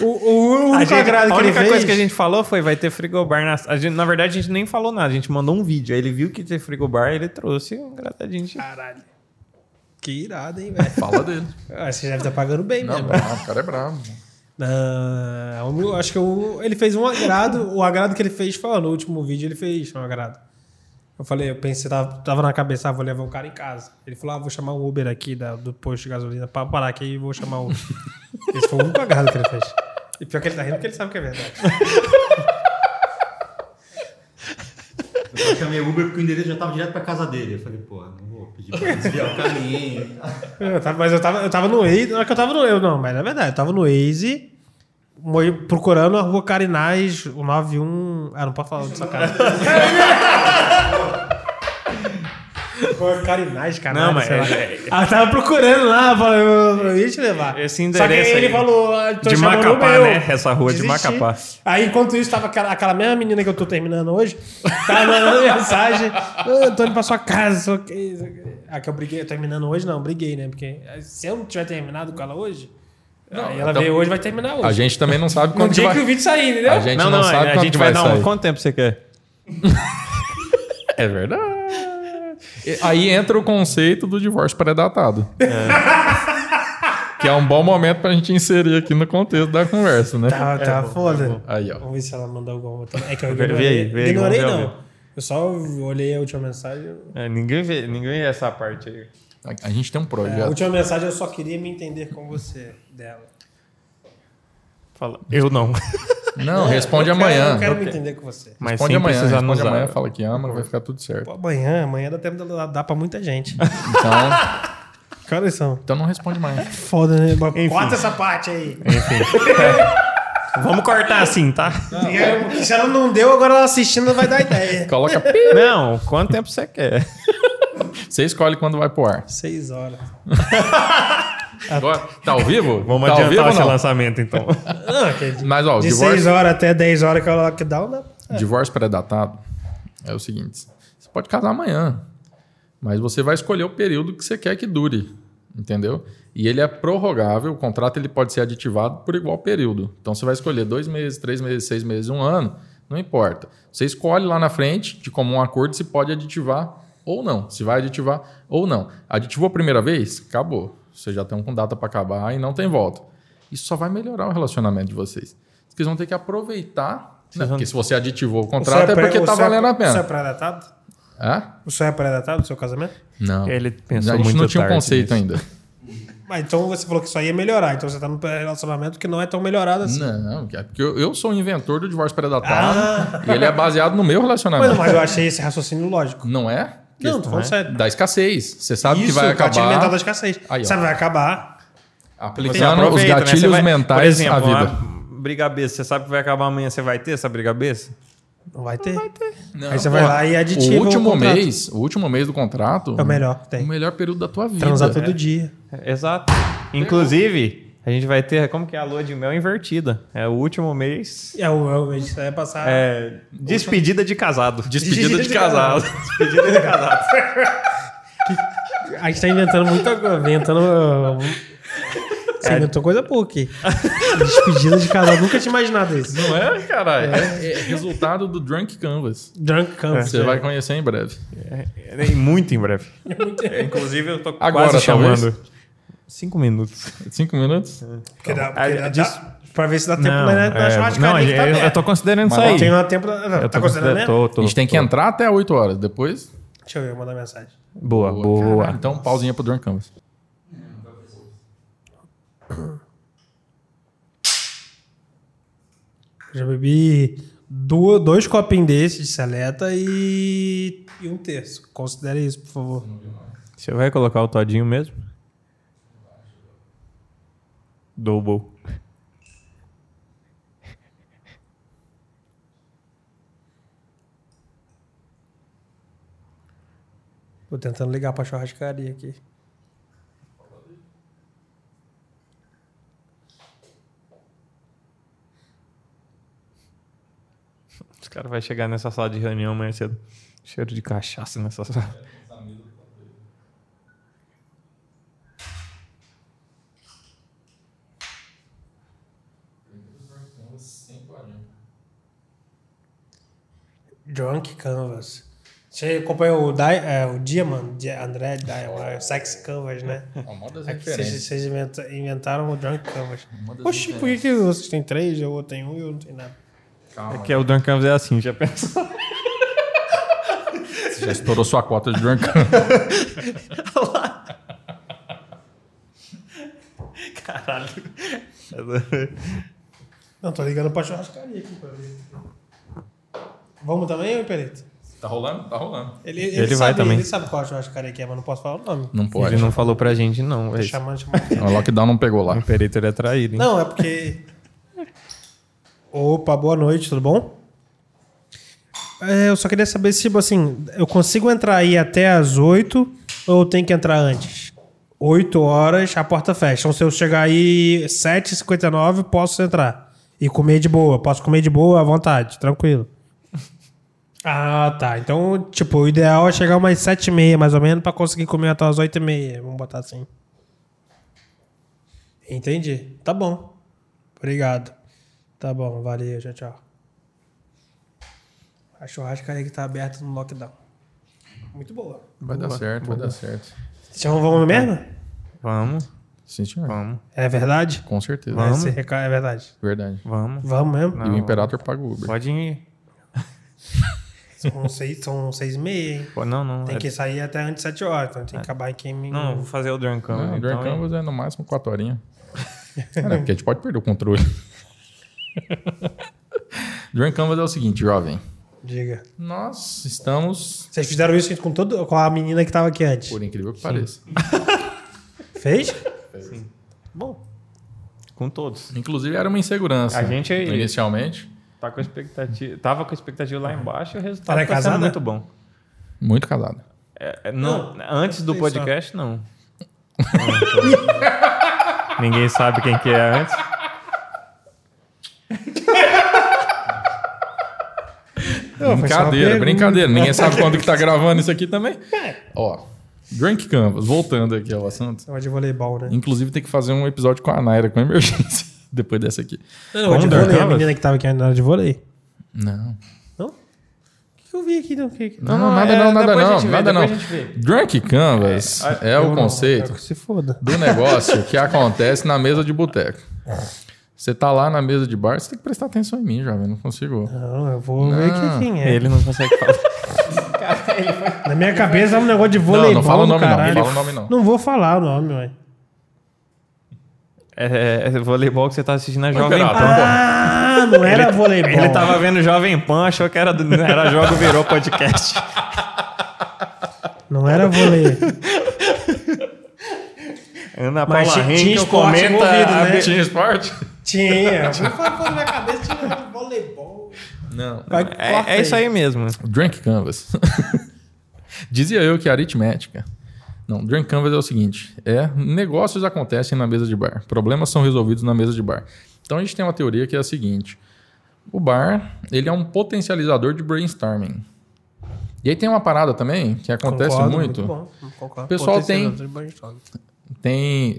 [SPEAKER 2] O, o
[SPEAKER 3] A,
[SPEAKER 2] único
[SPEAKER 3] gente-
[SPEAKER 2] agrado
[SPEAKER 3] a
[SPEAKER 2] que ele
[SPEAKER 3] única
[SPEAKER 2] fez.
[SPEAKER 3] coisa que a gente falou foi vai ter frigobar na. a gente- na verdade, a gente nem falou nada, a gente mandou um vídeo. Aí ele viu que tinha frigobar, ele trouxe um agradadinho. de-
[SPEAKER 2] Caralho. Que irado, hein, velho.
[SPEAKER 1] Fala dele.
[SPEAKER 2] Ah, Você deve estar pagando bem
[SPEAKER 1] Não,
[SPEAKER 2] mesmo.
[SPEAKER 1] não, o cara é brabo.
[SPEAKER 2] Não, eu acho que eu- ele fez um agrado. O agrado que ele fez foi ó, no último vídeo, ele fez um agrado. Eu falei, eu pensei, tava, tava na cabeça, ah, vou levar o cara em casa. Ele falou, ah, vou chamar um Uber aqui da- do posto de gasolina pra parar aqui e vou chamar o. Esse foi o único agrado que ele fez. E pior que ele tá rindo porque ele sabe que é verdade.
[SPEAKER 4] Eu só chamei Uber porque o endereço já tava direto pra casa dele. Eu falei, porra, não vou pedir pra desviar o caminho.
[SPEAKER 2] Eu tava- mas eu tava, eu tava no Waze. Não é que eu tava no. Eu, não, mas na verdade, eu tava no Waze mo- procurando a rua Carinais, o 91. Ah, não pode falar dessa cara. Rua Carinais, caralho.
[SPEAKER 3] Não, mas
[SPEAKER 2] sei lá.
[SPEAKER 3] é- é-
[SPEAKER 2] Ah, eu tava procurando lá, falei, eu, eu ia te levar.
[SPEAKER 3] Esse
[SPEAKER 2] Só que
[SPEAKER 3] endereço
[SPEAKER 2] ele
[SPEAKER 3] aí.
[SPEAKER 2] falou. ah, tô
[SPEAKER 3] De
[SPEAKER 2] chamando o
[SPEAKER 3] Macapá,
[SPEAKER 2] meu.
[SPEAKER 3] né? Essa rua de
[SPEAKER 2] Desisti.
[SPEAKER 3] Macapá.
[SPEAKER 2] Aí, enquanto isso, tava aquela, aquela mesma menina que eu tô terminando hoje, tava mandando mensagem. "Ah, tô indo pra sua casa, só que. só que-" Ah, que eu briguei, eu terminando hoje, não, briguei, né? Porque se eu não tiver terminado com ela hoje,
[SPEAKER 1] Não,
[SPEAKER 2] aí ela
[SPEAKER 1] então-
[SPEAKER 2] veio hoje, vai terminar hoje.
[SPEAKER 1] A gente também não sabe
[SPEAKER 2] não
[SPEAKER 1] quando que
[SPEAKER 2] tinha
[SPEAKER 1] vai...
[SPEAKER 2] que o vídeo sair, entendeu?
[SPEAKER 1] A gente não, sabe
[SPEAKER 3] a
[SPEAKER 1] quando
[SPEAKER 3] gente
[SPEAKER 1] que
[SPEAKER 3] vai
[SPEAKER 1] vai,
[SPEAKER 3] dar um.
[SPEAKER 1] sair.
[SPEAKER 3] Quanto tempo você quer?
[SPEAKER 1] É verdade. E- Aí entra o conceito do divórcio pré-datado. que é um bom momento pra gente inserir aqui no contexto da conversa, né?
[SPEAKER 2] Tá, tá, foda.
[SPEAKER 1] Aí, ó.
[SPEAKER 2] Vamos ver se ela mandou alguma outra. É que
[SPEAKER 3] Vê-
[SPEAKER 2] eu
[SPEAKER 3] vê
[SPEAKER 2] ignorei.
[SPEAKER 3] aí, vê aí,
[SPEAKER 2] ignorei,
[SPEAKER 3] vamos ver,
[SPEAKER 2] não.
[SPEAKER 3] vamos
[SPEAKER 2] Eu só olhei a última mensagem.
[SPEAKER 3] É, ninguém vê, ninguém vê essa parte aí.
[SPEAKER 1] A, a gente tem um
[SPEAKER 2] É, a
[SPEAKER 1] projeto.
[SPEAKER 2] última mensagem eu só queria me entender com você dela.
[SPEAKER 3] Fala. Eu não.
[SPEAKER 1] Não, responde
[SPEAKER 2] É, Eu quero-
[SPEAKER 1] amanhã.
[SPEAKER 2] Eu quero me entender com você.
[SPEAKER 3] Mas
[SPEAKER 1] Responde
[SPEAKER 3] sem
[SPEAKER 1] amanhã,
[SPEAKER 3] precisar
[SPEAKER 1] responde
[SPEAKER 3] nos usar.
[SPEAKER 1] amanhã, fala que ama, vai ficar tudo certo.
[SPEAKER 2] Pô, amanhã, amanhã dá tempo de dar pra muita gente.
[SPEAKER 1] Então,
[SPEAKER 2] Que horas são?
[SPEAKER 1] então não responde mais.
[SPEAKER 2] Foda, né? Corta essa parte aí.
[SPEAKER 3] Vamos cortar assim, tá?
[SPEAKER 1] É.
[SPEAKER 2] É, Porque Se ela não deu, agora ela assistindo vai dar ideia.
[SPEAKER 1] Coloca pi.
[SPEAKER 3] Não, quanto tempo
[SPEAKER 1] Tá
[SPEAKER 3] você quer?
[SPEAKER 1] Você escolhe quando vai pro ar.
[SPEAKER 2] Seis horas.
[SPEAKER 1] Agora, tá ao vivo?
[SPEAKER 3] Vamos
[SPEAKER 1] tá ao vivo
[SPEAKER 3] adiantar
[SPEAKER 1] ou
[SPEAKER 3] esse
[SPEAKER 1] não?
[SPEAKER 3] lançamento, então.
[SPEAKER 2] Não, que é de
[SPEAKER 1] Mas, ó, o
[SPEAKER 2] de
[SPEAKER 1] divórcio,
[SPEAKER 2] seis horas até dez horas que ela que dá ou não.
[SPEAKER 1] divórcio pré-datado é o seguinte: você pode casar amanhã, mas você vai escolher o período que você quer que dure, entendeu? E ele é prorrogável, o contrato ele pode ser aditivado por igual período. Então você vai escolher dois meses, três meses, seis meses, um ano. Não não importa. Você escolhe lá na frente, de comum acordo, se pode aditivar ou não, se vai aditivar ou não. Aditivou a primeira vez, acabou. Vocês já estão com data para acabar e não tem volta. Isso só vai melhorar o relacionamento de vocês. Vocês vão ter que aproveitar, né? porque se você aditivou o contrato é, porque está valendo a
[SPEAKER 2] Isso é
[SPEAKER 1] pena.
[SPEAKER 2] pré-datado?
[SPEAKER 1] Hã?
[SPEAKER 2] O senhor é pré-datado do seu casamento?
[SPEAKER 1] Não.
[SPEAKER 3] Ele
[SPEAKER 1] A
[SPEAKER 3] pensou
[SPEAKER 1] gente
[SPEAKER 3] muito
[SPEAKER 1] não tinha um
[SPEAKER 3] tarde
[SPEAKER 1] conceito
[SPEAKER 3] nisso.
[SPEAKER 1] ainda.
[SPEAKER 2] Ah, então você falou que isso aí ia melhorar. Então você tá num relacionamento que não é tão melhorado assim.
[SPEAKER 1] Não, é porque eu, eu sou o inventor do divórcio predatado e ele é baseado no meu relacionamento.
[SPEAKER 2] Ah. Mas, mas eu achei esse raciocínio lógico.
[SPEAKER 1] Não é?
[SPEAKER 2] Não, tô falando sério.
[SPEAKER 1] Da escassez. Você sabe que
[SPEAKER 2] Isso,
[SPEAKER 1] vai
[SPEAKER 2] gatilho mental da
[SPEAKER 1] acabar
[SPEAKER 2] escassez.
[SPEAKER 1] Aí, ó.
[SPEAKER 2] Sabe, vai acabar.
[SPEAKER 3] Você
[SPEAKER 1] aplicando os
[SPEAKER 3] aproveita, né? Você
[SPEAKER 1] gatilhos
[SPEAKER 3] vai- por
[SPEAKER 1] mentais
[SPEAKER 3] exemplo,
[SPEAKER 1] à
[SPEAKER 3] uma
[SPEAKER 1] vida.
[SPEAKER 3] Brigabeça, você sabe que vai acabar amanhã, você vai ter essa brigabeça?
[SPEAKER 2] Não vai ter.
[SPEAKER 1] Não,
[SPEAKER 2] Aí você vai lá e aditiva
[SPEAKER 1] O último
[SPEAKER 2] o contrato.
[SPEAKER 1] mês, o último mês do contrato
[SPEAKER 2] É o melhor que tem.
[SPEAKER 1] O melhor período da tua vida.
[SPEAKER 2] Transar todo
[SPEAKER 1] né?
[SPEAKER 2] dia.
[SPEAKER 3] É, Exato. Inclusive, a gente vai ter, como que é a lua de mel invertida? É o último mês.
[SPEAKER 2] É o, é o mês que você vai passar.
[SPEAKER 3] É, despedida de casado.
[SPEAKER 1] Despedida de casado.
[SPEAKER 3] despedida de casado.
[SPEAKER 2] A gente tá inventando muita coisa. Inventando. ah, Você
[SPEAKER 3] É.
[SPEAKER 2] inventou coisa pouca. aqui. Despedida de casal. Nunca tinha imaginado isso.
[SPEAKER 1] Não é, caralho? É, é resultado do Drunk Canvas.
[SPEAKER 2] Drunk
[SPEAKER 1] Você
[SPEAKER 2] Cancer.
[SPEAKER 1] vai conhecer em breve.
[SPEAKER 3] É, e Muito em breve. É, inclusive, eu tô
[SPEAKER 1] Agora,
[SPEAKER 3] quase
[SPEAKER 1] talvez.
[SPEAKER 3] chamando. Cinco minutos.
[SPEAKER 1] Cinco minutos?
[SPEAKER 2] Porque dá, porque
[SPEAKER 3] É,
[SPEAKER 2] dá-
[SPEAKER 3] disso-
[SPEAKER 2] dá- pra ver se dá tempo na, na
[SPEAKER 3] é,
[SPEAKER 2] churrascaria
[SPEAKER 3] não,
[SPEAKER 2] que tá
[SPEAKER 3] eu, eu
[SPEAKER 2] aberta.
[SPEAKER 3] tô considerando isso
[SPEAKER 2] Mas
[SPEAKER 3] aí.
[SPEAKER 2] Tem lá tempo. da- Não,
[SPEAKER 3] Eu
[SPEAKER 2] tá
[SPEAKER 3] tô
[SPEAKER 2] considerando, né?
[SPEAKER 3] considerando. Tô, tô,
[SPEAKER 1] A gente tem que
[SPEAKER 3] tô.
[SPEAKER 1] entrar até 8 horas. Depois.
[SPEAKER 2] Deixa eu ver, mandar mensagem.
[SPEAKER 3] Boa, boa.
[SPEAKER 1] Caralho, Então, pausinha pro Drunk Canvas.
[SPEAKER 2] Eu já bebi duas, dois copinhos desses de seleta e, e um terço. Considere isso, por favor.
[SPEAKER 3] Você vai colocar o todinho mesmo? Double.
[SPEAKER 2] Tô tentando ligar pra churrascaria aqui.
[SPEAKER 3] Os caras vão chegar nessa sala de reunião amanhã cedo. Cheiro de cachaça nessa sala.
[SPEAKER 2] Drunk Canvas. Você acompanhou o, Di- é, o Diamond, Di- André Diamond, Sex Canvas, né?
[SPEAKER 1] Uma das
[SPEAKER 2] É que vocês,
[SPEAKER 1] referências.
[SPEAKER 2] vocês inventa- inventaram o Drunk Canvas.
[SPEAKER 1] Uma das
[SPEAKER 2] Oxi, por que que vocês têm três? Eu tenho um e eu não tenho nada.
[SPEAKER 1] Calma,
[SPEAKER 3] Que é o Duncan é assim, já pensou?
[SPEAKER 1] já estourou sua cota de Drunk Canvas.
[SPEAKER 3] Caralho.
[SPEAKER 2] Não, tô ligando pra churrascaria aqui pra ver. Vamos também, ô Perito?
[SPEAKER 1] Tá rolando? Tá rolando.
[SPEAKER 2] Ele, ele,
[SPEAKER 3] Ele vai
[SPEAKER 2] sabe,
[SPEAKER 3] também.
[SPEAKER 2] Ele sabe qual churrascaria que é, mas não posso falar o nome.
[SPEAKER 1] Não pode.
[SPEAKER 3] Ele não falou pra gente, não.
[SPEAKER 2] Tô
[SPEAKER 3] velho.
[SPEAKER 2] chamando, chamando.
[SPEAKER 1] O lockdown não pegou lá.
[SPEAKER 3] O Imperator é traído, hein?
[SPEAKER 2] Não, é porque. Opa, boa noite, tudo bom? É, eu só queria saber se, tipo assim, eu consigo entrar aí até as 8 ou eu tenho que entrar antes? 8 horas, a porta fecha. Então, se eu chegar aí 7h59, posso entrar. E comer de boa. Posso comer de boa à vontade, tranquilo. Ah, tá. Então, tipo, o ideal é chegar umas 7h30, mais ou menos, pra conseguir comer até as 8h30. Vamos botar assim. Entendi. Tá bom. Obrigado. Tá bom, valeu, tchau, tchau. A churrascaria que tá aberta no lockdown. Muito boa.
[SPEAKER 1] Vai dar certo, vai dar certo.
[SPEAKER 2] Então vamos mesmo?
[SPEAKER 3] Vamos,
[SPEAKER 1] Sim, senhor.
[SPEAKER 3] vamos,
[SPEAKER 2] É verdade?
[SPEAKER 1] Com certeza.
[SPEAKER 3] Vamos.
[SPEAKER 2] Esse recado é verdade.
[SPEAKER 1] Verdade.
[SPEAKER 3] vamos.
[SPEAKER 2] Vamos mesmo?
[SPEAKER 1] E o
[SPEAKER 3] Não. Então,
[SPEAKER 1] Imperator paga o Uber.
[SPEAKER 3] Pode ir.
[SPEAKER 2] São seis, são seis e meia, hein?
[SPEAKER 3] Pô, não, não.
[SPEAKER 2] Tem
[SPEAKER 3] é-
[SPEAKER 2] que um- sair até antes de sete horas, então tem que acabar em quem...
[SPEAKER 3] Não, eu vou fazer o Duncan.
[SPEAKER 1] Não, o
[SPEAKER 3] então,
[SPEAKER 1] Drunk Canvas é no máximo 4 horinhas. Cara, porque a gente pode perder o controle. Drunk Canvas é o seguinte, jovem.
[SPEAKER 2] Diga.
[SPEAKER 1] Nós estamos,
[SPEAKER 2] Vocês fizeram isso com, todo, com a menina que tava aqui antes?
[SPEAKER 1] por incrível que pareça.
[SPEAKER 2] Fez?
[SPEAKER 3] Bom, com todos.
[SPEAKER 1] Inclusive era uma insegurança.
[SPEAKER 3] A gente-
[SPEAKER 1] Inicialmente.
[SPEAKER 3] Tá com a expectativa, tava com a expectativa lá embaixo e o resultado
[SPEAKER 2] Ela é
[SPEAKER 3] tá sendo
[SPEAKER 2] casada?
[SPEAKER 3] muito bom.
[SPEAKER 1] Muito casado.
[SPEAKER 3] É, é, não, antes do
[SPEAKER 2] sei
[SPEAKER 3] podcast, não. Não, tô- Ninguém sabe quem que é antes.
[SPEAKER 1] Brincadeira, brincadeira. Ninguém sabe quando que tá gravando isso aqui também.
[SPEAKER 3] É.
[SPEAKER 1] Ó, Drunk Canvas, voltando aqui ao assunto.
[SPEAKER 2] Tava de voleibol, né?
[SPEAKER 1] Inclusive tem que fazer um episódio com a Naira, com emergência, depois dessa aqui.
[SPEAKER 2] Não, de
[SPEAKER 3] Under
[SPEAKER 2] vôlei, a
[SPEAKER 3] Canvas?
[SPEAKER 2] menina que tava aqui antes era de vôlei.
[SPEAKER 1] Não.
[SPEAKER 2] Não? O que que eu vi aqui? Não, que, que...
[SPEAKER 1] Não, nada não, nada
[SPEAKER 3] Ah, é, depois
[SPEAKER 1] não,
[SPEAKER 3] a gente vê,
[SPEAKER 1] nada
[SPEAKER 3] depois
[SPEAKER 1] não.
[SPEAKER 3] a gente vê.
[SPEAKER 1] Drunk Canvas é,
[SPEAKER 2] Eu
[SPEAKER 1] o
[SPEAKER 2] não,
[SPEAKER 1] conceito
[SPEAKER 2] quero que se foda.
[SPEAKER 1] do negócio que acontece na mesa de boteco. Você tá lá na mesa de bar, você tem que prestar atenção em mim, jovem. eu Não consigo.
[SPEAKER 2] Não, eu vou ver aqui quem é.
[SPEAKER 3] Ele não consegue falar.
[SPEAKER 2] Na minha cabeça é um negócio de
[SPEAKER 1] Não,
[SPEAKER 2] voleibol,
[SPEAKER 1] não fala o nome não.
[SPEAKER 2] caralho.
[SPEAKER 1] Não fala o nome não.
[SPEAKER 2] Não vou falar o nome, ué.
[SPEAKER 3] É, é voleibol que você tá assistindo a Jovem
[SPEAKER 1] Pera,
[SPEAKER 3] Pan.
[SPEAKER 2] Ah, não
[SPEAKER 1] tá-
[SPEAKER 2] era voleibol.
[SPEAKER 3] Ele tava vendo Jovem Pan, achou que era, do- era jogo, virou podcast.
[SPEAKER 2] Não era voleibol.
[SPEAKER 3] Ana
[SPEAKER 2] Mas
[SPEAKER 3] Paula
[SPEAKER 2] tinha- tinha
[SPEAKER 3] Henkel
[SPEAKER 2] esporte
[SPEAKER 3] comenta...
[SPEAKER 2] envolvido,
[SPEAKER 3] a-
[SPEAKER 2] né?
[SPEAKER 1] Tinha esporte?
[SPEAKER 2] Tinha.
[SPEAKER 1] Não.
[SPEAKER 2] Vai, corta
[SPEAKER 3] É, é isso aí mesmo.
[SPEAKER 1] Drunk Canvas. Dizia eu que a aritmética. Não, Drunk Canvas é o seguinte: é negócios acontecem na mesa de bar, problemas são resolvidos na mesa de bar. Então a gente tem uma teoria que é a seguinte: o bar ele é um potencializador de brainstorming. E aí tem uma parada também que acontece
[SPEAKER 2] Concordo,
[SPEAKER 1] muito.
[SPEAKER 2] bom, concordo.
[SPEAKER 1] O pessoal tem-
[SPEAKER 2] Potencializador de brainstorm.
[SPEAKER 1] tem é,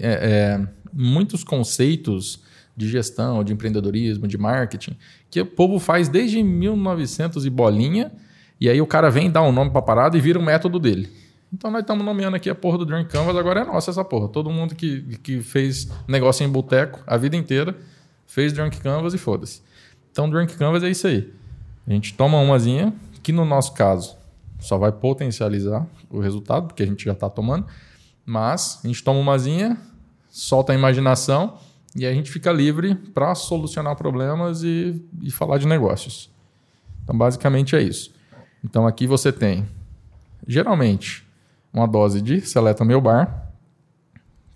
[SPEAKER 1] é, muitos conceitos de gestão, de empreendedorismo, de marketing, que o povo faz desde 1900 e bolinha, e aí o cara vem dar um nome pra parada e vira o método dele. Então nós estamos nomeando aqui a porra do Drink Canvas, agora é nossa essa porra. Todo mundo que, que fez negócio em boteco a vida inteira, fez Drunk Canvas e foda-se. Então Drunk Canvas é isso aí. A gente toma umazinha, que no nosso caso só vai potencializar o resultado, porque a gente já está tomando, mas a gente toma umazinha, solta a imaginação e aí a gente fica livre para solucionar problemas e, e falar de negócios. Então, basicamente é isso. Então, aqui você tem, geralmente, uma dose de Seleta Meu Bar,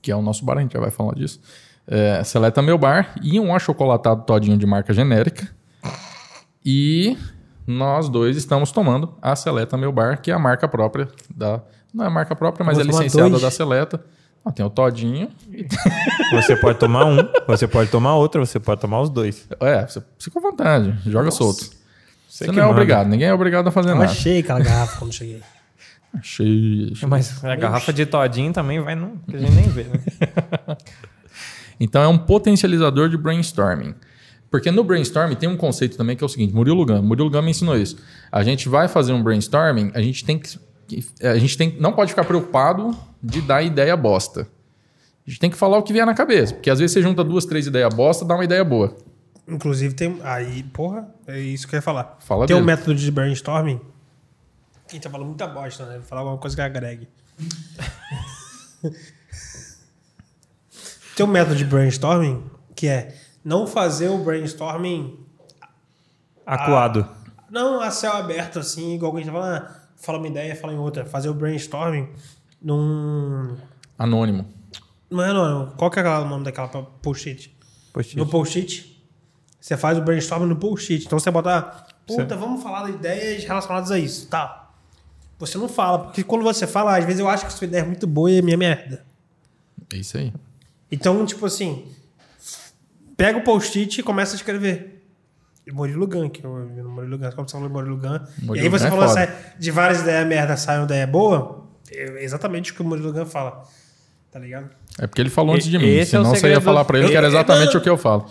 [SPEAKER 1] que é o nosso bar, a gente já vai falar disso. É, seleta Meu Bar e um achocolatado todinho de marca genérica. E nós dois estamos tomando a Seleta Meu Bar, que é a marca própria da. Não é marca própria, mas
[SPEAKER 2] Vou
[SPEAKER 1] é
[SPEAKER 2] tomar
[SPEAKER 1] licenciada
[SPEAKER 2] dois?
[SPEAKER 1] da Seleta. Ah, tem o Todinho. e tem-
[SPEAKER 3] Você pode tomar um, você pode tomar outro, você pode tomar os dois.
[SPEAKER 1] É, você fica à vontade, joga solto. Você,
[SPEAKER 3] que
[SPEAKER 1] não é
[SPEAKER 3] manda.
[SPEAKER 1] obrigado, ninguém é obrigado a fazer
[SPEAKER 2] Eu
[SPEAKER 1] nada.
[SPEAKER 2] achei aquela garrafa quando cheguei.
[SPEAKER 1] Achei, achei.
[SPEAKER 3] Mas a garrafa de todinho também vai no... que a gente nem vê, né?
[SPEAKER 1] Então é um potencializador de brainstorming. Porque no brainstorming tem um conceito também que é o seguinte, Murilo Gama, Murilo Gama me ensinou isso. A gente vai fazer um brainstorming, a gente tem que a gente tem, não pode ficar preocupado de dar ideia bosta. A gente tem que falar o que vier na cabeça, porque às vezes você junta duas, três ideias bosta, dá uma ideia boa.
[SPEAKER 2] Inclusive tem. Aí, porra, é isso que eu ia falar.
[SPEAKER 1] Fala
[SPEAKER 2] tem um
[SPEAKER 1] mesmo.
[SPEAKER 2] método de brainstorming. A gente tá falando muita bosta, né? Vou falar alguma coisa que agregue. tem um método de brainstorming que é não fazer o brainstorming
[SPEAKER 3] Ah. Acuado.
[SPEAKER 2] Não a céu aberto, assim, igual a gente tá falando, ah, fala uma ideia, fala em outra. Fazer o brainstorming num.
[SPEAKER 1] Anônimo.
[SPEAKER 2] Não é não, qual que é aquela- o nome daquela pa- post-it?
[SPEAKER 3] Post-it.
[SPEAKER 2] No post-it. Você faz o brainstorming no post-it. Então você bota, ah, puta, vamos falar de ideias relacionadas a isso, tá? Você não fala, porque quando você fala, às vezes eu acho que sua ideia é muito boa e é minha merda.
[SPEAKER 1] É isso aí.
[SPEAKER 2] Então, tipo assim, pega o post-it e começa a escrever. E Murilo Gun, que eu vi no Murilo Gun, como você falou de Murilo Gun.
[SPEAKER 1] Murilo
[SPEAKER 2] e aí você
[SPEAKER 1] Gun é
[SPEAKER 2] falou
[SPEAKER 1] foda.
[SPEAKER 2] assim, de várias ideias merda, sai uma ideia boa. É exatamente o que o Murilo Gun fala. Tá ligado?
[SPEAKER 1] É porque ele falou antes de
[SPEAKER 3] E-
[SPEAKER 1] mim,
[SPEAKER 3] esse é o
[SPEAKER 1] senão você ia
[SPEAKER 3] segredo-
[SPEAKER 1] falar pra ele que era
[SPEAKER 2] Eu-
[SPEAKER 1] exatamente
[SPEAKER 2] não.
[SPEAKER 1] o que eu falo.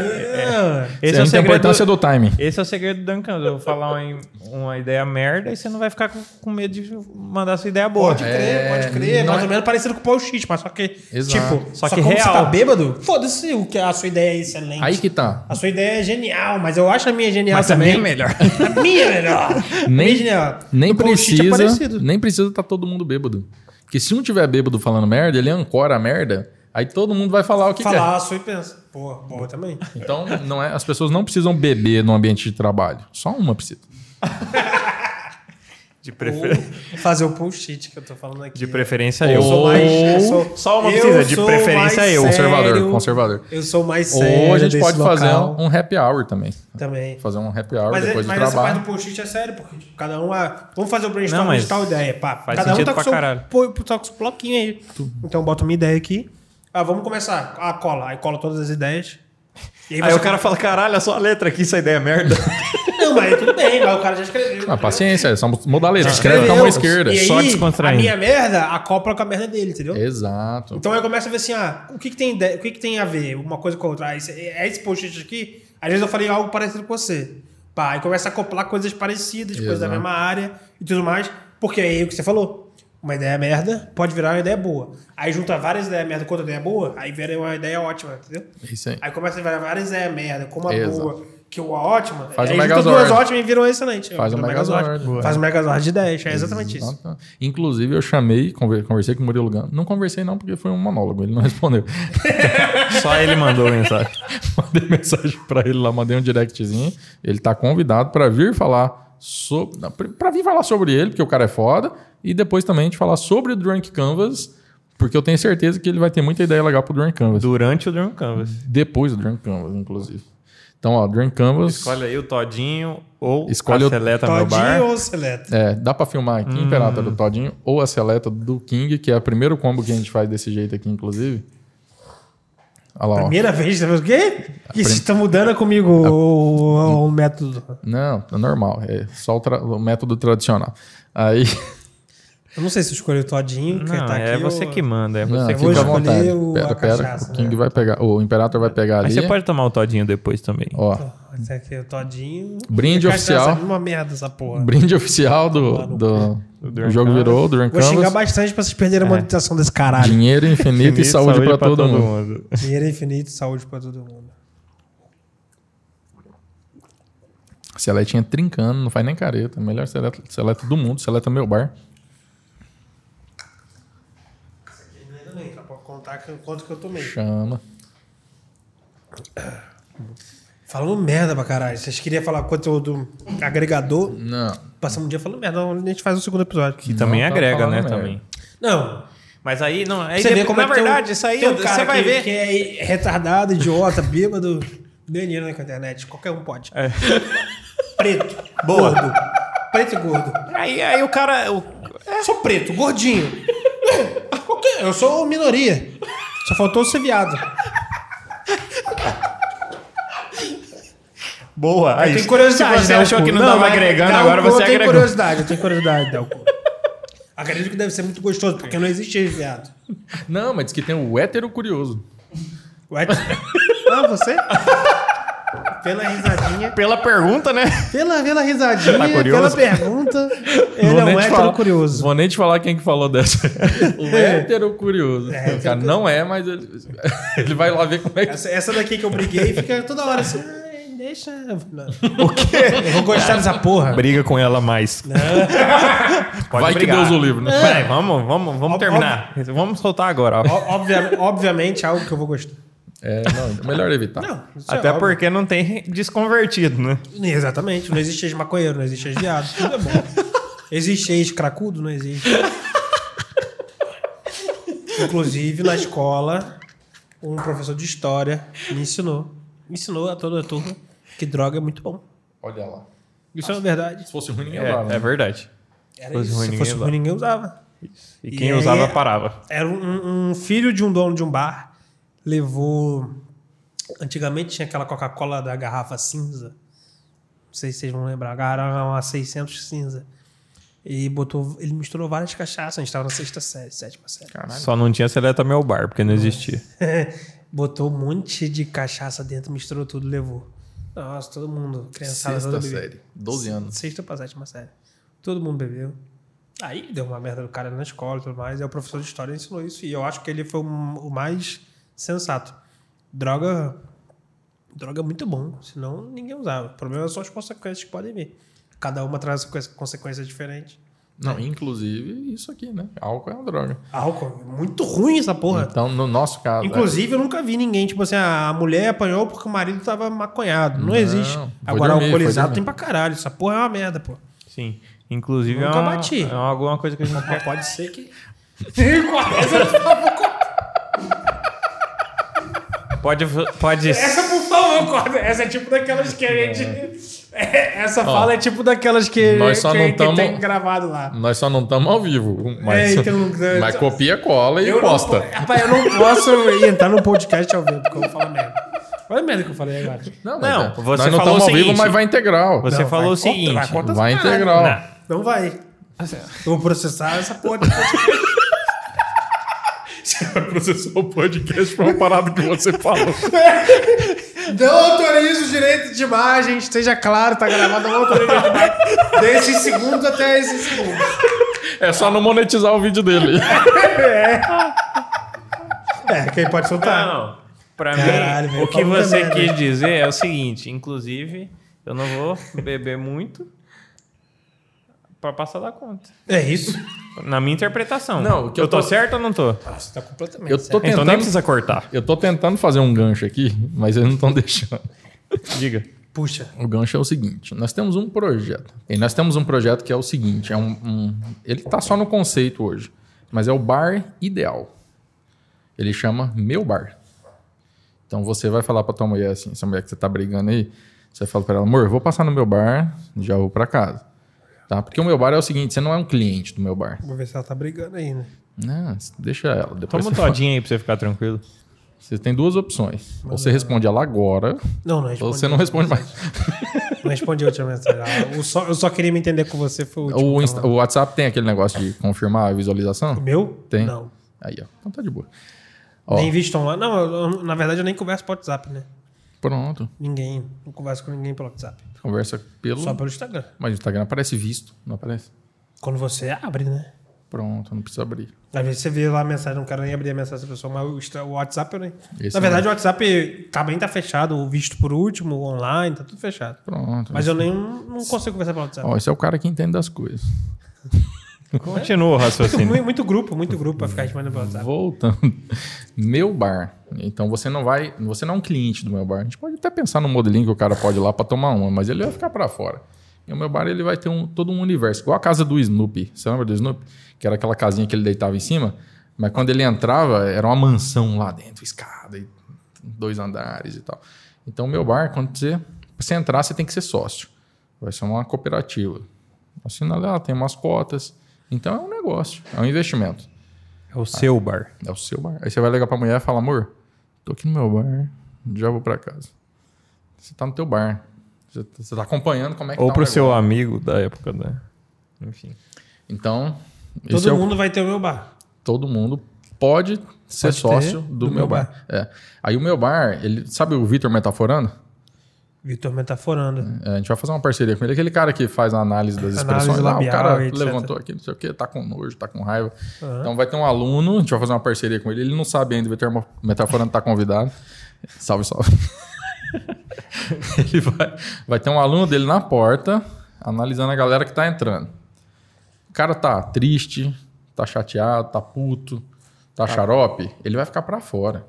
[SPEAKER 1] a
[SPEAKER 3] Esse é
[SPEAKER 2] É.
[SPEAKER 3] o
[SPEAKER 1] gente tem a
[SPEAKER 3] segredo...
[SPEAKER 1] importância do timing.
[SPEAKER 3] Esse é o segredo do Duncan. Eu vou falar uma, uma ideia merda e você não vai ficar com, com medo de mandar sua ideia boa.
[SPEAKER 2] Pode crer, pode crer. Mais ou menos parecido com o post-it, mas só que,
[SPEAKER 1] é, Exato.
[SPEAKER 2] tipo,
[SPEAKER 3] Só
[SPEAKER 2] só,
[SPEAKER 3] que
[SPEAKER 2] que como você tá
[SPEAKER 3] real.
[SPEAKER 2] bêbado, foda-se o que a sua ideia é excelente.
[SPEAKER 1] Aí que tá.
[SPEAKER 2] A sua ideia é genial, mas eu acho a minha genial
[SPEAKER 3] Mas a
[SPEAKER 2] também.
[SPEAKER 3] minha é melhor.
[SPEAKER 2] A minha é melhor. A minha é
[SPEAKER 1] Nem,
[SPEAKER 2] genial.
[SPEAKER 1] nem
[SPEAKER 2] O post-it é
[SPEAKER 1] precisa,
[SPEAKER 2] parecido.
[SPEAKER 1] nem precisa estar todo mundo bêbado. Porque se um tiver bêbado falando merda, ele ancora a merda, aí todo mundo vai falar o que é?
[SPEAKER 2] falar a sua e pensa. Pô, boa também.
[SPEAKER 1] quer. Então, não é, as pessoas não precisam beber no ambiente de trabalho. Só uma precisa.
[SPEAKER 3] De, prefer...
[SPEAKER 2] Ou fazer o post-it que eu tô falando aqui.
[SPEAKER 3] de preferência eu.
[SPEAKER 2] Eu sou mais. eu sou-
[SPEAKER 3] Só uma
[SPEAKER 2] eu
[SPEAKER 3] precisa, de
[SPEAKER 2] sou
[SPEAKER 3] preferência
[SPEAKER 2] mais
[SPEAKER 3] eu.
[SPEAKER 1] Conservador,
[SPEAKER 2] sério.
[SPEAKER 1] conservador.
[SPEAKER 2] Eu sou mais sério.
[SPEAKER 1] Ou a gente
[SPEAKER 2] desse
[SPEAKER 1] pode fazer
[SPEAKER 2] local
[SPEAKER 1] um, um happy hour também.
[SPEAKER 2] Também.
[SPEAKER 1] Fazer um happy hour
[SPEAKER 2] Mas, é-
[SPEAKER 1] depois
[SPEAKER 2] mas
[SPEAKER 1] do
[SPEAKER 2] essa parte do
[SPEAKER 1] trabalho.
[SPEAKER 2] post-it é sério, porque tipo, cada um. ah, vamos fazer o brainstorming
[SPEAKER 3] Não, mas
[SPEAKER 2] de tal ideia. Pá.
[SPEAKER 3] faz
[SPEAKER 2] cada um
[SPEAKER 3] sentido
[SPEAKER 2] tá com
[SPEAKER 3] pra
[SPEAKER 2] seu,
[SPEAKER 3] caralho.
[SPEAKER 2] pô- tá com seu bloquinho aí. Então eu boto minha ideia aqui. Ah, vamos começar. Ah, cola. Aí cola todas as ideias. E
[SPEAKER 3] Aí
[SPEAKER 2] você-
[SPEAKER 3] o cara fala, caralho, a sua letra aqui, essa ideia é merda.
[SPEAKER 2] Não, mas tudo bem, mas o cara já escreveu.
[SPEAKER 1] Ah, paciência, são modalidades. Escreve
[SPEAKER 2] Escreveu.
[SPEAKER 1] com a mão esquerda.
[SPEAKER 2] Ah, E aí,
[SPEAKER 3] Só
[SPEAKER 2] a
[SPEAKER 3] descontraindo.
[SPEAKER 2] minha merda acopla com a merda dele, entendeu?
[SPEAKER 1] Exato.
[SPEAKER 2] Então aí começa a ver assim, ah, o que, que tem ideia, o que, que tem a ver uma coisa com a outra? Ah, esse- é esse post-it aqui? Às vezes eu falei algo parecido com você. Pá, e começa a acoplar coisas parecidas, coisas da
[SPEAKER 1] Exato.
[SPEAKER 2] mesma área e tudo mais, porque aí é o que você falou. Uma ideia merda pode virar uma ideia boa. Aí junta várias ideias merda com outra ideia boa, aí vira uma ideia ótima, entendeu?
[SPEAKER 1] É isso aí.
[SPEAKER 2] Então, Aí começa a virar várias ideias merda, com uma
[SPEAKER 1] Exato.
[SPEAKER 2] boa, que uma ótima.
[SPEAKER 1] Faz
[SPEAKER 2] aí
[SPEAKER 1] um
[SPEAKER 2] junta
[SPEAKER 1] Megazord.
[SPEAKER 2] duas ótimas e vira um excelente.
[SPEAKER 1] Faz um
[SPEAKER 2] Vira
[SPEAKER 1] Megazord, boa.
[SPEAKER 2] Faz um Megazord de ideias, é exatamente isso.
[SPEAKER 1] Exato. Inclusive, eu chamei, conver- conversei com o Murilo Gano. Não conversei, não, porque foi um monólogo, ele não respondeu.
[SPEAKER 3] Só ele mandou mensagem.
[SPEAKER 1] mandei mensagem pra ele lá, mandei um directzinho. Ele tá convidado pra vir falar sobre. não, pra- Pra vir falar sobre ele, porque o cara é foda. E depois também a gente falar sobre o Drunk Canvas, porque eu tenho certeza que ele vai ter muita ideia legal pro Drunk Canvas.
[SPEAKER 3] Durante o Dream Canvas.
[SPEAKER 1] Depois do Drunk Canvas, inclusive. Então, ó, Drunk Canvas.
[SPEAKER 3] Escolhe aí o Todinho ou
[SPEAKER 1] Escolhe
[SPEAKER 3] a
[SPEAKER 1] o
[SPEAKER 3] Seleta Meu
[SPEAKER 2] Todinho
[SPEAKER 3] Bar.
[SPEAKER 2] ou seleta?
[SPEAKER 1] É, dá pra filmar aqui, Imperator do Todinho, ou a seleta do King, que é o primeiro combo que a gente faz desse jeito aqui, inclusive. Olha lá, ó.
[SPEAKER 2] Primeira vez, você fez o quê? E
[SPEAKER 1] Apre-
[SPEAKER 2] vocês estão mudando comigo o, o método.
[SPEAKER 1] Não, é normal. É só o, tra- o método tradicional. Aí,
[SPEAKER 2] Eu não sei se eu escolhi o Todinho, que
[SPEAKER 3] Não,
[SPEAKER 2] tá
[SPEAKER 3] é
[SPEAKER 2] aqui.
[SPEAKER 3] você
[SPEAKER 2] ou-
[SPEAKER 3] que manda. É você
[SPEAKER 1] não,
[SPEAKER 3] que
[SPEAKER 1] fica
[SPEAKER 2] vou
[SPEAKER 1] à
[SPEAKER 2] escolher
[SPEAKER 1] vontade.
[SPEAKER 2] o-
[SPEAKER 1] Pera,
[SPEAKER 2] a
[SPEAKER 1] pera.
[SPEAKER 2] cachaça,
[SPEAKER 1] o King
[SPEAKER 2] né?
[SPEAKER 1] vai pegar. O Imperator vai pegar
[SPEAKER 3] Aí
[SPEAKER 1] ali.
[SPEAKER 2] é-
[SPEAKER 3] você pode tomar o Todinho depois também.
[SPEAKER 1] Ó,
[SPEAKER 2] Esse aqui é o Todinho.
[SPEAKER 1] Brinde
[SPEAKER 2] Cachaça,
[SPEAKER 1] oficial.
[SPEAKER 2] Uma merda essa porra.
[SPEAKER 1] brinde oficial do, do,
[SPEAKER 3] Do
[SPEAKER 1] o
[SPEAKER 3] Drunk
[SPEAKER 1] jogo
[SPEAKER 3] Canvas.
[SPEAKER 1] virou, Drunk
[SPEAKER 2] Vou xingar
[SPEAKER 1] Canvas.
[SPEAKER 2] bastante pra vocês perderem
[SPEAKER 3] É.
[SPEAKER 2] a monetização desse caralho.
[SPEAKER 1] Dinheiro infinito e saúde, pra todo, mundo.
[SPEAKER 2] Dinheiro é infinito, saúde pra todo mundo.
[SPEAKER 1] Seletinha trincando, não faz nem careta. Melhor seleta, seleta do mundo, seleta meu bar.
[SPEAKER 2] Só pra contar que- quanto que eu tomei.
[SPEAKER 1] Chama.
[SPEAKER 2] Falando merda pra caralho. Vocês queriam falar conteúdo agregador?
[SPEAKER 1] Não.
[SPEAKER 2] Passamos um dia falando merda, a gente faz o segundo episódio.
[SPEAKER 3] Que também
[SPEAKER 1] Não, tá
[SPEAKER 3] agrega,
[SPEAKER 1] falando
[SPEAKER 3] né?
[SPEAKER 1] merda.
[SPEAKER 3] Também.
[SPEAKER 2] Não,
[SPEAKER 3] Mas aí, não. Aí
[SPEAKER 2] você vê
[SPEAKER 3] depois-
[SPEAKER 2] como
[SPEAKER 3] na
[SPEAKER 2] é que tem um-
[SPEAKER 3] verdade, isso aí
[SPEAKER 2] tem um cara
[SPEAKER 3] você vai
[SPEAKER 2] que,
[SPEAKER 3] ver.
[SPEAKER 2] que é retardado, idiota, bêbado, menino né, com a internet. Qualquer um pode.
[SPEAKER 3] É.
[SPEAKER 2] Preto, gordo. Preto e gordo.
[SPEAKER 3] Aí, aí o cara. o- É.
[SPEAKER 2] Sou preto, gordinho. Qualquer- Eu sou minoria. Só faltou ser viado.
[SPEAKER 3] Boa.
[SPEAKER 2] Eu tenho curiosidade.
[SPEAKER 3] Se você
[SPEAKER 2] né,
[SPEAKER 3] achou
[SPEAKER 2] Alcu?
[SPEAKER 3] que não, tava
[SPEAKER 2] mas-
[SPEAKER 3] agregando,
[SPEAKER 2] Alcu,
[SPEAKER 3] agora você
[SPEAKER 2] Eu tenho
[SPEAKER 3] agregou.
[SPEAKER 2] curiosidade, eu tenho curiosidade, Dalco. Acredito que deve ser muito gostoso, porque não existe viado.
[SPEAKER 1] Não, mas diz que tem o hétero curioso.
[SPEAKER 2] Ué? Ah, você? Pela risadinha.
[SPEAKER 3] Pela pergunta, né?
[SPEAKER 2] Pela, pela risadinha,
[SPEAKER 3] Tá
[SPEAKER 2] pela
[SPEAKER 3] curioso?
[SPEAKER 2] pergunta, ele
[SPEAKER 1] Vou
[SPEAKER 2] é
[SPEAKER 1] nem
[SPEAKER 2] um
[SPEAKER 1] te
[SPEAKER 2] hétero
[SPEAKER 1] falar-
[SPEAKER 2] curioso.
[SPEAKER 1] Vou nem te falar quem que falou dessa. O hétero curioso.
[SPEAKER 2] É,
[SPEAKER 1] o cara não é, mas ele, ele vai lá ver como é que.
[SPEAKER 2] Essa, essa daqui que eu briguei fica toda hora assim, "Ai, deixa... Não. O quê? Eu vou gostar dessa porra.
[SPEAKER 3] Briga com ela mais. Pode
[SPEAKER 1] vai
[SPEAKER 3] brigar.
[SPEAKER 1] que Deus o livre, né?
[SPEAKER 3] Vai, vamos, vamos, vamos
[SPEAKER 2] Ob-
[SPEAKER 3] terminar. Vamos soltar agora. ó.
[SPEAKER 2] Ó, obvia- obviamente algo que eu vou gostar.
[SPEAKER 1] É, não, melhor evitar.
[SPEAKER 2] Não, isso é
[SPEAKER 3] Até
[SPEAKER 2] óbvio.
[SPEAKER 3] porque não tem desconvertido, né?
[SPEAKER 2] Exatamente, não existe ex-maconheiro, não existe ex-viado, tudo é bom. Existe ex-cracudo, não existe. Inclusive, na escola, um professor de história me ensinou, me ensinou a toda a turma que droga é muito bom.
[SPEAKER 1] Olha lá.
[SPEAKER 2] Isso é uma verdade.
[SPEAKER 1] Se fosse ruim, ninguém
[SPEAKER 3] É,
[SPEAKER 1] ia lá, né?
[SPEAKER 3] é verdade.
[SPEAKER 2] Era
[SPEAKER 3] Fosse
[SPEAKER 2] isso.
[SPEAKER 3] ruim,
[SPEAKER 2] Se
[SPEAKER 3] ninguém
[SPEAKER 2] fosse
[SPEAKER 3] usava.
[SPEAKER 2] ruim, ninguém usava.
[SPEAKER 3] E
[SPEAKER 2] E
[SPEAKER 3] quem
[SPEAKER 2] aí-
[SPEAKER 3] usava parava.
[SPEAKER 2] Era um, um filho de um dono de um bar, levou. Antigamente tinha aquela Coca-Cola da garrafa cinza. Não sei se vocês vão lembrar. Era uma 600 cinza. E botou. Ele misturou várias cachaças. A gente tava na sexta série, sétima série.
[SPEAKER 3] Só não tinha seleta meu bar, porque não existia.
[SPEAKER 2] botou um monte de cachaça dentro, misturou tudo, levou. Nossa, todo mundo. Criançada, todo
[SPEAKER 1] Sexta
[SPEAKER 2] bebê.
[SPEAKER 1] série. 12 anos.
[SPEAKER 2] Sexta pra sétima série. Todo mundo bebeu. Aí deu uma merda do cara na escola e tudo mais. E o professor de história ensinou isso. E eu acho que ele foi um- o mais sensato. Droga. Droga é muito bom. Senão ninguém usava. O problema são as consequências que podem vir. Cada uma traz conse- consequência diferente.
[SPEAKER 1] Não, inclusive isso aqui, né? Álcool é uma droga.
[SPEAKER 2] Álcool, é muito ruim essa porra.
[SPEAKER 1] Então, no nosso caso.
[SPEAKER 2] Inclusive, eu nunca vi ninguém, tipo assim, a mulher apanhou porque o marido tava maconhado. Não,
[SPEAKER 1] Não,
[SPEAKER 2] existe.
[SPEAKER 1] foi
[SPEAKER 2] Agora,
[SPEAKER 1] dormir, foi
[SPEAKER 2] alcoolizado
[SPEAKER 1] dormir.
[SPEAKER 2] tem pra caralho. Essa porra é uma merda, pô.
[SPEAKER 3] Sim. Inclusive, é,
[SPEAKER 2] Nunca
[SPEAKER 3] uma-
[SPEAKER 2] bati.
[SPEAKER 3] é alguma coisa que a gente quer.
[SPEAKER 2] Pode ser que.
[SPEAKER 3] Pode, pode
[SPEAKER 2] Essa, por favor, corta. Essa é tipo daquelas que a gente. É, Essa fala é tipo daquelas que,
[SPEAKER 1] nós só
[SPEAKER 2] que,
[SPEAKER 1] não
[SPEAKER 2] que
[SPEAKER 1] tamo-
[SPEAKER 2] tem gravado lá.
[SPEAKER 1] Nós só não estamos ao vivo. um, Mas,
[SPEAKER 2] É, então, eu-
[SPEAKER 1] mas copia, cola e
[SPEAKER 2] Eu não
[SPEAKER 1] posta.
[SPEAKER 2] po- Rapaz, eu não posso entrar num podcast ao vivo, porque eu vou falar merda. Olha a merda que eu falei agora.
[SPEAKER 1] Não,
[SPEAKER 3] Não,
[SPEAKER 1] mas, é,
[SPEAKER 3] você
[SPEAKER 1] nós não
[SPEAKER 3] falou
[SPEAKER 1] estamos
[SPEAKER 3] o
[SPEAKER 1] ao vivo,
[SPEAKER 3] seguinte.
[SPEAKER 1] mas vai integral.
[SPEAKER 3] Você falou o seguinte.
[SPEAKER 2] Contra, vai contra
[SPEAKER 1] vai
[SPEAKER 2] essa caralho.
[SPEAKER 1] integral.
[SPEAKER 2] Não Então vai. Eu vou processar essa porra de podcast.
[SPEAKER 1] Você vai processar o podcast por uma parada que você falou.
[SPEAKER 2] Não autorizo os direitos de imagem, esteja claro, tá gravado, não autorizo os direitos. Desses segundos até esses segundos.
[SPEAKER 1] É só não monetizar o vídeo dele.
[SPEAKER 2] É, quem pode soltar.
[SPEAKER 3] Não, pra
[SPEAKER 2] Caralho,
[SPEAKER 3] mim,
[SPEAKER 2] velho,
[SPEAKER 3] o que
[SPEAKER 2] falou
[SPEAKER 3] você
[SPEAKER 2] também,
[SPEAKER 3] quis dizer é o seguinte, inclusive, eu não vou beber muito pra passar da conta.
[SPEAKER 2] É isso.
[SPEAKER 3] Na minha interpretação.
[SPEAKER 1] Não, o que
[SPEAKER 3] eu
[SPEAKER 1] eu
[SPEAKER 3] tô,
[SPEAKER 1] tô-
[SPEAKER 3] certo ou não tô?
[SPEAKER 2] Nossa, tá completamente
[SPEAKER 1] Eu tô
[SPEAKER 3] Então nem
[SPEAKER 1] tentando,
[SPEAKER 3] precisa cortar.
[SPEAKER 1] eu tô tentando fazer um gancho aqui, mas eles não estão deixando.
[SPEAKER 3] Diga.
[SPEAKER 2] Puxa.
[SPEAKER 1] O gancho é o seguinte: nós temos um projeto. E nós temos um projeto que é o seguinte: é um, um- ele tá só no conceito hoje, mas é o bar ideal. Ele chama Meu Bar. Então você vai falar pra tua mulher assim, essa mulher que você tá brigando aí, você fala pra ela, amor, eu vou passar no meu bar, já vou pra casa. Tá? Porque o meu bar é o seguinte, você não é um cliente do meu bar.
[SPEAKER 2] Vou ver se ela tá brigando aí, né?
[SPEAKER 1] Não, deixa ela. Depois
[SPEAKER 3] Toma um
[SPEAKER 1] você, fala.
[SPEAKER 3] todinho aí pra você ficar tranquilo.
[SPEAKER 1] você tem duas opções. Ou você responde ela agora,
[SPEAKER 2] Não, é não
[SPEAKER 1] ou
[SPEAKER 2] respondi.
[SPEAKER 1] você não responde mais.
[SPEAKER 2] Não respondi a última mensagem. Ah, eu, só, eu só queria me entender com você. Foi o, último
[SPEAKER 1] O,
[SPEAKER 2] que
[SPEAKER 1] Insta-
[SPEAKER 2] tava-
[SPEAKER 1] o WhatsApp tem aquele negócio de confirmar a
[SPEAKER 2] O
[SPEAKER 1] visualização?
[SPEAKER 2] meu?
[SPEAKER 1] Tem.
[SPEAKER 2] Não.
[SPEAKER 1] Aí, ó. Então tá de boa. Ó,
[SPEAKER 2] Nem visto online. Não, eu- eu- na verdade eu nem converso por WhatsApp, né?
[SPEAKER 1] pronto.
[SPEAKER 2] Ninguém. Não converso com ninguém pelo WhatsApp.
[SPEAKER 1] Conversa pelo.
[SPEAKER 2] Só pelo Instagram.
[SPEAKER 1] Mas o Instagram aparece visto, não aparece?
[SPEAKER 2] Quando você abre, né?
[SPEAKER 1] Pronto, não precisa abrir.
[SPEAKER 2] Às vezes você vê lá a mensagem, não quero nem abrir a mensagem da pessoa, mas o Insta- o WhatsApp eu nem.
[SPEAKER 1] Esse
[SPEAKER 2] Na
[SPEAKER 1] é
[SPEAKER 2] verdade, o WhatsApp também tá fechado, o visto por último, o online, tá tudo fechado.
[SPEAKER 1] Pronto.
[SPEAKER 2] Mas eu nem não consigo conversar pelo WhatsApp.
[SPEAKER 1] Ó, esse é o cara que entende das coisas.
[SPEAKER 3] Continua o
[SPEAKER 1] assim,
[SPEAKER 2] Muito,
[SPEAKER 3] raciocínio.
[SPEAKER 2] muito, muito grupo, muito grupo pra ficar respondendo pelo WhatsApp.
[SPEAKER 1] Voltando. Meu bar. Então você não vai. Você não é um cliente do meu bar. A gente pode até pensar no modelinho que o cara pode ir lá pra tomar uma, mas ele vai ficar pra fora. E o meu bar ele vai ter um, todo um universo. Igual a casa do Snoopy. Você lembra do Snoopy? Que era aquela casinha que ele deitava em cima. Mas quando ele entrava, era uma mansão lá dentro, escada e dois andares e tal. Então, o meu bar, quando você, pra você entrar, você tem que ser sócio. Vai ser uma cooperativa. Assina lá, tem umas cotas. Então, é um negócio, é um investimento.
[SPEAKER 3] É o seu bar.
[SPEAKER 1] É o seu bar. Aí você vai ligar pra mulher e fala, amor, tô aqui no meu bar, já vou pra casa. Você tá no teu bar. Você tá- você tá acompanhando como é que
[SPEAKER 3] Ou
[SPEAKER 1] tá o
[SPEAKER 3] pro
[SPEAKER 1] negócio.
[SPEAKER 3] seu amigo da época da... Enfim.
[SPEAKER 1] Então, esse é
[SPEAKER 2] Todo
[SPEAKER 1] o-
[SPEAKER 2] mundo vai ter o meu bar.
[SPEAKER 1] todo mundo pode ser
[SPEAKER 2] Pode ter
[SPEAKER 1] sócio do, meu bar. É. Aí o meu bar, ele sabe o Vitor Metaforando?
[SPEAKER 2] Vitor tá metaforando.
[SPEAKER 1] É, a gente vai fazer uma parceria com ele. Aquele cara que faz a análise das
[SPEAKER 2] Análise
[SPEAKER 1] expressões lá,
[SPEAKER 2] labial,
[SPEAKER 1] o cara
[SPEAKER 2] etc.
[SPEAKER 1] levantou aqui, não sei o quê, tá com nojo, tá com raiva. Então vai ter um aluno, a gente vai fazer uma parceria com ele. Ele não sabe ainda, o Vitor Metaforando tá convidado. Salve, salve. ele vai, vai ter um aluno dele na porta, analisando a galera que tá entrando. O cara tá triste, tá chateado, tá puto, tá xarope, ele vai ficar pra fora.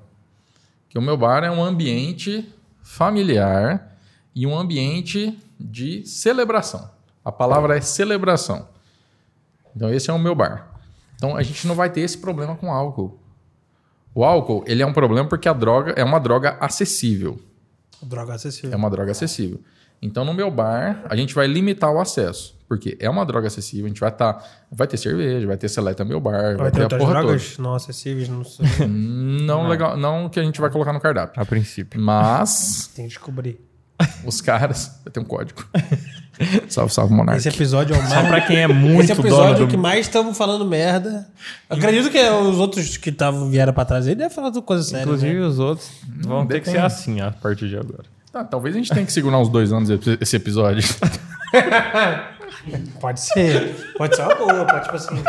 [SPEAKER 1] Que o meu bar é um ambiente familiar e um ambiente de celebração. A palavra é celebração. Então esse é o meu bar. Então a gente não vai ter esse problema com álcool. O álcool, ele é um problema porque a droga é uma droga acessível.
[SPEAKER 2] Droga
[SPEAKER 1] É
[SPEAKER 2] acessível.
[SPEAKER 1] uma droga acessível. Então, no meu bar, a gente vai limitar o acesso. Porque é uma droga acessível, a gente vai estar. vai ter cerveja, vai ter seleta meu bar, vai,
[SPEAKER 2] Vai ter
[SPEAKER 1] ter a
[SPEAKER 2] outras
[SPEAKER 1] porra
[SPEAKER 2] drogas não acessíveis, não sei.
[SPEAKER 1] toda. Não, legal, não que a gente vai colocar no cardápio.
[SPEAKER 3] A princípio.
[SPEAKER 1] Mas
[SPEAKER 2] Tem que descobrir.
[SPEAKER 1] os caras. Eu tenho um código. salve, salve, Monark.
[SPEAKER 2] Esse episódio é o
[SPEAKER 3] Só
[SPEAKER 2] mais.
[SPEAKER 3] pra quem é muito
[SPEAKER 2] Esse
[SPEAKER 3] dono
[SPEAKER 2] episódio
[SPEAKER 3] do...
[SPEAKER 2] que mais estamos falando merda. Acredito que os outros que tavam, vieram pra trás aí devem falar de coisa séria.
[SPEAKER 3] Inclusive
[SPEAKER 2] né?
[SPEAKER 3] os outros vão ter que
[SPEAKER 1] depende.
[SPEAKER 3] ser assim a partir de agora.
[SPEAKER 1] Tá, talvez a gente tenha que segurar uns dois anos esse esse episódio.
[SPEAKER 2] né? Pode ser. Pode ser uma boa, pode tipo assim.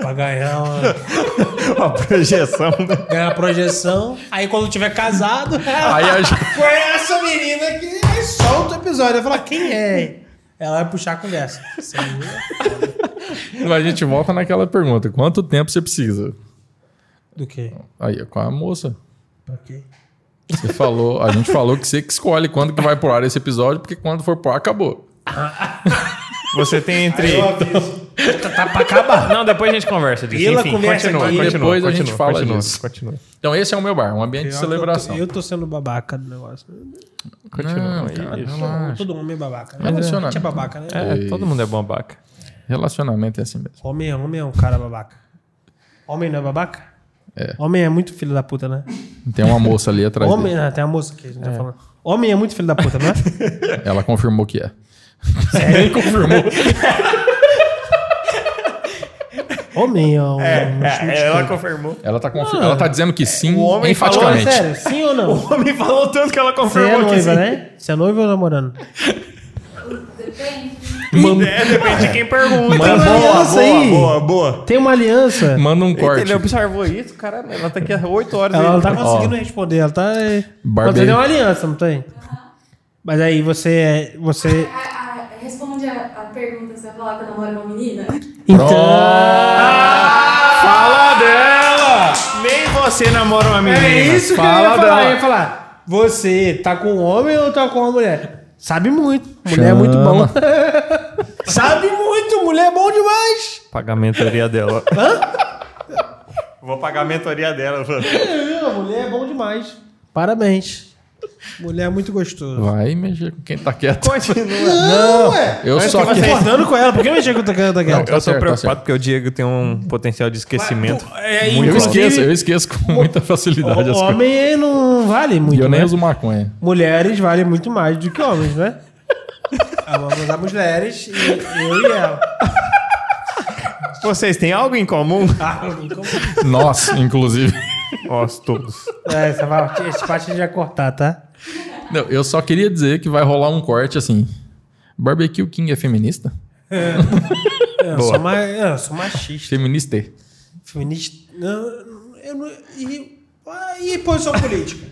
[SPEAKER 2] pra ganhar uma,
[SPEAKER 3] a projeção. né?
[SPEAKER 2] ganhar uma projeção. Aí quando tiver casado.
[SPEAKER 1] Aí a gente.
[SPEAKER 2] Foi essa menina que aí solta o episódio. Vai falar, quem é? Ela vai puxar a conversa. Você viu?
[SPEAKER 1] Mas a gente volta naquela pergunta: quanto tempo você precisa?
[SPEAKER 2] Do quê?
[SPEAKER 1] Aí, é com a moça.
[SPEAKER 2] Pra quê?
[SPEAKER 1] Você falou, a gente falou que você que escolhe quando que vai pro ar esse episódio, porque quando for pro ar, acabou.
[SPEAKER 3] Você tem entre.
[SPEAKER 2] Tá pra acabar.
[SPEAKER 3] Não, depois a gente conversa disso.
[SPEAKER 2] Ela
[SPEAKER 3] Enfim,
[SPEAKER 2] conversa
[SPEAKER 3] continua,
[SPEAKER 2] aqui.
[SPEAKER 3] continua,
[SPEAKER 1] Depois a
[SPEAKER 3] continua,
[SPEAKER 1] gente fala
[SPEAKER 3] continua,
[SPEAKER 1] disso.
[SPEAKER 3] Continua.
[SPEAKER 1] Então esse é o meu bar, um ambiente de celebração.
[SPEAKER 2] Eu tô, eu tô sendo babaca do negócio.
[SPEAKER 3] continua.
[SPEAKER 1] Não, cara,
[SPEAKER 3] Isso.
[SPEAKER 1] relaxa.
[SPEAKER 2] Todo homem é babaca, né?
[SPEAKER 1] Mas é.
[SPEAKER 2] A gente é babaca, né?
[SPEAKER 3] É, todo mundo é babaca.
[SPEAKER 1] Relacionamento é assim mesmo.
[SPEAKER 2] Homem, é- homem é um cara babaca. Homem não é babaca?
[SPEAKER 1] É.
[SPEAKER 2] Homem é muito filho da puta, né?
[SPEAKER 1] Tem uma moça ali atrás
[SPEAKER 2] Homem, ah, tem a moça aqui, a gente tá falando. Homem é muito filho da puta, não é?
[SPEAKER 1] dele. Ela confirmou que é. Sério? confirmou.
[SPEAKER 2] Homem, ó.
[SPEAKER 3] É,
[SPEAKER 2] um chute,
[SPEAKER 3] é, ela
[SPEAKER 2] cara.
[SPEAKER 3] confirmou.
[SPEAKER 1] Ela tá, confi- ela tá dizendo que sim,
[SPEAKER 3] o homem falou,
[SPEAKER 2] Fala
[SPEAKER 1] enfaticamente.
[SPEAKER 2] é sério, sim ou não?
[SPEAKER 3] O homem falou tanto que ela
[SPEAKER 2] Você é
[SPEAKER 3] confirmou que
[SPEAKER 2] noiva,
[SPEAKER 3] sim.
[SPEAKER 2] né? Você é noiva ou namorando?
[SPEAKER 5] Depende.
[SPEAKER 3] É, depende de quem pergunta.
[SPEAKER 2] Mas tem
[SPEAKER 3] boa,
[SPEAKER 2] aliança
[SPEAKER 3] boa,
[SPEAKER 2] aí.
[SPEAKER 3] boa, boa.
[SPEAKER 2] Tem uma aliança.
[SPEAKER 1] Manda um corte.
[SPEAKER 3] Ele observou isso, caramba. Ela tá aqui há 8 horas.
[SPEAKER 2] Ela
[SPEAKER 3] ele-
[SPEAKER 2] não tá conseguindo responder, ela tá. é,
[SPEAKER 1] Barbeiro.
[SPEAKER 2] Mas tem uma aliança, não tem? Mas aí você é. Você.
[SPEAKER 5] A- a- responde a, a pergunta se eu falar que eu namoro uma menina.
[SPEAKER 2] Então.
[SPEAKER 3] Fala dela! Nem você namora uma menina.
[SPEAKER 2] É isso que eu
[SPEAKER 3] Fala
[SPEAKER 2] ia falar.
[SPEAKER 3] dela.
[SPEAKER 2] Eu ia falar. Você tá com um homem ou tá com uma mulher? Sabe muito. Mulher é muito bom. Sabe muito, mulher é bom demais.
[SPEAKER 3] Pagar a mentoria dela. Vou pagar a mentoria dela.
[SPEAKER 2] Não, mulher é bom demais. Parabéns. Mulher é muito gostosa.
[SPEAKER 1] Vai mexer com quem tá quieto.
[SPEAKER 3] Continua.
[SPEAKER 2] Não, ué.
[SPEAKER 1] Eu
[SPEAKER 3] Mas
[SPEAKER 1] só
[SPEAKER 3] que
[SPEAKER 1] que...
[SPEAKER 3] você-
[SPEAKER 2] Concordando com ela, por que mexer com o tocando
[SPEAKER 1] Não,
[SPEAKER 2] daquela?
[SPEAKER 1] tá
[SPEAKER 3] Eu tô
[SPEAKER 1] certo, tá
[SPEAKER 3] preocupado
[SPEAKER 1] certo.
[SPEAKER 3] porque o Diego tem um potencial de esquecimento.
[SPEAKER 6] É,
[SPEAKER 1] Eu
[SPEAKER 6] inclusive-
[SPEAKER 1] esqueço, eu esqueço com muita facilidade as coisas.
[SPEAKER 2] Homem não vale
[SPEAKER 1] E
[SPEAKER 2] muito.
[SPEAKER 1] eu nem
[SPEAKER 2] né?
[SPEAKER 1] uso maconha.
[SPEAKER 2] Mulheres valem muito mais do que homens, né? Amamos as mulheres e eu e ela.
[SPEAKER 3] Vocês têm algo em comum?
[SPEAKER 1] Ah, Nós, inclusive.
[SPEAKER 3] Nós todos.
[SPEAKER 2] É, essa parte, essa parte a gente vai cortar, tá?
[SPEAKER 1] Não, eu só queria dizer que vai rolar um corte assim. Barbecue King é feminista?
[SPEAKER 2] É, Eu
[SPEAKER 3] Boa.
[SPEAKER 2] sou, ma- eu sou machista.
[SPEAKER 1] Feminista.
[SPEAKER 2] Feminista. Não, eu não. E, ah, e posição política?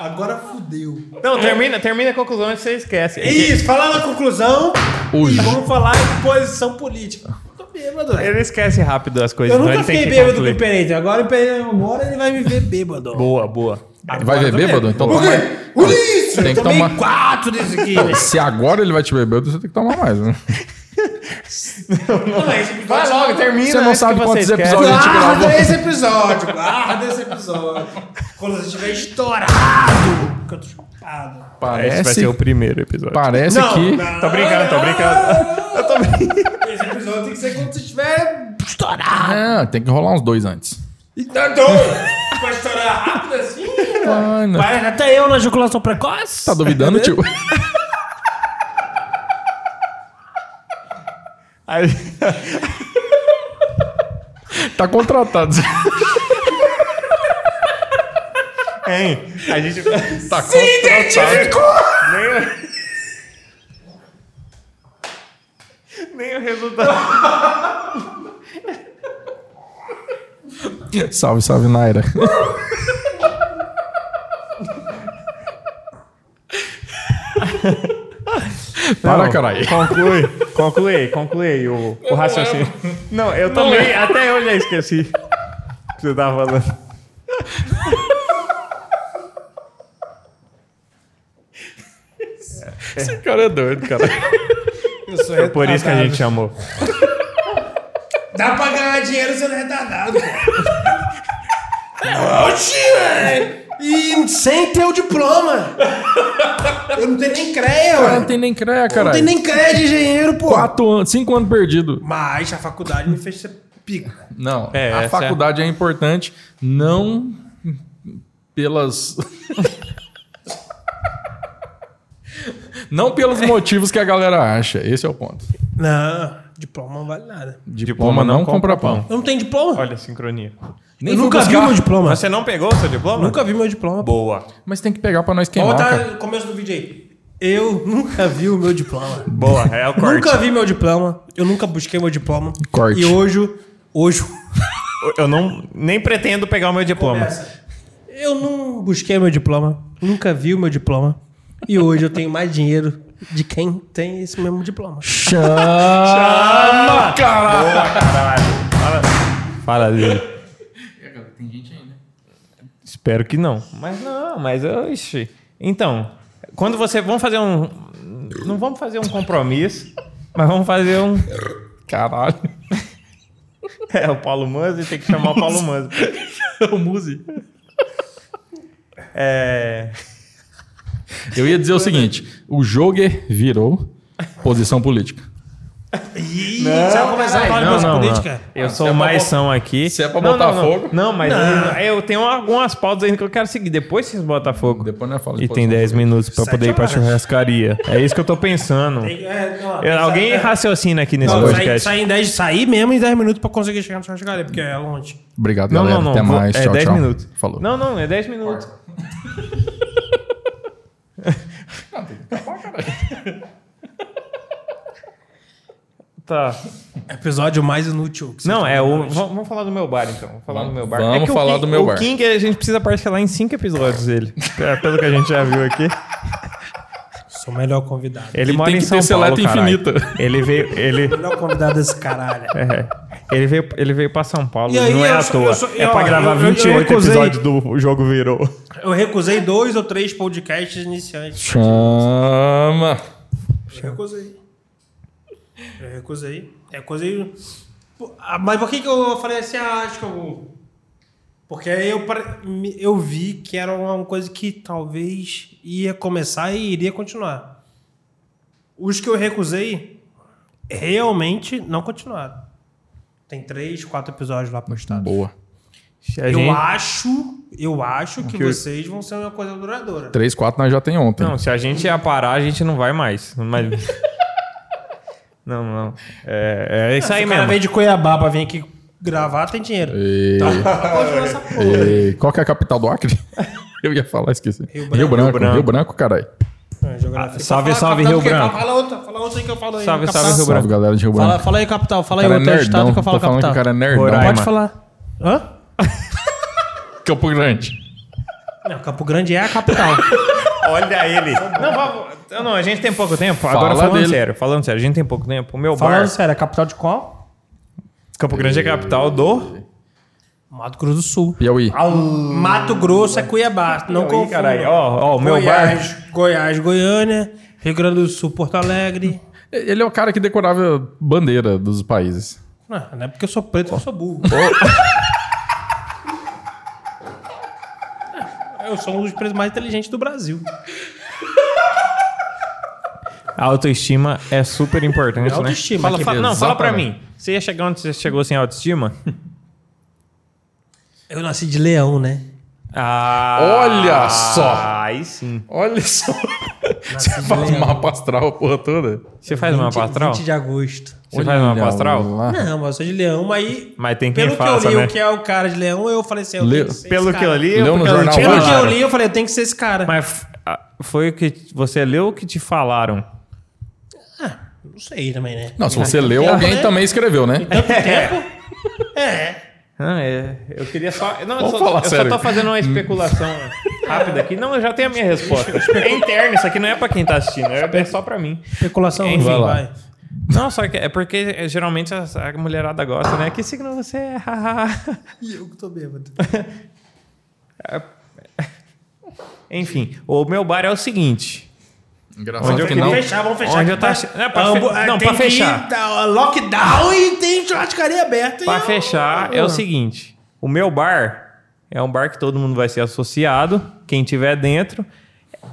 [SPEAKER 2] Agora fudeu.
[SPEAKER 3] Não, termina, termina a conclusão e você esquece.
[SPEAKER 2] É Isso, falar na conclusão
[SPEAKER 1] Hoje.
[SPEAKER 2] e vamos falar em posição política. Tô bêbado, né?
[SPEAKER 3] Ele esquece rápido as coisas.
[SPEAKER 2] Eu
[SPEAKER 3] então
[SPEAKER 2] nunca
[SPEAKER 3] ele tem
[SPEAKER 2] fiquei
[SPEAKER 3] que
[SPEAKER 2] bêbado com o
[SPEAKER 3] concluir.
[SPEAKER 2] Pereira. Agora o Pereira agora ele vai me ver bêbado.
[SPEAKER 3] Boa, boa.
[SPEAKER 1] Vai ver bêbado? Então
[SPEAKER 2] Por
[SPEAKER 1] toma.
[SPEAKER 2] quê? Ulisses,
[SPEAKER 1] Tem
[SPEAKER 2] eu
[SPEAKER 1] que
[SPEAKER 2] tomei
[SPEAKER 1] tomar-
[SPEAKER 2] quatro desse aqui. né?
[SPEAKER 1] Se agora ele vai te beber, você tem que tomar mais, né?
[SPEAKER 3] Vai logo, termina.
[SPEAKER 1] Você não
[SPEAKER 3] antes
[SPEAKER 1] sabe
[SPEAKER 3] que
[SPEAKER 1] quantos
[SPEAKER 3] esqueça.
[SPEAKER 1] episódios- a gente gravou.
[SPEAKER 2] Guarda esse episódio, guarda esse episódio. Quando você estiver estourado, porque eu tô chocado.
[SPEAKER 3] Esse Ah, vai
[SPEAKER 1] Parece,
[SPEAKER 3] ser o primeiro episódio.
[SPEAKER 1] parece que.
[SPEAKER 3] Tô Tá brincando, tô brincando.
[SPEAKER 2] Eu tô brincando. Esse episódio tem que ser quando você estiver estourado.
[SPEAKER 1] Ah, tem que rolar uns dois antes.
[SPEAKER 2] Então, doido. vai estourar rápido assim?
[SPEAKER 1] Ai, não.
[SPEAKER 2] Vai, até eu na ejaculação precoce.
[SPEAKER 1] Tá duvidando, tio?
[SPEAKER 3] Aí-
[SPEAKER 1] Tá contratado.
[SPEAKER 3] Hein? A gente.
[SPEAKER 1] Tá contratado.
[SPEAKER 3] Nem o... Nem o resultado.
[SPEAKER 1] Salve, salve, Naira. Para, caralho.
[SPEAKER 3] Conclui, conclui, conclui o, o raciocínio. Não, é. eu também, até eu já esqueci o que você tava falando.
[SPEAKER 1] Esse cara é doido, cara.
[SPEAKER 2] Eu sou
[SPEAKER 3] É por isso que a gente chamou.
[SPEAKER 2] Dá pra ganhar dinheiro sendo retardado, pô. Não, tio, é. E sem ter o diploma. Eu não tenho nem CREA,
[SPEAKER 1] Cara, não
[SPEAKER 2] ué.
[SPEAKER 1] tem nem creia,
[SPEAKER 2] Não
[SPEAKER 1] caralho.
[SPEAKER 2] tenho nem CREA de engenheiro, pô.
[SPEAKER 1] Quatro anos, cinco anos perdido.
[SPEAKER 2] Mas a faculdade me fez ser pica.
[SPEAKER 1] Não,
[SPEAKER 3] É,
[SPEAKER 1] a
[SPEAKER 3] essa
[SPEAKER 1] faculdade é... importante, não pelas. não pelos motivos que a galera acha. Esse é o ponto.
[SPEAKER 2] Não, diploma não vale nada.
[SPEAKER 1] Diploma, não, compra pão.
[SPEAKER 2] Eu não tenho diploma?
[SPEAKER 3] Olha a sincronia.
[SPEAKER 1] Nem
[SPEAKER 2] eu
[SPEAKER 1] fui
[SPEAKER 2] nunca vi
[SPEAKER 1] buscar.
[SPEAKER 2] meu diploma.
[SPEAKER 3] Você não pegou o seu diploma?
[SPEAKER 2] Nunca vi meu diploma. pô.
[SPEAKER 3] Boa.
[SPEAKER 1] Mas tem que pegar pra nós
[SPEAKER 2] Vou
[SPEAKER 1] queimar.
[SPEAKER 2] botar
[SPEAKER 1] cara.
[SPEAKER 2] no começo do vídeo aí. Eu nunca vi o meu diploma.
[SPEAKER 3] Boa, é o corte.
[SPEAKER 2] Nunca vi meu diploma. Eu nunca busquei meu diploma.
[SPEAKER 1] Corte.
[SPEAKER 2] E hoje, hoje,
[SPEAKER 3] Eu não, nem pretendo pegar o meu diploma.
[SPEAKER 2] Eu não busquei meu diploma, nunca vi o meu diploma. E hoje eu tenho mais dinheiro de quem tem esse mesmo diploma.
[SPEAKER 1] Chama, caralho. É,
[SPEAKER 3] Boa, caralho. Fala, fala dele.
[SPEAKER 1] Tem gente aí, né?
[SPEAKER 3] Espero que não. Mas não, mas eu. Ixi. Então, quando você. Vamos fazer um. Não vamos fazer um compromisso, mas vamos fazer um.
[SPEAKER 1] Caralho.
[SPEAKER 3] É, o Paulo Manzi tem que chamar o Paulo Manzi.
[SPEAKER 1] O Muzi.
[SPEAKER 3] É.
[SPEAKER 1] Eu ia dizer o seguinte: o Joger virou posição política.
[SPEAKER 2] é Você vai começar a falar de coisa política?
[SPEAKER 3] Eu
[SPEAKER 1] se é
[SPEAKER 3] sou
[SPEAKER 1] pra
[SPEAKER 3] mais
[SPEAKER 1] bot-
[SPEAKER 3] são aqui.
[SPEAKER 1] se é pra
[SPEAKER 3] Não,
[SPEAKER 1] botar
[SPEAKER 3] não, não.
[SPEAKER 1] fogo.
[SPEAKER 3] Não, mas eu eu tenho algumas pautas ainda que eu quero seguir. Depois vocês botam fogo.
[SPEAKER 1] Depois não é fala de
[SPEAKER 3] E tem
[SPEAKER 1] posição.
[SPEAKER 3] 10 minutos pra
[SPEAKER 2] Sete
[SPEAKER 3] poder ir pra
[SPEAKER 2] horas.
[SPEAKER 3] churrascaria. É isso que eu tô pensando.
[SPEAKER 2] Tem- é, não,
[SPEAKER 3] Eu-
[SPEAKER 1] né?
[SPEAKER 3] Alguém raciocina aqui nesse
[SPEAKER 2] Não, sair,
[SPEAKER 3] podcast.
[SPEAKER 2] sair, em 10, sair mesmo em 10 minutos pra conseguir chegar no churrascaria, porque é longe.
[SPEAKER 1] Obrigado,
[SPEAKER 3] Não,
[SPEAKER 1] galera.
[SPEAKER 3] não, não.
[SPEAKER 1] Até
[SPEAKER 3] Vou-
[SPEAKER 1] mais.
[SPEAKER 3] é
[SPEAKER 1] tchau,
[SPEAKER 3] 10
[SPEAKER 1] tchau.
[SPEAKER 3] minutos.
[SPEAKER 1] Falou.
[SPEAKER 3] Não, não, é 10 minutos. Tá.
[SPEAKER 2] Episódio mais inútil. que você
[SPEAKER 3] Não,
[SPEAKER 2] já
[SPEAKER 3] é
[SPEAKER 2] viu.
[SPEAKER 3] o. v- Vamos falar do meu bar, então. Vamos falar do meu bar.
[SPEAKER 1] Vamos
[SPEAKER 3] É que o
[SPEAKER 1] falar
[SPEAKER 3] King-
[SPEAKER 1] do meu
[SPEAKER 3] O
[SPEAKER 1] bar.
[SPEAKER 3] King, a gente precisa parcelar em cinco episódios dele. É, Pelo que a gente já viu aqui.
[SPEAKER 2] Sou o melhor convidado.
[SPEAKER 3] Ele
[SPEAKER 1] E
[SPEAKER 3] mora
[SPEAKER 1] tem
[SPEAKER 3] em
[SPEAKER 1] que
[SPEAKER 3] São
[SPEAKER 1] ter
[SPEAKER 3] Paulo,
[SPEAKER 1] seleta
[SPEAKER 3] caralho.
[SPEAKER 1] infinita.
[SPEAKER 3] Ele veio. Ele,
[SPEAKER 2] Melhor convidado desse caralho.
[SPEAKER 3] é. ele veio, ele veio pra São Paulo,
[SPEAKER 2] E aí,
[SPEAKER 3] não é
[SPEAKER 2] eu
[SPEAKER 3] à
[SPEAKER 2] sou-
[SPEAKER 3] toa.
[SPEAKER 2] eu sou-
[SPEAKER 3] é pra
[SPEAKER 2] ó,
[SPEAKER 3] gravar
[SPEAKER 2] eu- eu- eu
[SPEAKER 3] 28
[SPEAKER 2] recusei.
[SPEAKER 3] episódios do O Jogo Virou.
[SPEAKER 2] Eu recusei dois ou três podcasts iniciantes.
[SPEAKER 1] Chama.
[SPEAKER 2] Eu recusei. Eu recusei. Eu recusei. É Pô, ah, Mas por que, que eu falei assim? Ah, acho que eu vou. Porque aí eu, pare- me- eu vi que era uma coisa que talvez ia começar e iria continuar. Os que eu recusei realmente não continuaram. Tem três, quatro episódios lá postados.
[SPEAKER 1] Tá Boa.
[SPEAKER 3] A
[SPEAKER 2] Eu
[SPEAKER 3] gente-
[SPEAKER 2] acho, eu acho que
[SPEAKER 3] eu-
[SPEAKER 2] vocês vão ser uma coisa duradoura.
[SPEAKER 1] 3, 4 nós já tem ontem.
[SPEAKER 3] Não, se a gente ia parar, a gente não vai mais. Mas... não, não. É, é isso aí
[SPEAKER 2] Se o cara
[SPEAKER 3] mesmo.
[SPEAKER 2] veio de Cuiabá pra vir aqui gravar, tem dinheiro. Então,
[SPEAKER 1] E-
[SPEAKER 2] Continua essa porra.
[SPEAKER 1] e- Qual que é a capital do Acre? Eu ia falar, esqueci. Rio
[SPEAKER 2] Branco.
[SPEAKER 1] Branco. Rio Branco,
[SPEAKER 3] Branco.
[SPEAKER 1] caralho.
[SPEAKER 2] É, geografia.
[SPEAKER 3] Ah, Salve,
[SPEAKER 2] Fala,
[SPEAKER 3] salve,
[SPEAKER 2] capital
[SPEAKER 3] Rio
[SPEAKER 2] do Cuiabá.
[SPEAKER 3] Branco.
[SPEAKER 2] Fala outra, fala outra aí que eu falo aí.
[SPEAKER 3] Salve,
[SPEAKER 2] capital.
[SPEAKER 3] salve, Rio
[SPEAKER 1] Salve,
[SPEAKER 3] Branco.
[SPEAKER 1] galera de Rio
[SPEAKER 2] Fala,
[SPEAKER 1] Branco.
[SPEAKER 2] fala aí, capital. Fala aí
[SPEAKER 1] Cara é
[SPEAKER 2] outro estado que eu
[SPEAKER 1] nerdão.
[SPEAKER 2] falo
[SPEAKER 1] Tô falando que
[SPEAKER 2] capital.
[SPEAKER 1] o cara é
[SPEAKER 3] Roraima.
[SPEAKER 1] nerdão.
[SPEAKER 2] Pode falar. Hã?
[SPEAKER 1] Campo Grande.
[SPEAKER 2] Não, Campo Grande é a capital.
[SPEAKER 3] Olha ele. Não, vamos- não, a gente tem pouco tempo. Agora
[SPEAKER 1] Fala
[SPEAKER 3] falando
[SPEAKER 1] dele.
[SPEAKER 3] sério, falando sério, a gente tem pouco tempo. O meu
[SPEAKER 2] Falando
[SPEAKER 3] bar,
[SPEAKER 2] sério, é a capital de qual?
[SPEAKER 3] Campo Grande é a capital do...
[SPEAKER 2] Mato Grosso do Sul.
[SPEAKER 1] Piauí.
[SPEAKER 2] Mato Grosso é Cuiabá. Não
[SPEAKER 3] Ih,
[SPEAKER 2] confunda.
[SPEAKER 3] caralho. Ó, ó, o meu bar...
[SPEAKER 2] Goiás, Goiás, Goiânia. Rio Grande do Sul, Porto Alegre.
[SPEAKER 1] Ele é o cara que decorava bandeira dos países.
[SPEAKER 2] Não, não é porque eu sou preto que eu sou burro. Eu sou um dos presos mais inteligentes do Brasil.
[SPEAKER 3] É A autoestima é super importante, né?
[SPEAKER 2] autoestima,
[SPEAKER 3] Fala,
[SPEAKER 2] que
[SPEAKER 3] fala- não,
[SPEAKER 1] beleza.
[SPEAKER 3] fala pra mim.
[SPEAKER 1] Exatamente.
[SPEAKER 3] Você ia chegar onde você chegou sem autoestima?
[SPEAKER 2] Eu nasci de leão, né?
[SPEAKER 3] Ah,
[SPEAKER 1] Olha só.
[SPEAKER 3] Aí sim.
[SPEAKER 1] Olha só. Você faz mapa astral a porra toda.
[SPEAKER 3] Você faz uma
[SPEAKER 2] 20
[SPEAKER 3] pastral?
[SPEAKER 2] 20 de agosto.
[SPEAKER 3] Você faz uma
[SPEAKER 1] Olha
[SPEAKER 3] pastral?
[SPEAKER 1] lá.
[SPEAKER 2] Não, mas eu sou de leão, mas aí...
[SPEAKER 3] Mas tem quem
[SPEAKER 2] Pelo que
[SPEAKER 3] faça,
[SPEAKER 2] eu li
[SPEAKER 3] né?
[SPEAKER 2] o que é o cara de leão, eu falei assim... Eu
[SPEAKER 1] Le-
[SPEAKER 2] tenho que ser
[SPEAKER 3] Pelo
[SPEAKER 2] esse
[SPEAKER 3] que eu
[SPEAKER 2] cara.
[SPEAKER 3] li,
[SPEAKER 1] Leu no
[SPEAKER 3] eu porque eu
[SPEAKER 1] jornal,
[SPEAKER 3] tinha-
[SPEAKER 2] Pelo que eu
[SPEAKER 1] Falaram.
[SPEAKER 2] li, eu falei, eu tenho que ser esse cara.
[SPEAKER 3] Mas f- ah, foi o que você leu o que te falaram?
[SPEAKER 2] Não sei também, né?
[SPEAKER 1] Não, se você leu, alguém também escreu, né?
[SPEAKER 3] Então,
[SPEAKER 2] Tanto tempo...
[SPEAKER 3] Ah, é. Eu queria só. Não, eu
[SPEAKER 1] Vamos
[SPEAKER 3] só,
[SPEAKER 1] falar
[SPEAKER 3] eu só
[SPEAKER 1] sério.
[SPEAKER 3] tô fazendo uma especulação rápida aqui. Não, eu já tenho a minha resposta. É interno, isso aqui não é pra quem tá assistindo, é é só pra mim.
[SPEAKER 2] Especulação
[SPEAKER 3] Enfim,
[SPEAKER 2] ruim,
[SPEAKER 1] vai
[SPEAKER 2] vai.
[SPEAKER 1] lá.
[SPEAKER 3] Não, só que é porque é, geralmente a, a mulherada gosta, né? Que signo você é?
[SPEAKER 2] E eu que tô bêbado.
[SPEAKER 3] Enfim, o meu bar é o seguinte.
[SPEAKER 1] Engraçado
[SPEAKER 3] eu
[SPEAKER 1] que
[SPEAKER 3] queria
[SPEAKER 1] não.
[SPEAKER 2] Fechar, vamos fechar.
[SPEAKER 3] Onde
[SPEAKER 2] aqui,
[SPEAKER 3] eu tá-
[SPEAKER 2] tá?
[SPEAKER 3] é, pra fe-
[SPEAKER 2] Ambo-
[SPEAKER 3] não,
[SPEAKER 2] tem
[SPEAKER 3] pra
[SPEAKER 2] que ir,
[SPEAKER 3] fechar.
[SPEAKER 2] tá, lockdown e tem churrascaria aberta.
[SPEAKER 3] Pra
[SPEAKER 2] e-
[SPEAKER 3] fechar, é o seguinte: o meu bar é um bar que todo mundo vai ser associado, quem tiver dentro.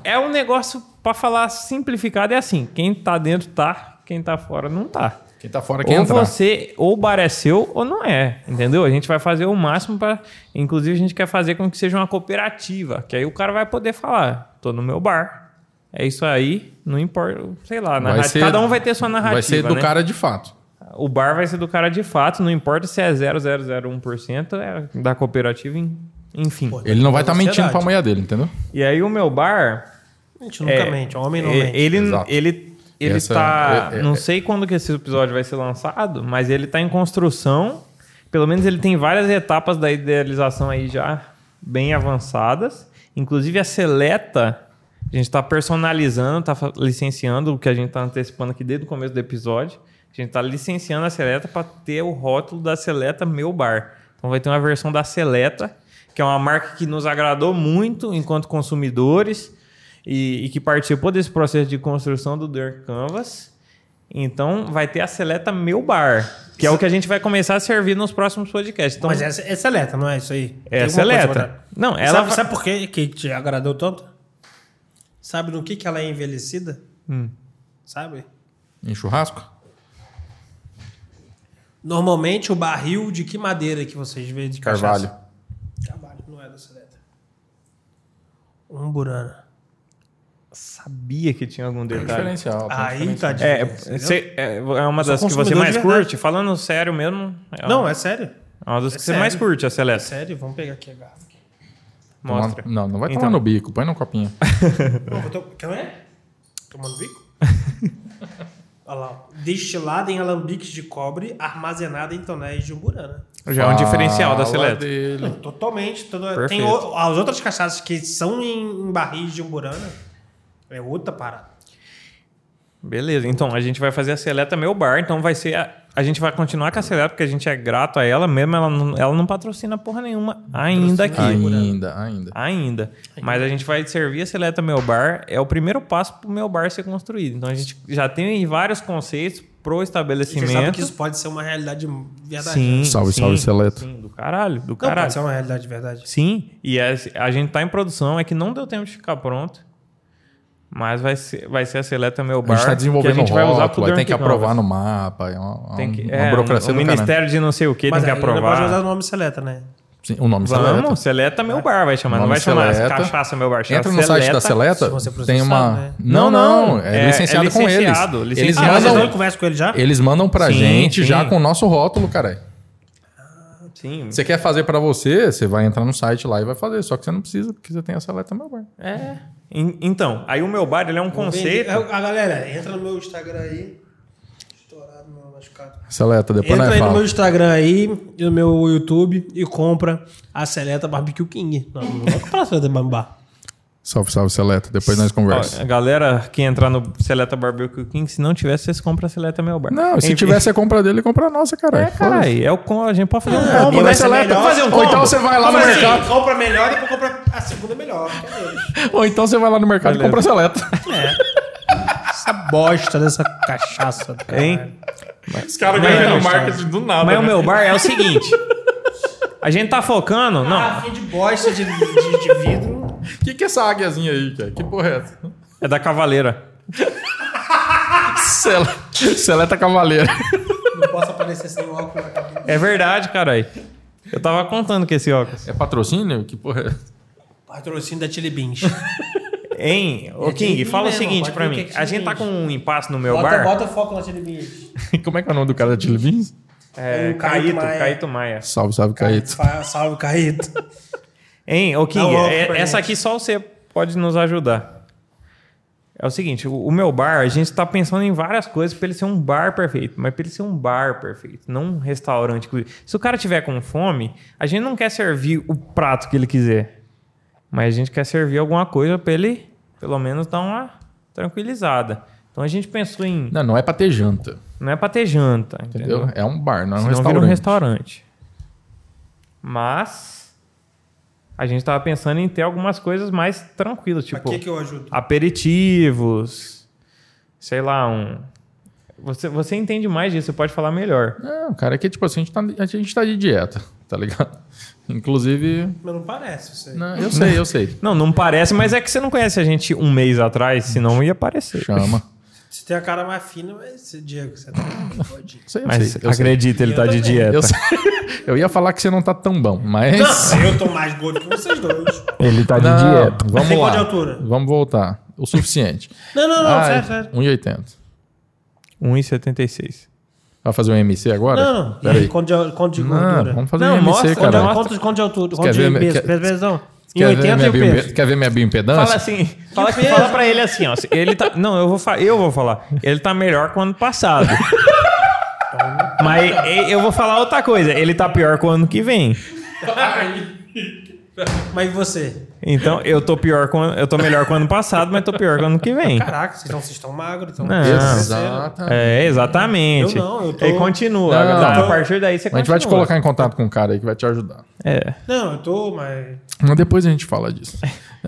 [SPEAKER 3] É um negócio, pra falar simplificado, é assim: quem tá dentro tá, quem tá fora não tá.
[SPEAKER 1] Quem tá fora quem
[SPEAKER 3] Ou
[SPEAKER 1] entrar.
[SPEAKER 3] você, ou o bar é seu, ou não é, entendeu? A gente vai fazer o máximo pra. Inclusive, a gente quer fazer com que seja uma cooperativa, que aí o cara vai poder falar: tô no meu bar. É isso aí, não importa, sei lá, narra-
[SPEAKER 1] ser-
[SPEAKER 3] cada um vai ter sua narrativa.
[SPEAKER 1] Vai ser do
[SPEAKER 3] né?
[SPEAKER 1] cara de fato.
[SPEAKER 3] O bar vai ser do cara de fato, não importa se é 0001%, é da cooperativa, en- enfim.
[SPEAKER 1] Ele não vai estar mentindo
[SPEAKER 2] Sociedade.
[SPEAKER 1] pra mulher dele, entendeu?
[SPEAKER 3] E aí o meu bar.
[SPEAKER 2] A gente nunca
[SPEAKER 3] é,
[SPEAKER 2] mente, homem não
[SPEAKER 3] é,
[SPEAKER 2] mente.
[SPEAKER 3] Ele,
[SPEAKER 1] Exato.
[SPEAKER 3] ele, ele
[SPEAKER 1] Essa-
[SPEAKER 3] tá.
[SPEAKER 1] é- é-
[SPEAKER 3] não
[SPEAKER 1] é-
[SPEAKER 3] sei quando que esse episódio vai ser lançado, mas ele tá em construção. Pelo menos ele tem várias etapas da idealização aí já bem avançadas. Inclusive a seleta. A gente tá personalizando, tá fa- licenciando o que a gente tá antecipando aqui desde o começo do episódio. A gente tá licenciando a seleta para ter o rótulo da seleta Meu Bar. Então vai ter uma versão da seleta, que é uma marca que nos agradou muito enquanto consumidores e, e que participou desse processo de construção do Dirt Canvas. Então vai ter a seleta Meu Bar, que é o que a gente vai começar a servir nos próximos podcasts. Então,
[SPEAKER 2] Mas essa é seleta, não é isso aí? Tem
[SPEAKER 3] é a
[SPEAKER 2] alguma coisa pra
[SPEAKER 3] seleta.
[SPEAKER 2] dar.
[SPEAKER 3] Não,
[SPEAKER 2] Ela
[SPEAKER 3] ela
[SPEAKER 2] sabe, sabe por quê que te agradou tanto? Sabe no que, que ela
[SPEAKER 3] Hum.
[SPEAKER 2] é envelhecida? Sabe?
[SPEAKER 1] Em churrasco?
[SPEAKER 2] Normalmente o barril de que madeira que vocês vêem de
[SPEAKER 1] Carvalho.
[SPEAKER 2] cachaça? Carvalho, não é dessa letra. Um burana.
[SPEAKER 3] Sabia que tinha algum
[SPEAKER 1] Tem um
[SPEAKER 3] detalhe.
[SPEAKER 1] diferencial. tem um
[SPEAKER 2] Aí tá
[SPEAKER 1] diferencial.
[SPEAKER 3] É,
[SPEAKER 2] difícil.
[SPEAKER 3] é, cê- é, é uma
[SPEAKER 2] Sou
[SPEAKER 3] das que você
[SPEAKER 2] consumidor
[SPEAKER 3] mais
[SPEAKER 2] de verdade.
[SPEAKER 3] curte? Falando sério mesmo. É
[SPEAKER 2] Não,
[SPEAKER 3] uma,
[SPEAKER 2] é sério.
[SPEAKER 3] é uma das
[SPEAKER 2] é
[SPEAKER 3] que você mais
[SPEAKER 2] sério.
[SPEAKER 3] curte, a
[SPEAKER 2] É
[SPEAKER 3] Celeste.
[SPEAKER 2] sério, vamos pegar aqui a garrafa. aqui.
[SPEAKER 1] Toma-
[SPEAKER 3] Mostra.
[SPEAKER 1] Não, não vai tomar
[SPEAKER 3] Então.
[SPEAKER 1] no bico. Põe no copinho.
[SPEAKER 2] Não, vou to- Quer ver? Tomando bico? Olha lá. ó. Destilada em alambiques de cobre, armazenada em tonéis de umburana.
[SPEAKER 3] Já é um diferencial da
[SPEAKER 1] Fala
[SPEAKER 3] Celeste.
[SPEAKER 1] dele.
[SPEAKER 2] Totalmente. Toda... Tem
[SPEAKER 3] Perfeito.
[SPEAKER 2] o- as outras cachaças que são em, em barris de umburana. É outra parada.
[SPEAKER 3] Beleza, então a gente vai fazer a Seleta Meu Bar, então vai ser. A, a gente vai continuar com a Seleta, porque a gente é grato a ela mesmo, ela não, ela não patrocina porra nenhuma ainda aqui.
[SPEAKER 1] Ainda, ainda.
[SPEAKER 3] Ainda.
[SPEAKER 2] é.
[SPEAKER 3] Mas a gente vai servir a Seleta Meu Bar, é o primeiro passo pro meu bar ser construído. Então a gente já tem vários conceitos pro
[SPEAKER 2] A gente sabe
[SPEAKER 3] estabelecimento.
[SPEAKER 2] que isso pode ser uma realidade verdade. né?
[SPEAKER 3] Sim,
[SPEAKER 1] Salve,
[SPEAKER 3] sim,
[SPEAKER 1] salve, Seleta.
[SPEAKER 3] Sim, do caralho, do
[SPEAKER 2] Não, é um- pode
[SPEAKER 3] caralho.
[SPEAKER 2] ser uma realidade de verdade.
[SPEAKER 3] Sim, e a, a gente tá em produção, é que não deu tempo de ficar pronto. Mas vai ser, vai ser a Seleta Meu
[SPEAKER 1] A
[SPEAKER 3] Bar.
[SPEAKER 1] gente tá desenvolvendo
[SPEAKER 3] que a gente vai usar pro
[SPEAKER 1] rótulo, aí tem
[SPEAKER 3] Drunk
[SPEAKER 1] que aprovar
[SPEAKER 3] Canvas.
[SPEAKER 1] no mapa. É uma,
[SPEAKER 3] Tem
[SPEAKER 1] uma-
[SPEAKER 3] que,
[SPEAKER 1] uma
[SPEAKER 3] é,
[SPEAKER 1] burocracia
[SPEAKER 3] o
[SPEAKER 1] do caralho.
[SPEAKER 3] Ministério de não sei o que tem
[SPEAKER 2] Mas
[SPEAKER 3] que
[SPEAKER 2] aí não pode usar É. o
[SPEAKER 3] aprovar.
[SPEAKER 2] nome seleta, né?
[SPEAKER 1] Sim, o nome
[SPEAKER 3] Vamos,
[SPEAKER 1] Seleta.
[SPEAKER 3] Seleta Meu Bar vai chamar. Não
[SPEAKER 1] Nome
[SPEAKER 3] vai chamar
[SPEAKER 1] Seleta.
[SPEAKER 3] Cachaça Meu Bar. chama
[SPEAKER 1] Entra no site da
[SPEAKER 2] Se
[SPEAKER 1] Seleta,
[SPEAKER 2] você processar,
[SPEAKER 1] tem uma...
[SPEAKER 2] né?
[SPEAKER 1] Não, não, é,
[SPEAKER 3] é
[SPEAKER 1] licenciado com eles.
[SPEAKER 3] licenciado,
[SPEAKER 1] Eles
[SPEAKER 3] licenciado.
[SPEAKER 2] Ah, mas
[SPEAKER 3] mas
[SPEAKER 2] vocês
[SPEAKER 3] não-
[SPEAKER 1] mandam,
[SPEAKER 2] não conversam com ele já?
[SPEAKER 1] eles mandam pra
[SPEAKER 3] Sim,
[SPEAKER 1] gente
[SPEAKER 3] sim.
[SPEAKER 1] já com o nosso rótulo, cara.
[SPEAKER 3] Sim.
[SPEAKER 1] Você quer fazer pra você, você vai entrar no site lá e vai fazer. Só que você não precisa, porque você tem a Seleta Meu Bar.
[SPEAKER 3] É. En- Então, aí o Meu Bar ele é um conceito.
[SPEAKER 2] A galera, entra no meu Instagram aí. Estourado, meu machucado.
[SPEAKER 1] Seleta, depois
[SPEAKER 2] Entra
[SPEAKER 1] É nós
[SPEAKER 2] aí no meu
[SPEAKER 1] fala.
[SPEAKER 2] Instagram aí, e no meu YouTube e compra a Seleta Barbecue King. Não, não vai comprar a Seleta Bambá.
[SPEAKER 1] Salve, salve, Seleta. Depois nós
[SPEAKER 3] Ó, é.
[SPEAKER 1] conversa.
[SPEAKER 3] a galera que entrar no Seleta Barbecue King, se não tivesse, vocês compram a Seleta Meu Bar.
[SPEAKER 1] Não, se
[SPEAKER 3] Enfim.
[SPEAKER 1] tiver, você compra dele e compra a nossa, caralho.
[SPEAKER 3] É, caralho, é o com... a gente pode fazer um combo,
[SPEAKER 1] Compra
[SPEAKER 3] né?
[SPEAKER 1] a Ah, Seleta.
[SPEAKER 2] melhor. Fazer um
[SPEAKER 1] Ou então você vai lá no
[SPEAKER 2] Compra assim,
[SPEAKER 1] mercado.
[SPEAKER 2] compra a melhor e depois compra a segunda melhor. que é deles.
[SPEAKER 1] Ou então você vai lá no mercado e compra a Seleta.
[SPEAKER 2] Essa bosta dessa cachaça. do caralho.
[SPEAKER 3] Hein?
[SPEAKER 1] Os caras
[SPEAKER 3] ganham no
[SPEAKER 1] marketing do nada.
[SPEAKER 3] Mas o Meu Bar é o seguinte. A gente tá focando. Não,
[SPEAKER 2] Garrafinha de bosta de, de, de vidro.
[SPEAKER 1] O que, que é essa águiazinha aí, cara? Que porra é essa?
[SPEAKER 3] é da Cavaleira.
[SPEAKER 1] Sele- Seleta Cavaleira.
[SPEAKER 2] Não posso aparecer sem o óculos na cabeça.
[SPEAKER 3] É verdade, caralho. Eu tava contando com esse óculos.
[SPEAKER 1] É patrocínio? Que porra é essa?
[SPEAKER 2] Patrocínio da Chili Beans.
[SPEAKER 3] Hein, ô
[SPEAKER 2] É
[SPEAKER 3] King,
[SPEAKER 2] de mim
[SPEAKER 3] fala o
[SPEAKER 2] mesmo,
[SPEAKER 3] seguinte
[SPEAKER 2] pode
[SPEAKER 3] pra
[SPEAKER 2] ver
[SPEAKER 3] mim.
[SPEAKER 2] que é
[SPEAKER 3] A
[SPEAKER 2] de
[SPEAKER 3] gente
[SPEAKER 2] mim.
[SPEAKER 3] tá com um impasse no meu
[SPEAKER 2] Bota,
[SPEAKER 3] bar.
[SPEAKER 2] bota foco na Chili Beans.
[SPEAKER 1] Como é que é o nome do cara da Chili Beans?
[SPEAKER 3] É, Caíto,
[SPEAKER 2] O um Caíto Maia.
[SPEAKER 3] Caíto Maia.
[SPEAKER 1] Salve, salve, Caíto.
[SPEAKER 2] Fa- Salve, Caíto.
[SPEAKER 3] Hein, ô King,
[SPEAKER 2] óculos
[SPEAKER 3] é-
[SPEAKER 2] pra
[SPEAKER 3] essa
[SPEAKER 2] gente.
[SPEAKER 3] aqui só você pode nos ajudar. É o seguinte, o, o meu bar, a gente tá pensando em várias coisas pra ele ser um bar perfeito, mas pra ele ser um bar perfeito, não um restaurante. Se o cara tiver com fome, a gente não quer servir o prato que ele quiser, mas a gente quer servir alguma coisa pra ele, pelo menos, dar uma tranquilizada. Então a gente pensou em.
[SPEAKER 1] Não, não é pra ter janta,
[SPEAKER 3] Não é pra ter janta, entendeu?
[SPEAKER 1] entendeu? É um bar, não é um
[SPEAKER 3] Senão
[SPEAKER 1] restaurante.
[SPEAKER 3] vira um restaurante. Mas a gente tava pensando em ter algumas coisas mais tranquilas,
[SPEAKER 2] Pra
[SPEAKER 3] tipo
[SPEAKER 2] que que eu ajudo?
[SPEAKER 3] aperitivos, sei lá, um. Você, você entende mais disso, você pode falar melhor.
[SPEAKER 1] É, o cara que, tipo assim, a gente, tá, a gente tá de dieta, tá ligado? Inclusive...
[SPEAKER 2] Mas não parece isso aí.
[SPEAKER 1] né, eu sei, eu sei.
[SPEAKER 3] Não, não parece, mas é que você não conhece a gente um mês atrás, senão ia aparecer.
[SPEAKER 1] Chama.
[SPEAKER 2] Você tem a cara mais fina, mas esse Diego, você tá fodido.
[SPEAKER 1] Sei, eu
[SPEAKER 3] Mas
[SPEAKER 1] sei, eu sei.
[SPEAKER 3] acredita, ele tá de dieta.
[SPEAKER 1] Eu, sei. eu ia falar que você não tá tão bom,
[SPEAKER 2] É
[SPEAKER 1] mas...
[SPEAKER 2] Não, eu tô mais gordo que vocês dois.
[SPEAKER 3] Ele tá de
[SPEAKER 1] Não,
[SPEAKER 3] dieta.
[SPEAKER 1] vamos
[SPEAKER 2] Tem
[SPEAKER 1] lá.
[SPEAKER 2] qual de altura?
[SPEAKER 1] Vamos voltar. O suficiente.
[SPEAKER 2] Não, não, não,
[SPEAKER 1] Ah,
[SPEAKER 2] sério, sério.
[SPEAKER 1] 1,80.
[SPEAKER 3] 1,76.
[SPEAKER 1] Vai fazer um MC agora?
[SPEAKER 2] Não, não. E
[SPEAKER 1] Peraí.
[SPEAKER 2] aí, quanto de, quanto de
[SPEAKER 1] Não,
[SPEAKER 2] gordura?
[SPEAKER 1] vamos fazer
[SPEAKER 3] Não,
[SPEAKER 1] um MC,
[SPEAKER 3] mostra,
[SPEAKER 1] cara.
[SPEAKER 3] não,
[SPEAKER 2] Quanto, quanto de altura?
[SPEAKER 1] quer
[SPEAKER 2] Quanto de
[SPEAKER 1] ver-
[SPEAKER 2] peso?
[SPEAKER 1] quer-
[SPEAKER 2] Peso, peso, não. Em
[SPEAKER 1] Quer ver,
[SPEAKER 2] 80
[SPEAKER 1] minha
[SPEAKER 2] e o peso.
[SPEAKER 1] bioimpe- quer ver minha bioimpedância?
[SPEAKER 3] Fala assim, fala, que- fala pra ele assim, ó. Ele tá, não, eu vou, fa- eu vou falar. Ele tá melhor que o ano passado. Mas e- eu vou falar outra coisa. Ele tá pior que o ano que vem.
[SPEAKER 2] Mas e você?
[SPEAKER 3] Então, eu tô pior com, eu tô melhor que o ano passado, mas tô pior que o ano que vem.
[SPEAKER 2] Caraca, vocês estão, vocês estão magros, estão...
[SPEAKER 3] Não.
[SPEAKER 1] Exatamente.
[SPEAKER 3] É, exatamente.
[SPEAKER 2] Eu não, eu tô-
[SPEAKER 3] E continua.
[SPEAKER 1] Não,
[SPEAKER 3] Agora,
[SPEAKER 1] eu tô-
[SPEAKER 3] A partir daí você
[SPEAKER 1] A gente vai te colocar em contato com um cara aí que vai te ajudar.
[SPEAKER 3] É,
[SPEAKER 2] Não, eu tô, mas...
[SPEAKER 1] Mas depois a gente fala disso.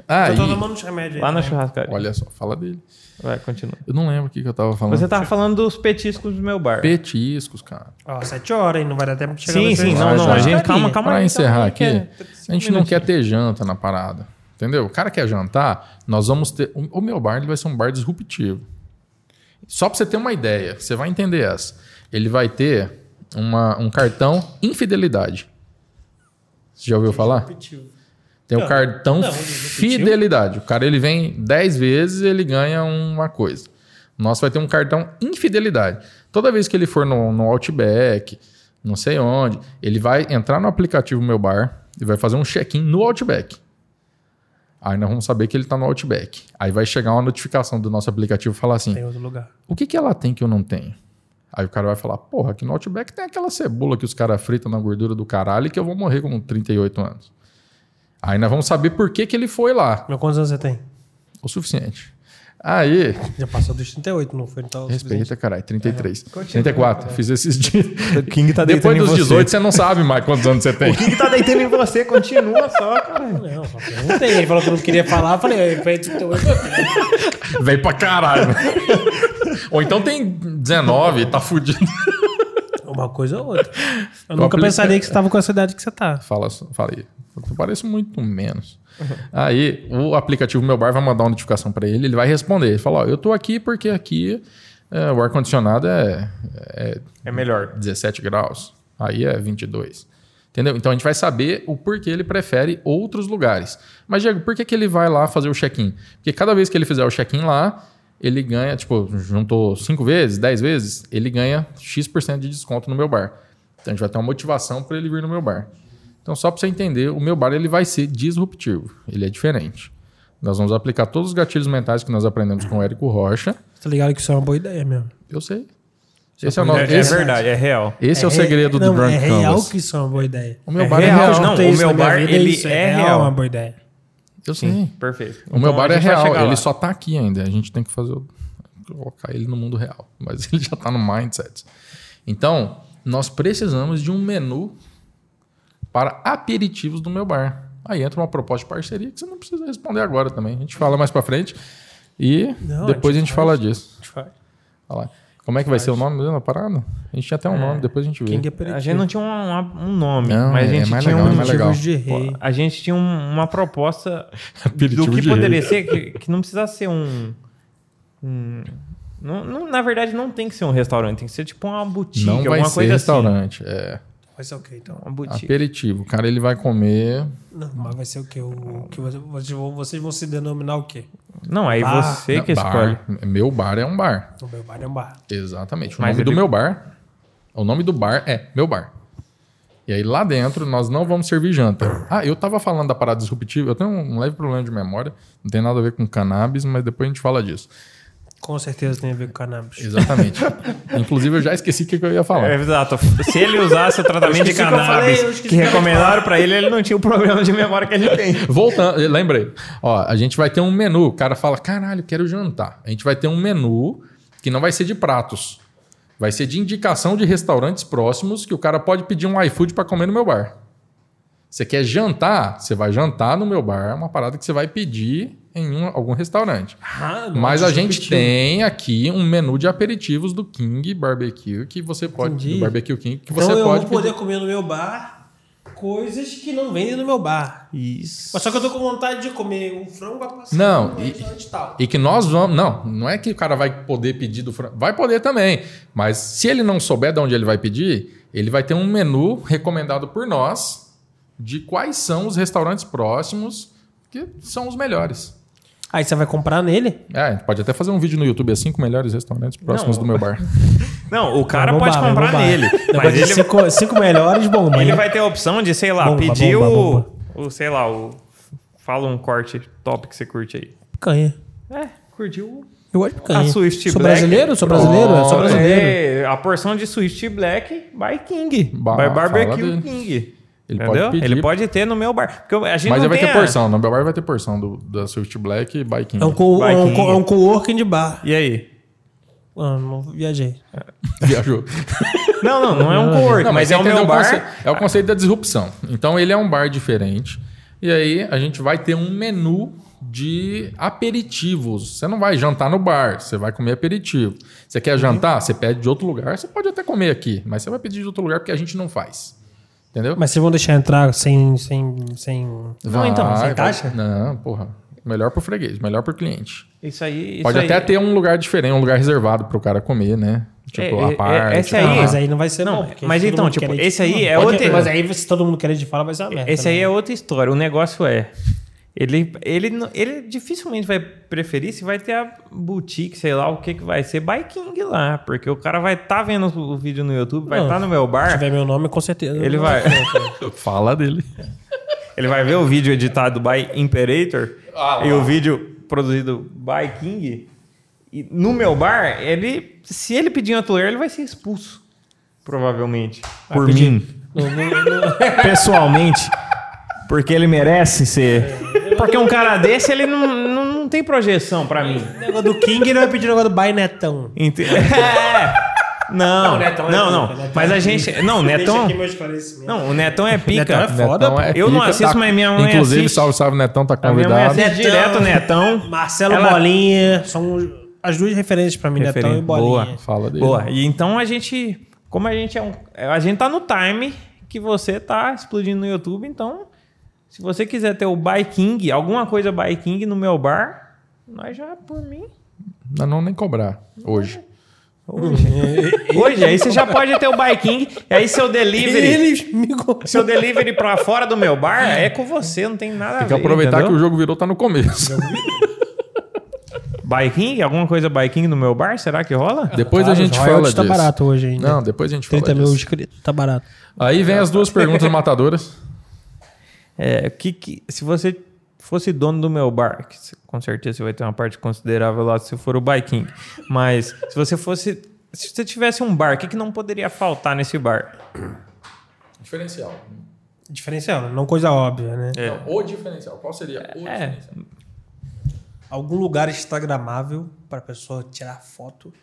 [SPEAKER 1] Aí,
[SPEAKER 2] Eu tô tomando uns remédios aí.
[SPEAKER 3] lá na
[SPEAKER 2] também.
[SPEAKER 3] churrascaria.
[SPEAKER 1] olha só, fala dele.
[SPEAKER 3] Vai, continua.
[SPEAKER 1] Eu não lembro o que, que eu tava falando.
[SPEAKER 2] é-
[SPEAKER 3] Você tava falando dos petiscos do meu bar.
[SPEAKER 1] Petiscos, cara.
[SPEAKER 2] Ó, sete horas, hein? Não vai dar tempo de chegar
[SPEAKER 3] Sim,
[SPEAKER 2] nesse
[SPEAKER 3] sim,
[SPEAKER 2] lugar.
[SPEAKER 3] não, não.
[SPEAKER 1] já.
[SPEAKER 3] A gente, calma, calma.
[SPEAKER 1] Pra
[SPEAKER 3] aí,
[SPEAKER 1] encerrar
[SPEAKER 3] calma aí,
[SPEAKER 1] aqui,
[SPEAKER 3] que é-
[SPEAKER 1] a gente não quer ter janta na parada. Entendeu? O cara quer jantar, nós vamos ter. O o meu bar ele vai ser um bar disruptivo. Só pra você ter uma ideia, você vai entender essa. Ele vai ter uma- um cartão infidelidade. Você já ouviu falar? Tem o
[SPEAKER 7] Não,
[SPEAKER 1] cartão
[SPEAKER 7] não, repetiu.
[SPEAKER 1] fidelidade. O cara ele vem 10 vezes e ele ganha uma coisa. O nosso vai ter um cartão infidelidade. Toda vez que ele for no, no Outback, não sei onde, ele vai entrar no aplicativo Meu Bar e vai fazer um check-in no Outback. Aí nós vamos saber que ele está no Outback. Aí vai chegar uma notificação do nosso aplicativo e falar assim:
[SPEAKER 2] Tem outro lugar.
[SPEAKER 1] o que, que ela tem que eu não tenho? Aí o cara vai falar, porra, aqui no Outback tem aquela cebola que os caras fritam na gordura do caralho que eu vou morrer com 38 anos. Aí nós vamos saber por que, que ele foi lá.
[SPEAKER 2] Mas quantos anos você tem?
[SPEAKER 1] O suficiente.
[SPEAKER 3] É,
[SPEAKER 1] Aí,
[SPEAKER 2] Já passou dos 38, não foi? Então,
[SPEAKER 1] respeita, caralho, 33. 34, fiz esses dias.
[SPEAKER 3] É, O King tá
[SPEAKER 1] Depois
[SPEAKER 3] deitando
[SPEAKER 1] dos
[SPEAKER 3] em você.
[SPEAKER 1] 18, você não sabe mais quantos anos você tem.
[SPEAKER 3] O King tá deitando em você, continua só,
[SPEAKER 2] Ah,
[SPEAKER 3] cara.
[SPEAKER 7] Não, só perguntei. Ele falou que não queria falar, eu
[SPEAKER 2] "É,
[SPEAKER 7] falei, eu falei, então, eu-
[SPEAKER 1] Vem pra caralho. Ou então tem 19 e tá fudido.
[SPEAKER 7] É
[SPEAKER 2] Uma coisa ou outra. Eu
[SPEAKER 1] Tu
[SPEAKER 2] nunca
[SPEAKER 1] aplica-
[SPEAKER 2] pensaria que você tava com essa idade que você tá.
[SPEAKER 1] Fala, só- fala aí. Eu pareço muito menos. Aí o aplicativo Meu Bar vai mandar uma notificação para ele, ele vai responder. Ele fala: Ó, eu tô aqui porque aqui é, o ar-condicionado é, é
[SPEAKER 3] É melhor.
[SPEAKER 1] 17 graus, aí é 22. Entendeu? Então a gente vai saber o porquê ele prefere outros lugares. Mas, Diego, por que, que ele vai lá fazer o check-in? Porque cada vez que ele fizer o check-in lá, ele ganha, tipo, juntou 5 vezes, 10 vezes, ele ganha X% de desconto no meu bar. Então a gente vai ter uma motivação para ele vir no meu bar. Então, só para você entender, o meu bar ele vai ser disruptivo, ele é diferente. Nós vamos aplicar todos os gatilhos mentais que nós aprendemos com o Érico Rocha.
[SPEAKER 7] Tá ligado que isso é uma boa ideia mesmo.
[SPEAKER 1] Eu sei. Esse é, o
[SPEAKER 3] É,
[SPEAKER 1] nosso,
[SPEAKER 3] é
[SPEAKER 1] esse,
[SPEAKER 3] verdade, é real.
[SPEAKER 1] esse é, o
[SPEAKER 7] re-
[SPEAKER 1] segredo do
[SPEAKER 7] não,
[SPEAKER 1] Drunk
[SPEAKER 7] É real
[SPEAKER 1] Canvas.
[SPEAKER 7] que isso é uma boa ideia.
[SPEAKER 1] O meu
[SPEAKER 3] É
[SPEAKER 1] bar é
[SPEAKER 3] real,
[SPEAKER 7] Eu
[SPEAKER 1] real.
[SPEAKER 3] não.
[SPEAKER 7] escutei
[SPEAKER 3] o
[SPEAKER 7] isso
[SPEAKER 3] meu
[SPEAKER 7] na minha
[SPEAKER 3] bar,
[SPEAKER 7] vida,
[SPEAKER 3] ele
[SPEAKER 7] isso
[SPEAKER 3] é
[SPEAKER 7] É
[SPEAKER 3] real.
[SPEAKER 7] uma boa ideia.
[SPEAKER 1] Eu sim.
[SPEAKER 3] Perfeito.
[SPEAKER 1] O meu
[SPEAKER 3] Então,
[SPEAKER 1] bar
[SPEAKER 3] a
[SPEAKER 1] é
[SPEAKER 3] gente vai
[SPEAKER 1] real.
[SPEAKER 3] chegar
[SPEAKER 1] Ele
[SPEAKER 3] lá.
[SPEAKER 1] só tá aqui ainda. A gente tem que fazer o- colocar ele no mundo real. Mas ele já tá no mindset. Então, nós precisamos de um menu para aperitivos do meu bar. Aí entra uma proposta de parceria que você não precisa responder agora também. A gente fala mais para frente e
[SPEAKER 2] Não,
[SPEAKER 1] depois a gente, fala disso.
[SPEAKER 2] faz.
[SPEAKER 1] Olha lá. Como é que vai ser o nome mesmo da parada? A gente tinha até um nome, depois a gente vê.
[SPEAKER 2] King é
[SPEAKER 3] A
[SPEAKER 2] peritivo.
[SPEAKER 3] gente não tinha um, um- um nome,
[SPEAKER 1] Não,
[SPEAKER 3] mas a
[SPEAKER 1] é
[SPEAKER 3] gente
[SPEAKER 1] mais
[SPEAKER 3] tinha
[SPEAKER 1] legal, é
[SPEAKER 3] um.
[SPEAKER 1] mais legal.
[SPEAKER 2] Aperitivos de rei.
[SPEAKER 3] A gente tinha um- uma proposta
[SPEAKER 1] Aperitivo
[SPEAKER 3] do que
[SPEAKER 7] um
[SPEAKER 1] de
[SPEAKER 3] poderia
[SPEAKER 1] rei.
[SPEAKER 3] ser, que, que não precisa ser um. um- não- não- na verdade, não tem que ser um restaurante, tem que ser tipo uma boutique,
[SPEAKER 1] Não vai
[SPEAKER 3] alguma
[SPEAKER 1] ser
[SPEAKER 3] coisa assim.
[SPEAKER 1] restaurante. É
[SPEAKER 2] Vai ser o quê, então?
[SPEAKER 3] Uma boutique.
[SPEAKER 1] aperitivo. O cara ele vai comer
[SPEAKER 7] Não, mas vai ser o quê? O, o que você- vocês vão- vocês vão se denominar o quê?
[SPEAKER 3] Não, aí
[SPEAKER 7] Bar.
[SPEAKER 3] você que é escolhe.
[SPEAKER 1] bar. Meu bar é um bar.
[SPEAKER 7] O meu bar é um bar.
[SPEAKER 1] Exatamente. O
[SPEAKER 3] Mas
[SPEAKER 1] nome
[SPEAKER 3] ele-
[SPEAKER 1] do meu bar. O nome do bar é meu bar. E aí lá dentro nós não vamos servir janta. Ah, eu tava falando da parada disruptiva. Eu tenho um leve problema de memória. Não tem nada a ver com cannabis, mas depois a gente fala disso.
[SPEAKER 2] Com certeza tem a ver com cannabis.
[SPEAKER 1] Exatamente. Inclusive eu já esqueci o que que eu ia
[SPEAKER 3] É,
[SPEAKER 1] falar.
[SPEAKER 3] exato. Se ele usasse o tratamento de
[SPEAKER 2] esqueci o que eu
[SPEAKER 3] cannabis
[SPEAKER 2] falei, eu
[SPEAKER 3] que,
[SPEAKER 2] esqueci o que eu
[SPEAKER 3] recomendaram pra ele, ele não tinha o problema de memória que ele tem.
[SPEAKER 1] Voltando, eh, lembrei. Ó, a gente vai ter um menu. O cara fala, caralho, quero jantar. A gente vai ter um menu que não vai ser de pratos. Vai ser de indicação de restaurantes próximos que o cara pode pedir um iFood para comer no meu bar. Você quer jantar? Você vai jantar no meu bar. É uma parada que você vai pedir em um- algum restaurante.
[SPEAKER 7] Ah,
[SPEAKER 1] Mas
[SPEAKER 7] é
[SPEAKER 1] a gente tem aqui um menu de aperitivos do King Barbecue que você pode...
[SPEAKER 7] Entendi.
[SPEAKER 1] Do Barbecue King que
[SPEAKER 7] Então
[SPEAKER 1] você
[SPEAKER 7] eu
[SPEAKER 1] pode
[SPEAKER 7] vou poder comer no meu bar coisas que não vendem no meu bar.
[SPEAKER 3] Isso.
[SPEAKER 7] Mas só que eu tô com vontade de comer um frango a passar
[SPEAKER 1] Não,
[SPEAKER 7] num
[SPEAKER 1] e-
[SPEAKER 7] restaurante tal.
[SPEAKER 1] E que nós vamos. Não, não é que o cara vai poder pedir do frango. Vai poder também. Mas se ele não souber de onde ele vai pedir, ele vai ter um menu recomendado por nós de quais são os restaurantes próximos que são os melhores.
[SPEAKER 7] Aí você vai comprar nele?
[SPEAKER 1] É, a gente pode até fazer um vídeo no YouTube assim com melhores restaurantes próximos
[SPEAKER 3] Não.
[SPEAKER 1] do meu bar.
[SPEAKER 3] Não, o cara
[SPEAKER 7] Vai
[SPEAKER 3] pode
[SPEAKER 7] bombar, vai
[SPEAKER 3] comprar
[SPEAKER 7] bombar.
[SPEAKER 3] nele.
[SPEAKER 7] Negócio
[SPEAKER 3] Mas
[SPEAKER 7] de
[SPEAKER 3] ele,
[SPEAKER 7] cinco, cinco melhores, bom, mas é
[SPEAKER 3] ele vai ter a opção de, sei lá,
[SPEAKER 7] Bomba,
[SPEAKER 3] pedir
[SPEAKER 7] bomba,
[SPEAKER 3] o,
[SPEAKER 7] bomba.
[SPEAKER 3] o. Sei lá, o. Fala um corte top que você curte aí.
[SPEAKER 7] picanha.
[SPEAKER 3] É, curtiu.
[SPEAKER 7] Eu gosto de picanha.
[SPEAKER 3] A Swift
[SPEAKER 7] Sou
[SPEAKER 3] Black.
[SPEAKER 7] brasileiro? Sou brasileiro? Eu Sou
[SPEAKER 1] Olha.
[SPEAKER 7] brasileiro.
[SPEAKER 3] É, a porção de Swift Black by King.
[SPEAKER 1] Bah,
[SPEAKER 3] by
[SPEAKER 1] fala
[SPEAKER 3] Barbecue
[SPEAKER 1] dele.
[SPEAKER 3] King.
[SPEAKER 1] Ele
[SPEAKER 3] entendeu?
[SPEAKER 1] pode pedir.
[SPEAKER 3] Ele pode ter no meu bar. Porque eu- a gente
[SPEAKER 1] Mas
[SPEAKER 3] não
[SPEAKER 1] ele vai
[SPEAKER 3] tem
[SPEAKER 1] ter
[SPEAKER 3] a-
[SPEAKER 1] porção. No meu bar vai ter porção do, da Swift Black e Biking.
[SPEAKER 7] É um, co
[SPEAKER 3] Vai,
[SPEAKER 7] é um,
[SPEAKER 3] King.
[SPEAKER 7] co é um coworking de bar.
[SPEAKER 3] E aí?
[SPEAKER 7] Ah, não viajei.
[SPEAKER 1] Viajou.
[SPEAKER 3] Não, não, não é um corte,
[SPEAKER 1] Não,
[SPEAKER 3] mas,
[SPEAKER 1] mas
[SPEAKER 3] é o
[SPEAKER 1] entendeu
[SPEAKER 3] meu bar.
[SPEAKER 1] conceito- é o conceito da disrupção. Então ele é um bar diferente. E aí a gente vai ter um menu de aperitivos. Você não vai jantar no bar, você vai comer aperitivo. Você quer jantar? Você pede de outro lugar. Você pode até comer aqui, mas você vai pedir de outro lugar porque a gente não faz. Entendeu?
[SPEAKER 7] Mas vocês vão deixar entrar sem. sem, sem...
[SPEAKER 1] Vai,
[SPEAKER 3] então, sem
[SPEAKER 1] vai.
[SPEAKER 3] taxa?
[SPEAKER 1] Não, porra. Melhor pro freguês, melhor pro cliente.
[SPEAKER 3] Isso aí.
[SPEAKER 1] Pode
[SPEAKER 3] isso
[SPEAKER 1] até
[SPEAKER 3] aí-
[SPEAKER 1] ter um lugar diferente, um lugar reservado pro cara comer, né? Tipo,
[SPEAKER 3] É, é,
[SPEAKER 1] a
[SPEAKER 3] é,
[SPEAKER 1] parte.
[SPEAKER 3] esse
[SPEAKER 1] tá?
[SPEAKER 2] Não, mas
[SPEAKER 3] é-
[SPEAKER 2] aí não vai ser, não.
[SPEAKER 3] Não,
[SPEAKER 2] porque
[SPEAKER 3] mas
[SPEAKER 2] se todo
[SPEAKER 3] então,
[SPEAKER 2] mundo
[SPEAKER 3] tipo,
[SPEAKER 2] querer-
[SPEAKER 3] esse aí é
[SPEAKER 2] Pode-
[SPEAKER 3] outra-
[SPEAKER 2] Mas aí, se todo mundo querer de fala, vai ser uma merda.
[SPEAKER 3] Esse aí
[SPEAKER 2] né?
[SPEAKER 3] é outra história. O negócio é. Ele, ele, não- ele dificilmente vai preferir se vai ter a boutique, sei lá o que que vai ser, biking lá. Porque o cara vai estar vendo o vídeo no YouTube, vai
[SPEAKER 2] Não,
[SPEAKER 3] estar no meu
[SPEAKER 2] Se
[SPEAKER 3] bar,
[SPEAKER 2] tiver meu nome, com certeza.
[SPEAKER 3] ele vai,
[SPEAKER 2] Uhum.
[SPEAKER 1] Fala dele.
[SPEAKER 3] ele vai ver o vídeo editado by Imperator e o vídeo produzido by King. E no meu bar, ele, se ele pedir um atuleiro, ele vai ser expulso. Provavelmente. Por
[SPEAKER 2] pedir-
[SPEAKER 3] mim.
[SPEAKER 2] Não, não- não-
[SPEAKER 3] pessoalmente. Porque ele merece ser. Porque um cara desse, ele não, não, não tem projeção pra mim.
[SPEAKER 2] O negócio do King
[SPEAKER 7] é
[SPEAKER 2] ele vai pedir o negócio do Bai Netão.
[SPEAKER 3] Ente- É. Não,
[SPEAKER 2] Não, Netão é
[SPEAKER 3] não,
[SPEAKER 2] pica,
[SPEAKER 3] não.
[SPEAKER 2] Netão
[SPEAKER 3] Mas
[SPEAKER 2] é
[SPEAKER 3] a gente. Não, o Netão. Não, o Netão é pica.
[SPEAKER 2] Netão é Foda,
[SPEAKER 1] Netão é
[SPEAKER 3] Eu não
[SPEAKER 1] pica,
[SPEAKER 3] assisto,
[SPEAKER 1] tá-
[SPEAKER 3] mas minha mãe
[SPEAKER 1] Inclusive,
[SPEAKER 3] assiste.
[SPEAKER 1] salve, salve, Netão tá
[SPEAKER 3] A minha mãe
[SPEAKER 1] convidado.
[SPEAKER 3] assiste direto o Netão.
[SPEAKER 2] Marcelo
[SPEAKER 3] Ela-
[SPEAKER 2] Bolinha. São as duas referências pra mim, Netão e
[SPEAKER 3] Referência.
[SPEAKER 2] Bolinha.
[SPEAKER 3] Boa.
[SPEAKER 1] Fala dele.
[SPEAKER 3] Boa. E então a gente. Como a gente é um. A gente tá no time que você tá explodindo no YouTube, então. Se você quiser ter o Biking, alguma coisa Biking no meu bar, nós já, por mim.
[SPEAKER 1] Não, não nem cobrar hoje.
[SPEAKER 3] Hoje. Hoje, aí você já pode ter o biking. E aí seu delivery.
[SPEAKER 2] Eles me contaram.
[SPEAKER 3] Seu delivery pra fora do meu bar é com você, não tem nada
[SPEAKER 1] Tem que
[SPEAKER 3] a ver.
[SPEAKER 1] aproveitar que o
[SPEAKER 3] entendeu?
[SPEAKER 1] jogo virou, tá no começo.
[SPEAKER 3] Biking? Alguma coisa biking no meu bar? Será que rola?
[SPEAKER 1] Depois a
[SPEAKER 2] Claro,
[SPEAKER 1] gente
[SPEAKER 2] os
[SPEAKER 1] fala
[SPEAKER 2] royalties
[SPEAKER 1] disso.
[SPEAKER 2] tá barato hoje ainda.
[SPEAKER 1] Não, depois a gente fala
[SPEAKER 2] 30 mil
[SPEAKER 1] disso.
[SPEAKER 2] inscritos, tá barato.
[SPEAKER 1] Aí vem as duas perguntas matadoras.
[SPEAKER 3] É, que, que, se você fosse dono do meu bar, que c- com certeza você vai ter uma parte considerável lá se for o biking. Mas se você fosse. Se você tivesse um bar, o que, que não poderia faltar nesse bar?
[SPEAKER 1] Diferencial.
[SPEAKER 2] Diferencial, não coisa óbvia, né?
[SPEAKER 1] o diferencial. Qual seria o
[SPEAKER 3] É,
[SPEAKER 2] Algum lugar instagramável pra pessoa tirar foto.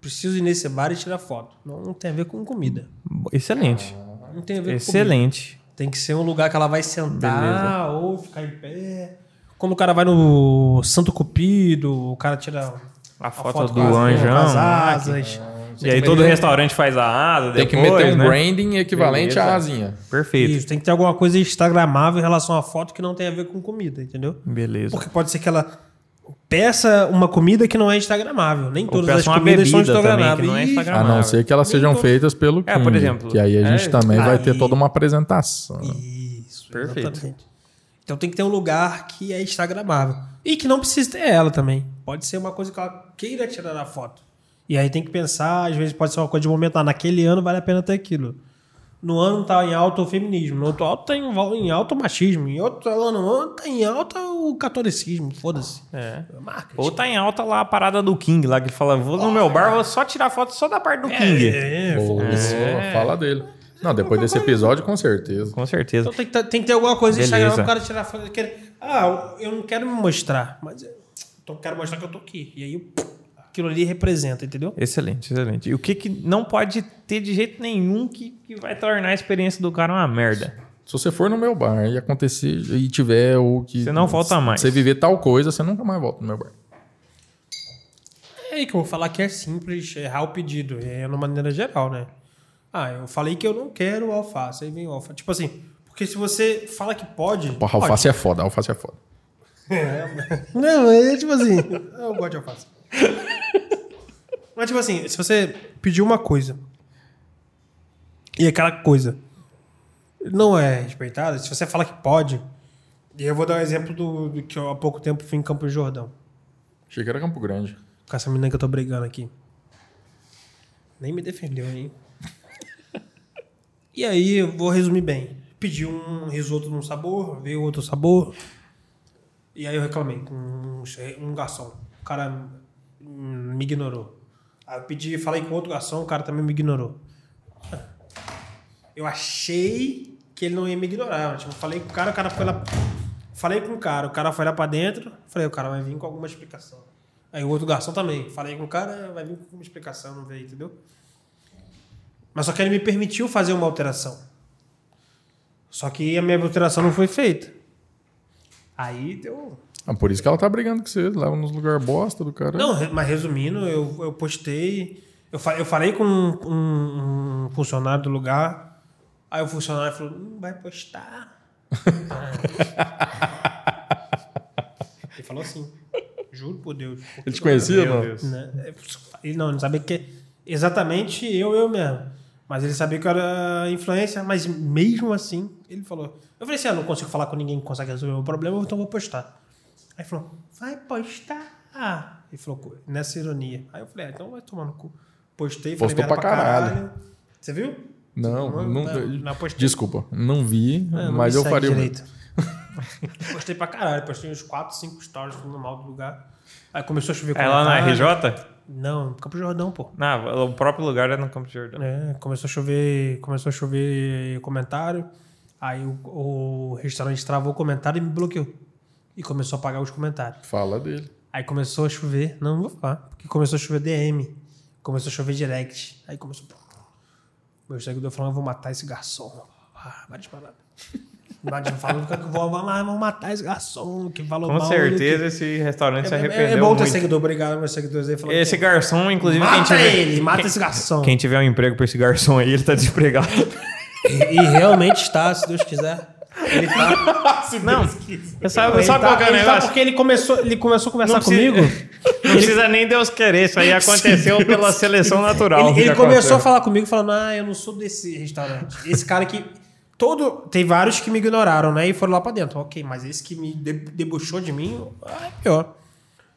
[SPEAKER 2] Preciso ir nesse bar e tirar foto. Não, não tem a ver com comida.
[SPEAKER 3] excelente.
[SPEAKER 2] Não tem a ver com comida.
[SPEAKER 3] Excelente.
[SPEAKER 2] Tem que ser um lugar que ela vai sentar ou ficar em pé. Quando o cara vai no Santo Cupido, o cara tira
[SPEAKER 3] A foto,
[SPEAKER 2] com
[SPEAKER 3] do
[SPEAKER 2] as-
[SPEAKER 3] anjão. né? Ah,
[SPEAKER 2] com as
[SPEAKER 3] lá,
[SPEAKER 2] asas.
[SPEAKER 3] E aí todo restaurante faz a asa,
[SPEAKER 1] Tem
[SPEAKER 3] depois,
[SPEAKER 1] que meter um
[SPEAKER 3] né?
[SPEAKER 1] branding equivalente
[SPEAKER 3] Beleza.
[SPEAKER 1] à asinha.
[SPEAKER 3] Perfeito.
[SPEAKER 2] Isso, tem que ter alguma coisa instagramável em relação à foto que não tem a ver com comida, entendeu?
[SPEAKER 3] Beleza.
[SPEAKER 2] Porque pode ser que ela peça uma comida que não é instagramável. Nem todas
[SPEAKER 3] peça
[SPEAKER 2] as
[SPEAKER 3] uma
[SPEAKER 2] comidas são
[SPEAKER 3] bebida também, que
[SPEAKER 2] instagramáveis.
[SPEAKER 3] não é
[SPEAKER 2] Ih,
[SPEAKER 1] A
[SPEAKER 3] instagramável.
[SPEAKER 1] não ser que elas sejam feitas pelo
[SPEAKER 3] É, por
[SPEAKER 1] King,
[SPEAKER 3] exemplo.
[SPEAKER 1] Que aí a gente
[SPEAKER 3] É.
[SPEAKER 1] também vai
[SPEAKER 2] Aí-
[SPEAKER 1] ter toda uma apresentação.
[SPEAKER 2] Isso,
[SPEAKER 3] Perfeito.
[SPEAKER 2] exatamente. Então tem que ter um lugar que é instagramável. E que não precisa ter ela também. Pode ser uma coisa que ela queira tirar na foto. E aí tem que pensar, às vezes pode ser uma coisa de momento, ah, naquele ano vale a pena ter aquilo. No ano tá em alta o feminismo, no outro ano tá em, val- em alto o machismo, em outro ano ano tá em alta o catolicismo, foda-se.
[SPEAKER 3] É.
[SPEAKER 2] Marketing.
[SPEAKER 3] Ou tá em alta lá a parada do King lá, que ele fala, vou no meu bar, vou só tirar foto só da parte do King.
[SPEAKER 2] É,
[SPEAKER 1] Boa, Fala dele. Não, depois desse episódio, com certeza.
[SPEAKER 3] Com certeza.
[SPEAKER 2] Então tem que, ter- tem que ter alguma coisa no
[SPEAKER 3] Beleza.
[SPEAKER 2] Instagram pro cara tirar foto. Que, ah, eu não quero me mostrar, mas eu tô- quero mostrar que eu tô aqui. E aí eu- aquilo ali representa, entendeu?
[SPEAKER 3] Excelente, excelente. E o que, que não pode ter de jeito nenhum que, que vai tornar a experiência do cara uma merda?
[SPEAKER 1] Se você for no meu bar e acontecer e tiver o que.
[SPEAKER 3] Você não volta mais.
[SPEAKER 1] Você viver tal coisa, você nunca mais volta no meu bar.
[SPEAKER 2] É aí que eu vou falar que é simples errar o pedido. É uma maneira geral, né? Ah, eu falei que eu não quero alface. Aí vem o alface. Tipo assim, porque se você fala que pode.
[SPEAKER 1] Porra, alface é foda, alface é foda.
[SPEAKER 2] Não, é tipo assim. Eu gosto de alface. Mas, tipo assim, se você pedir uma coisa e aquela coisa não é respeitada, se você fala que pode. E eu vou dar um exemplo do, do que eu há pouco tempo fui em Campos do Jordão.
[SPEAKER 1] Achei que era Campo Grande.
[SPEAKER 2] Com essa menina que eu tô brigando aqui. Nem me defendeu, hein? e aí, eu vou resumir bem. Pedi um risoto num sabor, veio outro sabor. E aí eu reclamei com um, che- um garçom. O cara hum, me ignorou. Aí eu pedi, falei com outro garçom, o cara também me ignorou. Eu achei que ele não ia me ignorar. Tipo, eu falei com o cara, o cara foi lá. Falei com o cara, o cara foi lá pra dentro. Falei, o cara vai vir com alguma explicação. Aí o outro garçom também. Falei com o cara, vai vir com alguma explicação, não veio, entendeu? Mas só que ele me permitiu fazer uma alteração. Só que a minha alteração não foi feita. Aí deu.
[SPEAKER 1] Ah, por isso que ela tá brigando com você. Leva nos lugares bosta do cara.
[SPEAKER 2] Não, re- mas resumindo, eu, eu postei. Eu, fa- eu falei com um, um- um funcionário do lugar. Aí o funcionário falou: não vai postar. Ah. Ele falou assim. Juro por Deus.
[SPEAKER 1] Ele te conhecia,
[SPEAKER 3] Meu
[SPEAKER 1] não?
[SPEAKER 3] Deus.
[SPEAKER 2] Né? É, Ele não, ele não sabia que exatamente eu, eu mesmo. Mas ele sabia que eu era influencer, mas mesmo assim, ele falou. Eu falei assim: ah, não consigo falar com ninguém que consegue resolver o meu problema, então eu vou postar. Aí ele falou: vai postar. Ele falou co- nessa ironia. Aí eu falei: ah, então vai tomar no cu. Postei, falei:
[SPEAKER 1] Postou
[SPEAKER 2] merda
[SPEAKER 1] pra caralho.
[SPEAKER 2] Você viu?
[SPEAKER 1] Não,
[SPEAKER 2] Não,
[SPEAKER 1] não,
[SPEAKER 2] não, não apostei.
[SPEAKER 1] desculpa, não vi,
[SPEAKER 2] Ah, não
[SPEAKER 1] mas
[SPEAKER 2] me
[SPEAKER 1] eu
[SPEAKER 2] segue
[SPEAKER 1] faria.
[SPEAKER 2] direito. postei pra caralho, postei uns 4, 5 stories falando mal do lugar. Aí começou a chover
[SPEAKER 3] É lá na
[SPEAKER 2] comentário.
[SPEAKER 3] RJ?
[SPEAKER 2] Não, Campo Jordão, pô.
[SPEAKER 3] Não, o próprio lugar é no Campo de Jordão.
[SPEAKER 2] É, começou a chover, começou a chover comentário. Aí o, o restaurante travou o comentário e me bloqueou. E começou a apagar os comentários.
[SPEAKER 1] Fala dele.
[SPEAKER 2] Aí começou a chover, não, não vou falar, porque começou a chover DM. Começou a chover direct. Aí começou. Meu seguidor falando, eu vou matar esse garçom. Ah, várias palavras. Vários falando que eu vou, vou vou matar esse garçom, que falou
[SPEAKER 3] Com
[SPEAKER 2] mal.
[SPEAKER 3] certeza
[SPEAKER 2] que-
[SPEAKER 3] esse restaurante se
[SPEAKER 2] É- é-
[SPEAKER 3] arrependeu
[SPEAKER 2] É bom ter
[SPEAKER 3] muito.
[SPEAKER 2] seguidor, obrigado, meus seguidores aí falando.
[SPEAKER 3] Esse garçom, inclusive, quem
[SPEAKER 2] mata
[SPEAKER 3] tiver...
[SPEAKER 2] ele, mata
[SPEAKER 3] quem-
[SPEAKER 2] esse garçom.
[SPEAKER 3] Quem tiver um emprego pra esse garçom aí, ele tá desempregado.
[SPEAKER 2] E realmente está, se Deus quiser. Ele tá.
[SPEAKER 3] Não, sabe,
[SPEAKER 2] Ele
[SPEAKER 3] sabe
[SPEAKER 2] tá-
[SPEAKER 3] qual que é o
[SPEAKER 2] ele tá
[SPEAKER 3] negócio?
[SPEAKER 2] porque ele começou, ele começou a conversar
[SPEAKER 3] Não precisa-
[SPEAKER 2] comigo.
[SPEAKER 3] Não precisa nem Deus querer, isso aí aconteceu pela seleção natural.
[SPEAKER 2] Ele,
[SPEAKER 3] que
[SPEAKER 2] ele começou a
[SPEAKER 3] aconteceu.
[SPEAKER 2] falar comigo, falando: Ah, eu não sou desse restaurante. Esse cara que. Todo, tem vários que me ignoraram, né? E foram lá pra dentro. Ok, mas esse que me de- debochou de mim, ah, é pior.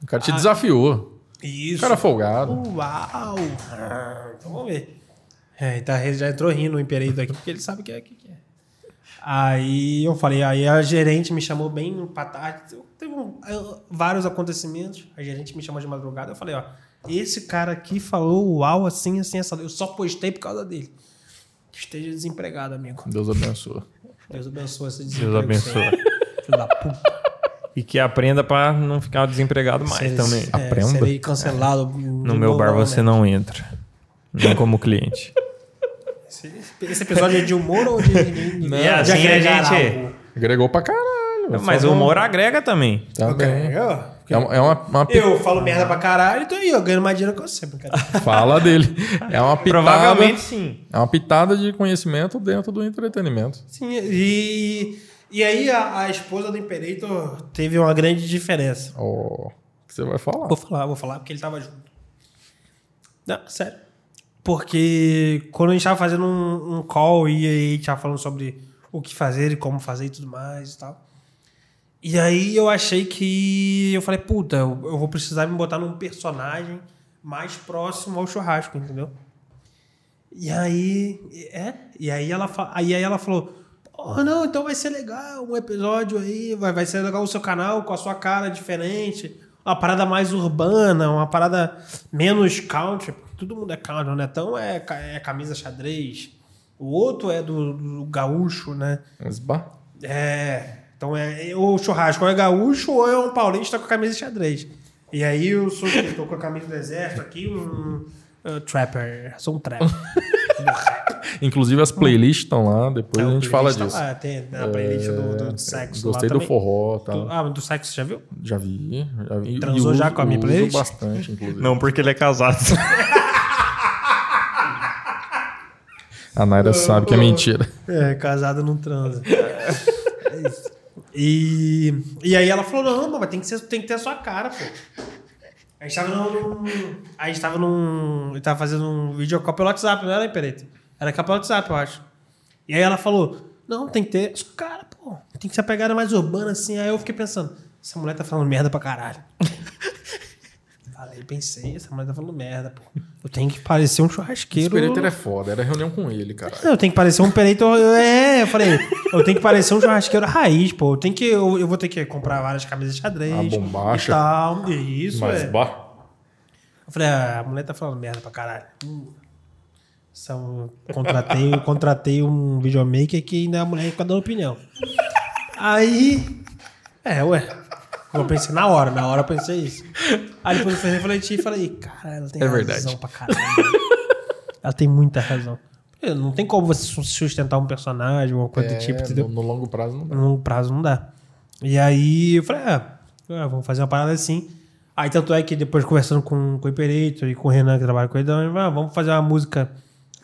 [SPEAKER 1] O cara te desafiou. O
[SPEAKER 2] Ah, Isso.
[SPEAKER 1] cara é folgado.
[SPEAKER 2] Uau! Ah, Então vamos ver. É, então ele já entrou rindo o Imperador aqui, porque ele sabe o que é. o que é. Aí eu falei, aí a gerente me chamou bem pra tarde. Teve um- eu- vários acontecimentos. A gerente me chamou de madrugada. Eu falei, ó, esse cara aqui falou uau, assim, assim, essa. Eu só postei por causa dele. Esteja desempregado, amigo.
[SPEAKER 1] Deus abençoe.
[SPEAKER 2] Deus abençoe esse
[SPEAKER 3] Deus
[SPEAKER 2] desemprego. seu.
[SPEAKER 3] abençoe.
[SPEAKER 2] Filho da puta.
[SPEAKER 3] E que aprenda pra não ficar desempregado mais
[SPEAKER 2] Serei-
[SPEAKER 3] também. É.
[SPEAKER 2] é, serei cancelado.
[SPEAKER 3] No meu bar
[SPEAKER 2] né?
[SPEAKER 3] você não entra. Nem como cliente.
[SPEAKER 2] Esse episódio é de humor ou de. de-
[SPEAKER 3] E assim
[SPEAKER 2] de
[SPEAKER 3] a
[SPEAKER 2] agregar
[SPEAKER 3] gente-
[SPEAKER 2] algo?
[SPEAKER 1] Agregou pra caralho.
[SPEAKER 3] Mas o humor agrega também.
[SPEAKER 1] Tá bem. É, uma, é uma- uma pi-
[SPEAKER 2] Eu falo merda pra caralho, então aí eu ganho mais dinheiro que você, brincadeira.
[SPEAKER 1] fala dele. É uma pitada.
[SPEAKER 3] Provavelmente sim.
[SPEAKER 1] É uma pitada de conhecimento dentro do entretenimento.
[SPEAKER 2] Sim, e. E aí a, a esposa do Imperator teve uma grande diferença.
[SPEAKER 1] Ó, o que você vai falar?
[SPEAKER 2] Vou falar, vou falar, porque ele tava junto. Não, sério. Porque quando a gente tava fazendo um, um call e aí a gente tava falando sobre o que fazer e como fazer e tudo mais e tal. E aí eu achei que. Eu falei, puta, eu, eu vou precisar me botar num personagem mais próximo ao churrasco, entendeu? E aí. É? E aí ela, fa- aí aí ela falou. Porra, não, então vai ser legal um episódio aí, vai, vai ser legal o seu canal com a sua cara diferente, uma parada mais urbana, uma parada menos country, porque todo mundo é country, né? Então é, ca- é camisa xadrez, o outro é do- do gaúcho, né?
[SPEAKER 1] Mas, bah,
[SPEAKER 2] É. Então é o churrasco ou é gaúcho ou é um paulista com a camisa de xadrez. E aí eu sou eu tô com a camisa do exército aqui, um, uh, trapper. Sou um trapper.
[SPEAKER 1] Inclusive as playlists estão lá, depois a gente fala disso.
[SPEAKER 2] Ah, tem na playlist do, do sexo. lá
[SPEAKER 1] Gostei do
[SPEAKER 2] também.
[SPEAKER 1] forró, tá?
[SPEAKER 2] Do- ah, do sexo, já viu?
[SPEAKER 1] Já vi. Já vi. E
[SPEAKER 2] Transou
[SPEAKER 1] uso-
[SPEAKER 2] já com a minha
[SPEAKER 1] uso
[SPEAKER 2] playlist?
[SPEAKER 1] bastante, inclusive.
[SPEAKER 3] Não porque ele é casado.
[SPEAKER 1] A Naira sabe que é mentira.
[SPEAKER 2] É, casado não transa. É isso. e, e aí ela falou: não, mas tem que, ser, tem que ter a sua cara, pô. A gente tava num. A gente tava num. Eu tava fazendo um vídeo pelo WhatsApp, não era, Imperito? Era pelo WhatsApp, eu acho. E aí ela falou: não, tem que ter a sua cara, pô. Tem que ser a pegada mais urbana assim. Aí eu fiquei pensando: essa mulher tá falando merda pra caralho. Falei, pensei, essa mulher tá falando merda, pô. Eu tenho que parecer um
[SPEAKER 1] Esse
[SPEAKER 2] churrasqueiro.
[SPEAKER 1] Pereira é foda, era reunião com ele, cara.
[SPEAKER 2] Não, eu tenho que parecer um pereito. É, eu falei, eu tenho que parecer um churrasqueiro raiz, pô. Eu, tenho que, eu, eu vou ter que comprar várias camisas de xadrez.
[SPEAKER 1] Ah, bombacha.
[SPEAKER 2] E tal, e isso,
[SPEAKER 1] Mas,
[SPEAKER 2] é.
[SPEAKER 1] bah,
[SPEAKER 2] Eu falei, ah, a mulher tá falando merda pra caralho. Hum. São, contratei, eu contratei um videomaker que ainda é a mulher que tá dando opinião. Aí. É, ué. Eu pensei na hora, na hora eu pensei isso. Aí depois eu fui refletir e falei, cara, ela tem
[SPEAKER 1] É
[SPEAKER 2] razão
[SPEAKER 1] verdade.
[SPEAKER 2] pra caralho. Ela tem muita razão. Porque Não tem como você su- sustentar um personagem ou coisa
[SPEAKER 1] é,
[SPEAKER 2] do tipo, entendeu?
[SPEAKER 1] no, no longo prazo não dá.
[SPEAKER 2] no longo prazo não dá. E aí eu falei, ah, ah, vamos fazer uma parada assim. Aí tanto é que depois conversando com, com o Imperator e com o Renan que trabalha com ele, eu falei, ah, vamos fazer uma música,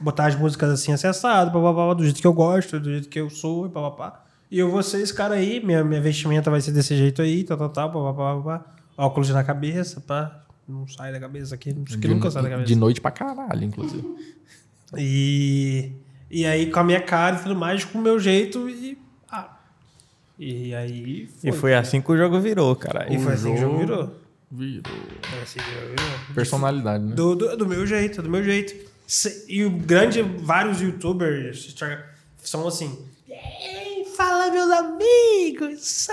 [SPEAKER 2] botar as músicas assim acessado, blá, blá, blá, do jeito que eu gosto, do jeito que eu sou, e pá, pá, pá. E E eu vou ser esse cara aí, minha, minha vestimenta vai ser desse jeito aí, tal, tal, tal, pá, pá, pá, pá, pá. Óculos na cabeça, pá. Não sai da cabeça aqui, não sei que nunca sai da cabeça.
[SPEAKER 1] de noite pra caralho, inclusive.
[SPEAKER 2] E, e aí com a minha cara e tudo mais, com o meu jeito e. Ah, e aí.
[SPEAKER 3] E foi assim que o jogo virou, cara.
[SPEAKER 2] E foi assim que o jogo virou.
[SPEAKER 1] Virou.
[SPEAKER 2] Foi assim que o jogo virou.
[SPEAKER 1] Personalidade, né?
[SPEAKER 2] Do, do, do meu jeito, do meu jeito. Se- E o grande, vários youtubers Instagram, são assim. "Ei, Fala, meus amigos!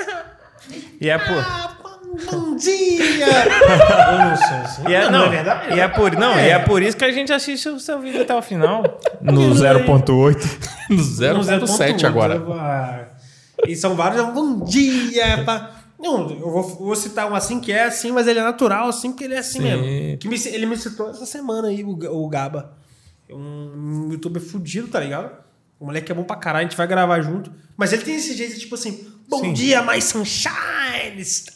[SPEAKER 3] E é por.
[SPEAKER 2] Ah, bom- bom dia! Eu não sou assim.
[SPEAKER 3] E é,
[SPEAKER 2] não,
[SPEAKER 3] não,
[SPEAKER 2] é verdade.
[SPEAKER 3] E é por, não, e é por isso que a gente assiste o seu vídeo até o final. No
[SPEAKER 1] 0.8. No
[SPEAKER 2] Não,
[SPEAKER 1] 0.7
[SPEAKER 2] 0.8,
[SPEAKER 1] agora.
[SPEAKER 2] vai. ah, E são vários. então, Bom dia! pá. Não, eu vou, vou citar um assim que é assim, mas ele é natural, assim, porque ele é assim
[SPEAKER 1] Sim.
[SPEAKER 2] mesmo. Que me- ele me citou essa semana aí, o, Ga- o Gaba. É Um youtuber fudido, tá ligado? O moleque é bom pra caralho, a gente vai gravar junto. Mas ele tem esse jeito, tipo assim, bom dia, mais sunshine!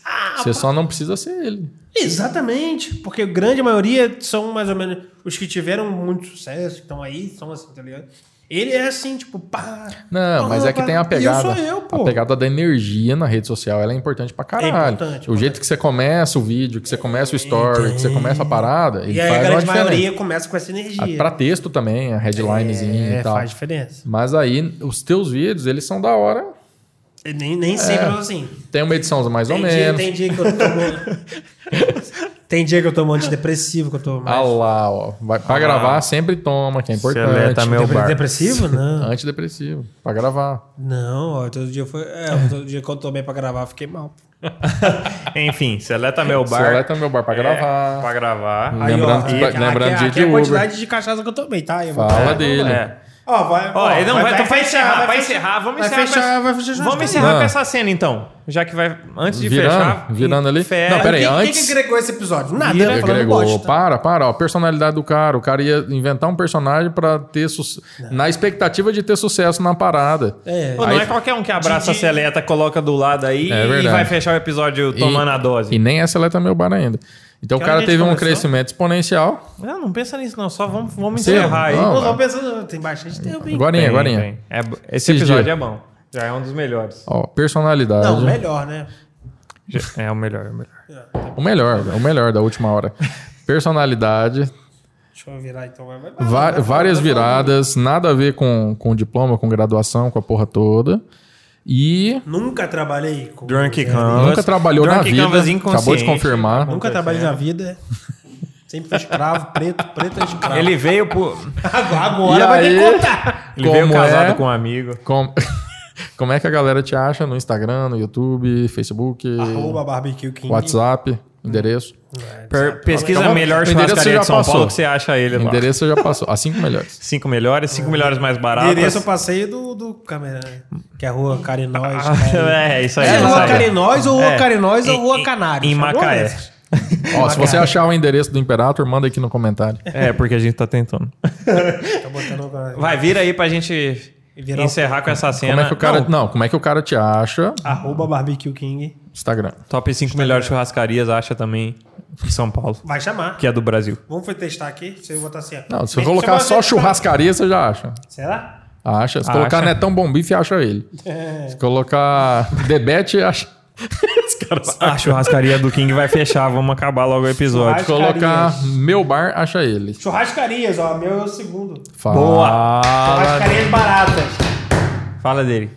[SPEAKER 2] Ah,
[SPEAKER 1] Você só não precisa ser ele.
[SPEAKER 2] Exatamente, porque a grande maioria são mais ou menos os que tiveram muito sucesso, que estão aí, são assim, tá ligado? Ele é assim, tipo, pá.
[SPEAKER 1] Não,
[SPEAKER 2] pá,
[SPEAKER 1] mas é que
[SPEAKER 2] pá,
[SPEAKER 1] tem a
[SPEAKER 2] e
[SPEAKER 1] pegada.
[SPEAKER 2] Eu sou eu, pô.
[SPEAKER 1] A pegada da energia na rede social, ela é importante pra caralho.
[SPEAKER 2] importante,
[SPEAKER 1] O
[SPEAKER 2] importante.
[SPEAKER 1] jeito que você começa o vídeo, que você começa o story, que você começa a parada, ele
[SPEAKER 2] E aí a
[SPEAKER 1] faz uma
[SPEAKER 2] grande
[SPEAKER 1] diferença.
[SPEAKER 2] maioria começa com essa energia.
[SPEAKER 1] Ah, Pra texto também, a headlinezinha
[SPEAKER 2] é,
[SPEAKER 1] e tal.
[SPEAKER 2] faz diferença.
[SPEAKER 1] Mas aí, os teus vídeos, eles são da hora.
[SPEAKER 2] E Nem, nem sempre eu sou assim.
[SPEAKER 1] Tem uma edição É, mais ou
[SPEAKER 2] Tem dia,
[SPEAKER 1] menos.
[SPEAKER 2] tem dia que eu tomo. tem dia que eu tomo antidepressivo, que eu tomo.
[SPEAKER 1] Ah
[SPEAKER 2] mais-
[SPEAKER 1] lá, ó. Vai, pra gravar, sempre toma, que é importante.
[SPEAKER 3] Seleta meu
[SPEAKER 2] Depre-
[SPEAKER 3] bar.
[SPEAKER 2] Depressivo? Não.
[SPEAKER 1] Antidepressivo, pra gravar.
[SPEAKER 2] Não, ó, todo dia foi. É, todo dia que eu tomei pra gravar, eu fiquei mal.
[SPEAKER 3] Enfim, seleta meu bar.
[SPEAKER 1] um. Seleta meu bar pra
[SPEAKER 3] É,
[SPEAKER 1] gravar. Hum.
[SPEAKER 3] Pra gravar.
[SPEAKER 2] Aí,
[SPEAKER 1] Lembrando
[SPEAKER 2] ó,
[SPEAKER 1] que-
[SPEAKER 2] aqui-
[SPEAKER 1] lembrando
[SPEAKER 2] aqui,
[SPEAKER 1] dia
[SPEAKER 2] aqui
[SPEAKER 1] de
[SPEAKER 2] é a
[SPEAKER 1] Uber.
[SPEAKER 2] quantidade de cachaça que eu tomei, tá? Eu vou-
[SPEAKER 1] Fala dele.
[SPEAKER 3] É.
[SPEAKER 2] Ó, vai.
[SPEAKER 3] Ó, ele não vai, então vai encerrar, vai encerrar. Vamos
[SPEAKER 2] vai
[SPEAKER 3] encerrar. com
[SPEAKER 2] fechar,
[SPEAKER 3] essa-
[SPEAKER 2] vai
[SPEAKER 3] Vamos
[SPEAKER 2] fechar churrasco.
[SPEAKER 3] encerrar
[SPEAKER 1] Não.
[SPEAKER 3] com essa cena então. Já que vai. Antes de
[SPEAKER 1] Virando,
[SPEAKER 3] fechar.
[SPEAKER 1] virando ali.
[SPEAKER 3] fe-
[SPEAKER 1] Não, pera aí,
[SPEAKER 2] Quem- quem
[SPEAKER 1] antes-
[SPEAKER 2] que agregou esse episódio? Nada,
[SPEAKER 3] Vira-
[SPEAKER 2] eu tô Ah, tá falando
[SPEAKER 1] Gregor,
[SPEAKER 2] bosta.
[SPEAKER 1] para, para. Ó, personalidade do cara. O cara ia inventar um personagem pra ter su- na expectativa de ter sucesso na parada.
[SPEAKER 2] É.
[SPEAKER 3] Pô, não
[SPEAKER 1] Aí-
[SPEAKER 3] é qualquer um que abraça
[SPEAKER 2] De- de-
[SPEAKER 3] a seleta, coloca do lado aí
[SPEAKER 1] É
[SPEAKER 3] e
[SPEAKER 1] verdade.
[SPEAKER 3] vai fechar o episódio tomando a dose.
[SPEAKER 1] E nem essa seleta meu bar ainda. Então
[SPEAKER 3] Que
[SPEAKER 1] o
[SPEAKER 3] hora
[SPEAKER 1] cara
[SPEAKER 3] que a gente
[SPEAKER 1] teve um
[SPEAKER 3] começou?
[SPEAKER 1] crescimento exponencial.
[SPEAKER 3] Não, não pensa nisso, não. Só vamos, vamos
[SPEAKER 1] Sim,
[SPEAKER 3] encerrar aí.
[SPEAKER 1] não,
[SPEAKER 2] Pô,
[SPEAKER 1] vai.
[SPEAKER 2] tô pensando, tem bastante tempo, hein?
[SPEAKER 1] Agorinha,
[SPEAKER 3] Tem,
[SPEAKER 1] agorinha.
[SPEAKER 3] tem. É bo- esse
[SPEAKER 1] Esses
[SPEAKER 3] episódio
[SPEAKER 1] dias.
[SPEAKER 3] é bom. Já é um dos melhores.
[SPEAKER 1] Ó, personalidade.
[SPEAKER 2] Não, melhor, né?
[SPEAKER 3] Já- É o melhor, é o melhor.
[SPEAKER 1] O melhor, o melhor da última hora. Personalidade,
[SPEAKER 2] Deixa eu virar então. Vai, vai, vai,
[SPEAKER 1] va-
[SPEAKER 2] vai,
[SPEAKER 1] várias
[SPEAKER 2] vai, vai,
[SPEAKER 1] viradas, nada a ver com, com diploma, com graduação, com a porra toda. E
[SPEAKER 2] vai. Nunca trabalhei com.
[SPEAKER 3] Drunk
[SPEAKER 2] é,
[SPEAKER 3] Canvas.
[SPEAKER 1] nunca trabalhou na
[SPEAKER 3] Drunk Canvas
[SPEAKER 1] vida,
[SPEAKER 3] inconsciente.
[SPEAKER 1] acabou de confirmar.
[SPEAKER 2] Nunca trabalhei
[SPEAKER 3] é.
[SPEAKER 2] na vida. Sempre fui escravo, preto, preto é escravo.
[SPEAKER 3] Ah, Ele veio por.
[SPEAKER 2] Agora
[SPEAKER 1] E
[SPEAKER 2] vai ter
[SPEAKER 1] aí?
[SPEAKER 2] que contar.
[SPEAKER 3] Ele veio
[SPEAKER 1] Como
[SPEAKER 3] casado
[SPEAKER 1] é?
[SPEAKER 3] com um amigo.
[SPEAKER 1] Com- Como é que a galera te acha no Instagram, no YouTube, Facebook,
[SPEAKER 2] Arroba barbecue king.
[SPEAKER 1] WhatsApp, endereço?
[SPEAKER 3] Per- pesquisa
[SPEAKER 1] Então,
[SPEAKER 3] a melhor
[SPEAKER 1] o endereço
[SPEAKER 3] churrascaria
[SPEAKER 1] já
[SPEAKER 3] de São
[SPEAKER 1] passou.
[SPEAKER 3] Paulo que você acha ele lá.
[SPEAKER 1] Endereço já passou. As cinco melhores.
[SPEAKER 3] Cinco melhores, cinco melhores mais baratos.
[SPEAKER 2] Endereço eu passei do, do câmera, né? que é a rua Carinóis.
[SPEAKER 3] é, isso aí.
[SPEAKER 2] É,
[SPEAKER 3] isso
[SPEAKER 2] rua
[SPEAKER 3] aí.
[SPEAKER 2] Carinóis ou rua
[SPEAKER 3] É.
[SPEAKER 2] Carinóis ou
[SPEAKER 3] Em-
[SPEAKER 2] rua
[SPEAKER 3] em-
[SPEAKER 2] Canário.
[SPEAKER 3] Em Macaé.
[SPEAKER 1] Ó, se você achar o endereço do Imperator, manda aqui no comentário.
[SPEAKER 3] É, porque a gente tá tentando. Vai, vira aí pra gente
[SPEAKER 2] Virar
[SPEAKER 3] encerrar com essa cena.
[SPEAKER 1] Como é que o cara.
[SPEAKER 3] né? Não,
[SPEAKER 1] Não, como é que o cara te acha?
[SPEAKER 2] Arroba barbecue king.
[SPEAKER 1] Instagram.
[SPEAKER 3] top 5 melhores churrascarias acha também em São Paulo,
[SPEAKER 2] Vai chamar.
[SPEAKER 3] que é do Brasil.
[SPEAKER 2] Vamos testar aqui. Se eu botar assim. ó.
[SPEAKER 1] Não, se eu
[SPEAKER 2] Deixa
[SPEAKER 1] colocar
[SPEAKER 2] eu
[SPEAKER 1] só
[SPEAKER 2] botar-
[SPEAKER 1] churrascaria, você já acha.
[SPEAKER 2] Será?
[SPEAKER 1] Acha. Se
[SPEAKER 3] Acha.
[SPEAKER 1] colocar Netão Bom Bife, acha ele. Se colocar Debete, acha.
[SPEAKER 3] A churrascaria do King vai fechar, vamos acabar logo o episódio.
[SPEAKER 1] Se colocar Meu Bar, acha ele.
[SPEAKER 2] Churrascarias, ó. Meu é o segundo.
[SPEAKER 1] Fala.
[SPEAKER 2] Churrascarias baratas.
[SPEAKER 3] Fala dele.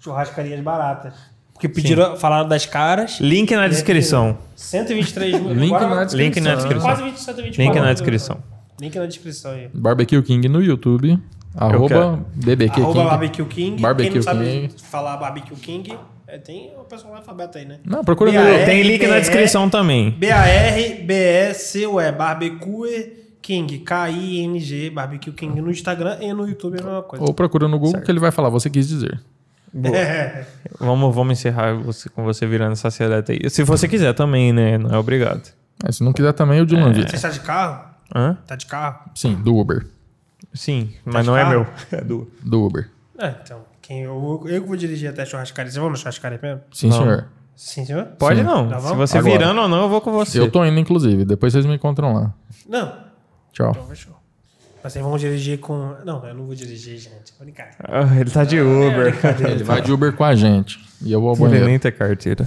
[SPEAKER 2] Churrascarias baratas. Porque pediram, falaram das caras. É.
[SPEAKER 3] Link na descrição.
[SPEAKER 2] 123 mil.
[SPEAKER 1] Link
[SPEAKER 2] Agora-
[SPEAKER 1] na
[SPEAKER 3] Link na
[SPEAKER 1] descrição.
[SPEAKER 3] descrição.
[SPEAKER 2] Quase 20, 124.
[SPEAKER 3] Link na descrição.
[SPEAKER 2] Link na descrição aí.
[SPEAKER 1] Barbecue King no YouTube. Arroba
[SPEAKER 3] quero.
[SPEAKER 1] BBQ
[SPEAKER 2] Arroba
[SPEAKER 1] King.
[SPEAKER 2] Barbecue King.
[SPEAKER 1] Barbecue
[SPEAKER 2] Quem não sabe
[SPEAKER 1] King.
[SPEAKER 2] falar Barbecue King, é, tem o pessoal alfabeto aí, né?
[SPEAKER 1] Não, procura no
[SPEAKER 2] BAR.
[SPEAKER 3] Tem link na
[SPEAKER 2] É.
[SPEAKER 3] descrição também.
[SPEAKER 2] B-A-R-B-E-C-U-E, Barbecue King, K-I-N-G, Barbecue King no Instagram e no YouTube é a mesma coisa.
[SPEAKER 1] Ou procura no Google que ele vai falar, você quis dizer.
[SPEAKER 2] É.
[SPEAKER 3] Vamos, vamos encerrar você- com você virando essa seleta aí. Se você quiser também, né? Não é obrigado.
[SPEAKER 1] Mas se não quiser também, o Dylan Vita.
[SPEAKER 3] É.
[SPEAKER 2] Você está de carro?
[SPEAKER 3] Hã?
[SPEAKER 2] Tá de carro?
[SPEAKER 1] Sim, do Uber.
[SPEAKER 3] Sim, mas não é meu.
[SPEAKER 2] carro?
[SPEAKER 3] É do.
[SPEAKER 1] Do Uber.
[SPEAKER 2] É, então, quem, eu, eu que vou dirigir até a churrascaria. Você vai na churrascaria mesmo?
[SPEAKER 1] Sim,
[SPEAKER 3] Não.
[SPEAKER 1] senhor.
[SPEAKER 2] Sim, senhor?
[SPEAKER 3] Pode
[SPEAKER 1] Sim.
[SPEAKER 3] não.
[SPEAKER 2] Tá bom?
[SPEAKER 3] Se você
[SPEAKER 1] Agora.
[SPEAKER 3] virando ou não, eu vou com você.
[SPEAKER 1] Eu tô indo, inclusive. Depois vocês me encontram lá.
[SPEAKER 2] Não.
[SPEAKER 1] Tchau.
[SPEAKER 2] Então, fechou. Vocês vão dirigir com. Não, eu não vou dirigir, gente. Vou brincar. É,
[SPEAKER 3] Ah, ele tá de Uber.
[SPEAKER 1] Ele vai de Uber com a gente. E eu vou ao
[SPEAKER 3] Ele
[SPEAKER 1] banheiro.
[SPEAKER 3] nem tem carteira.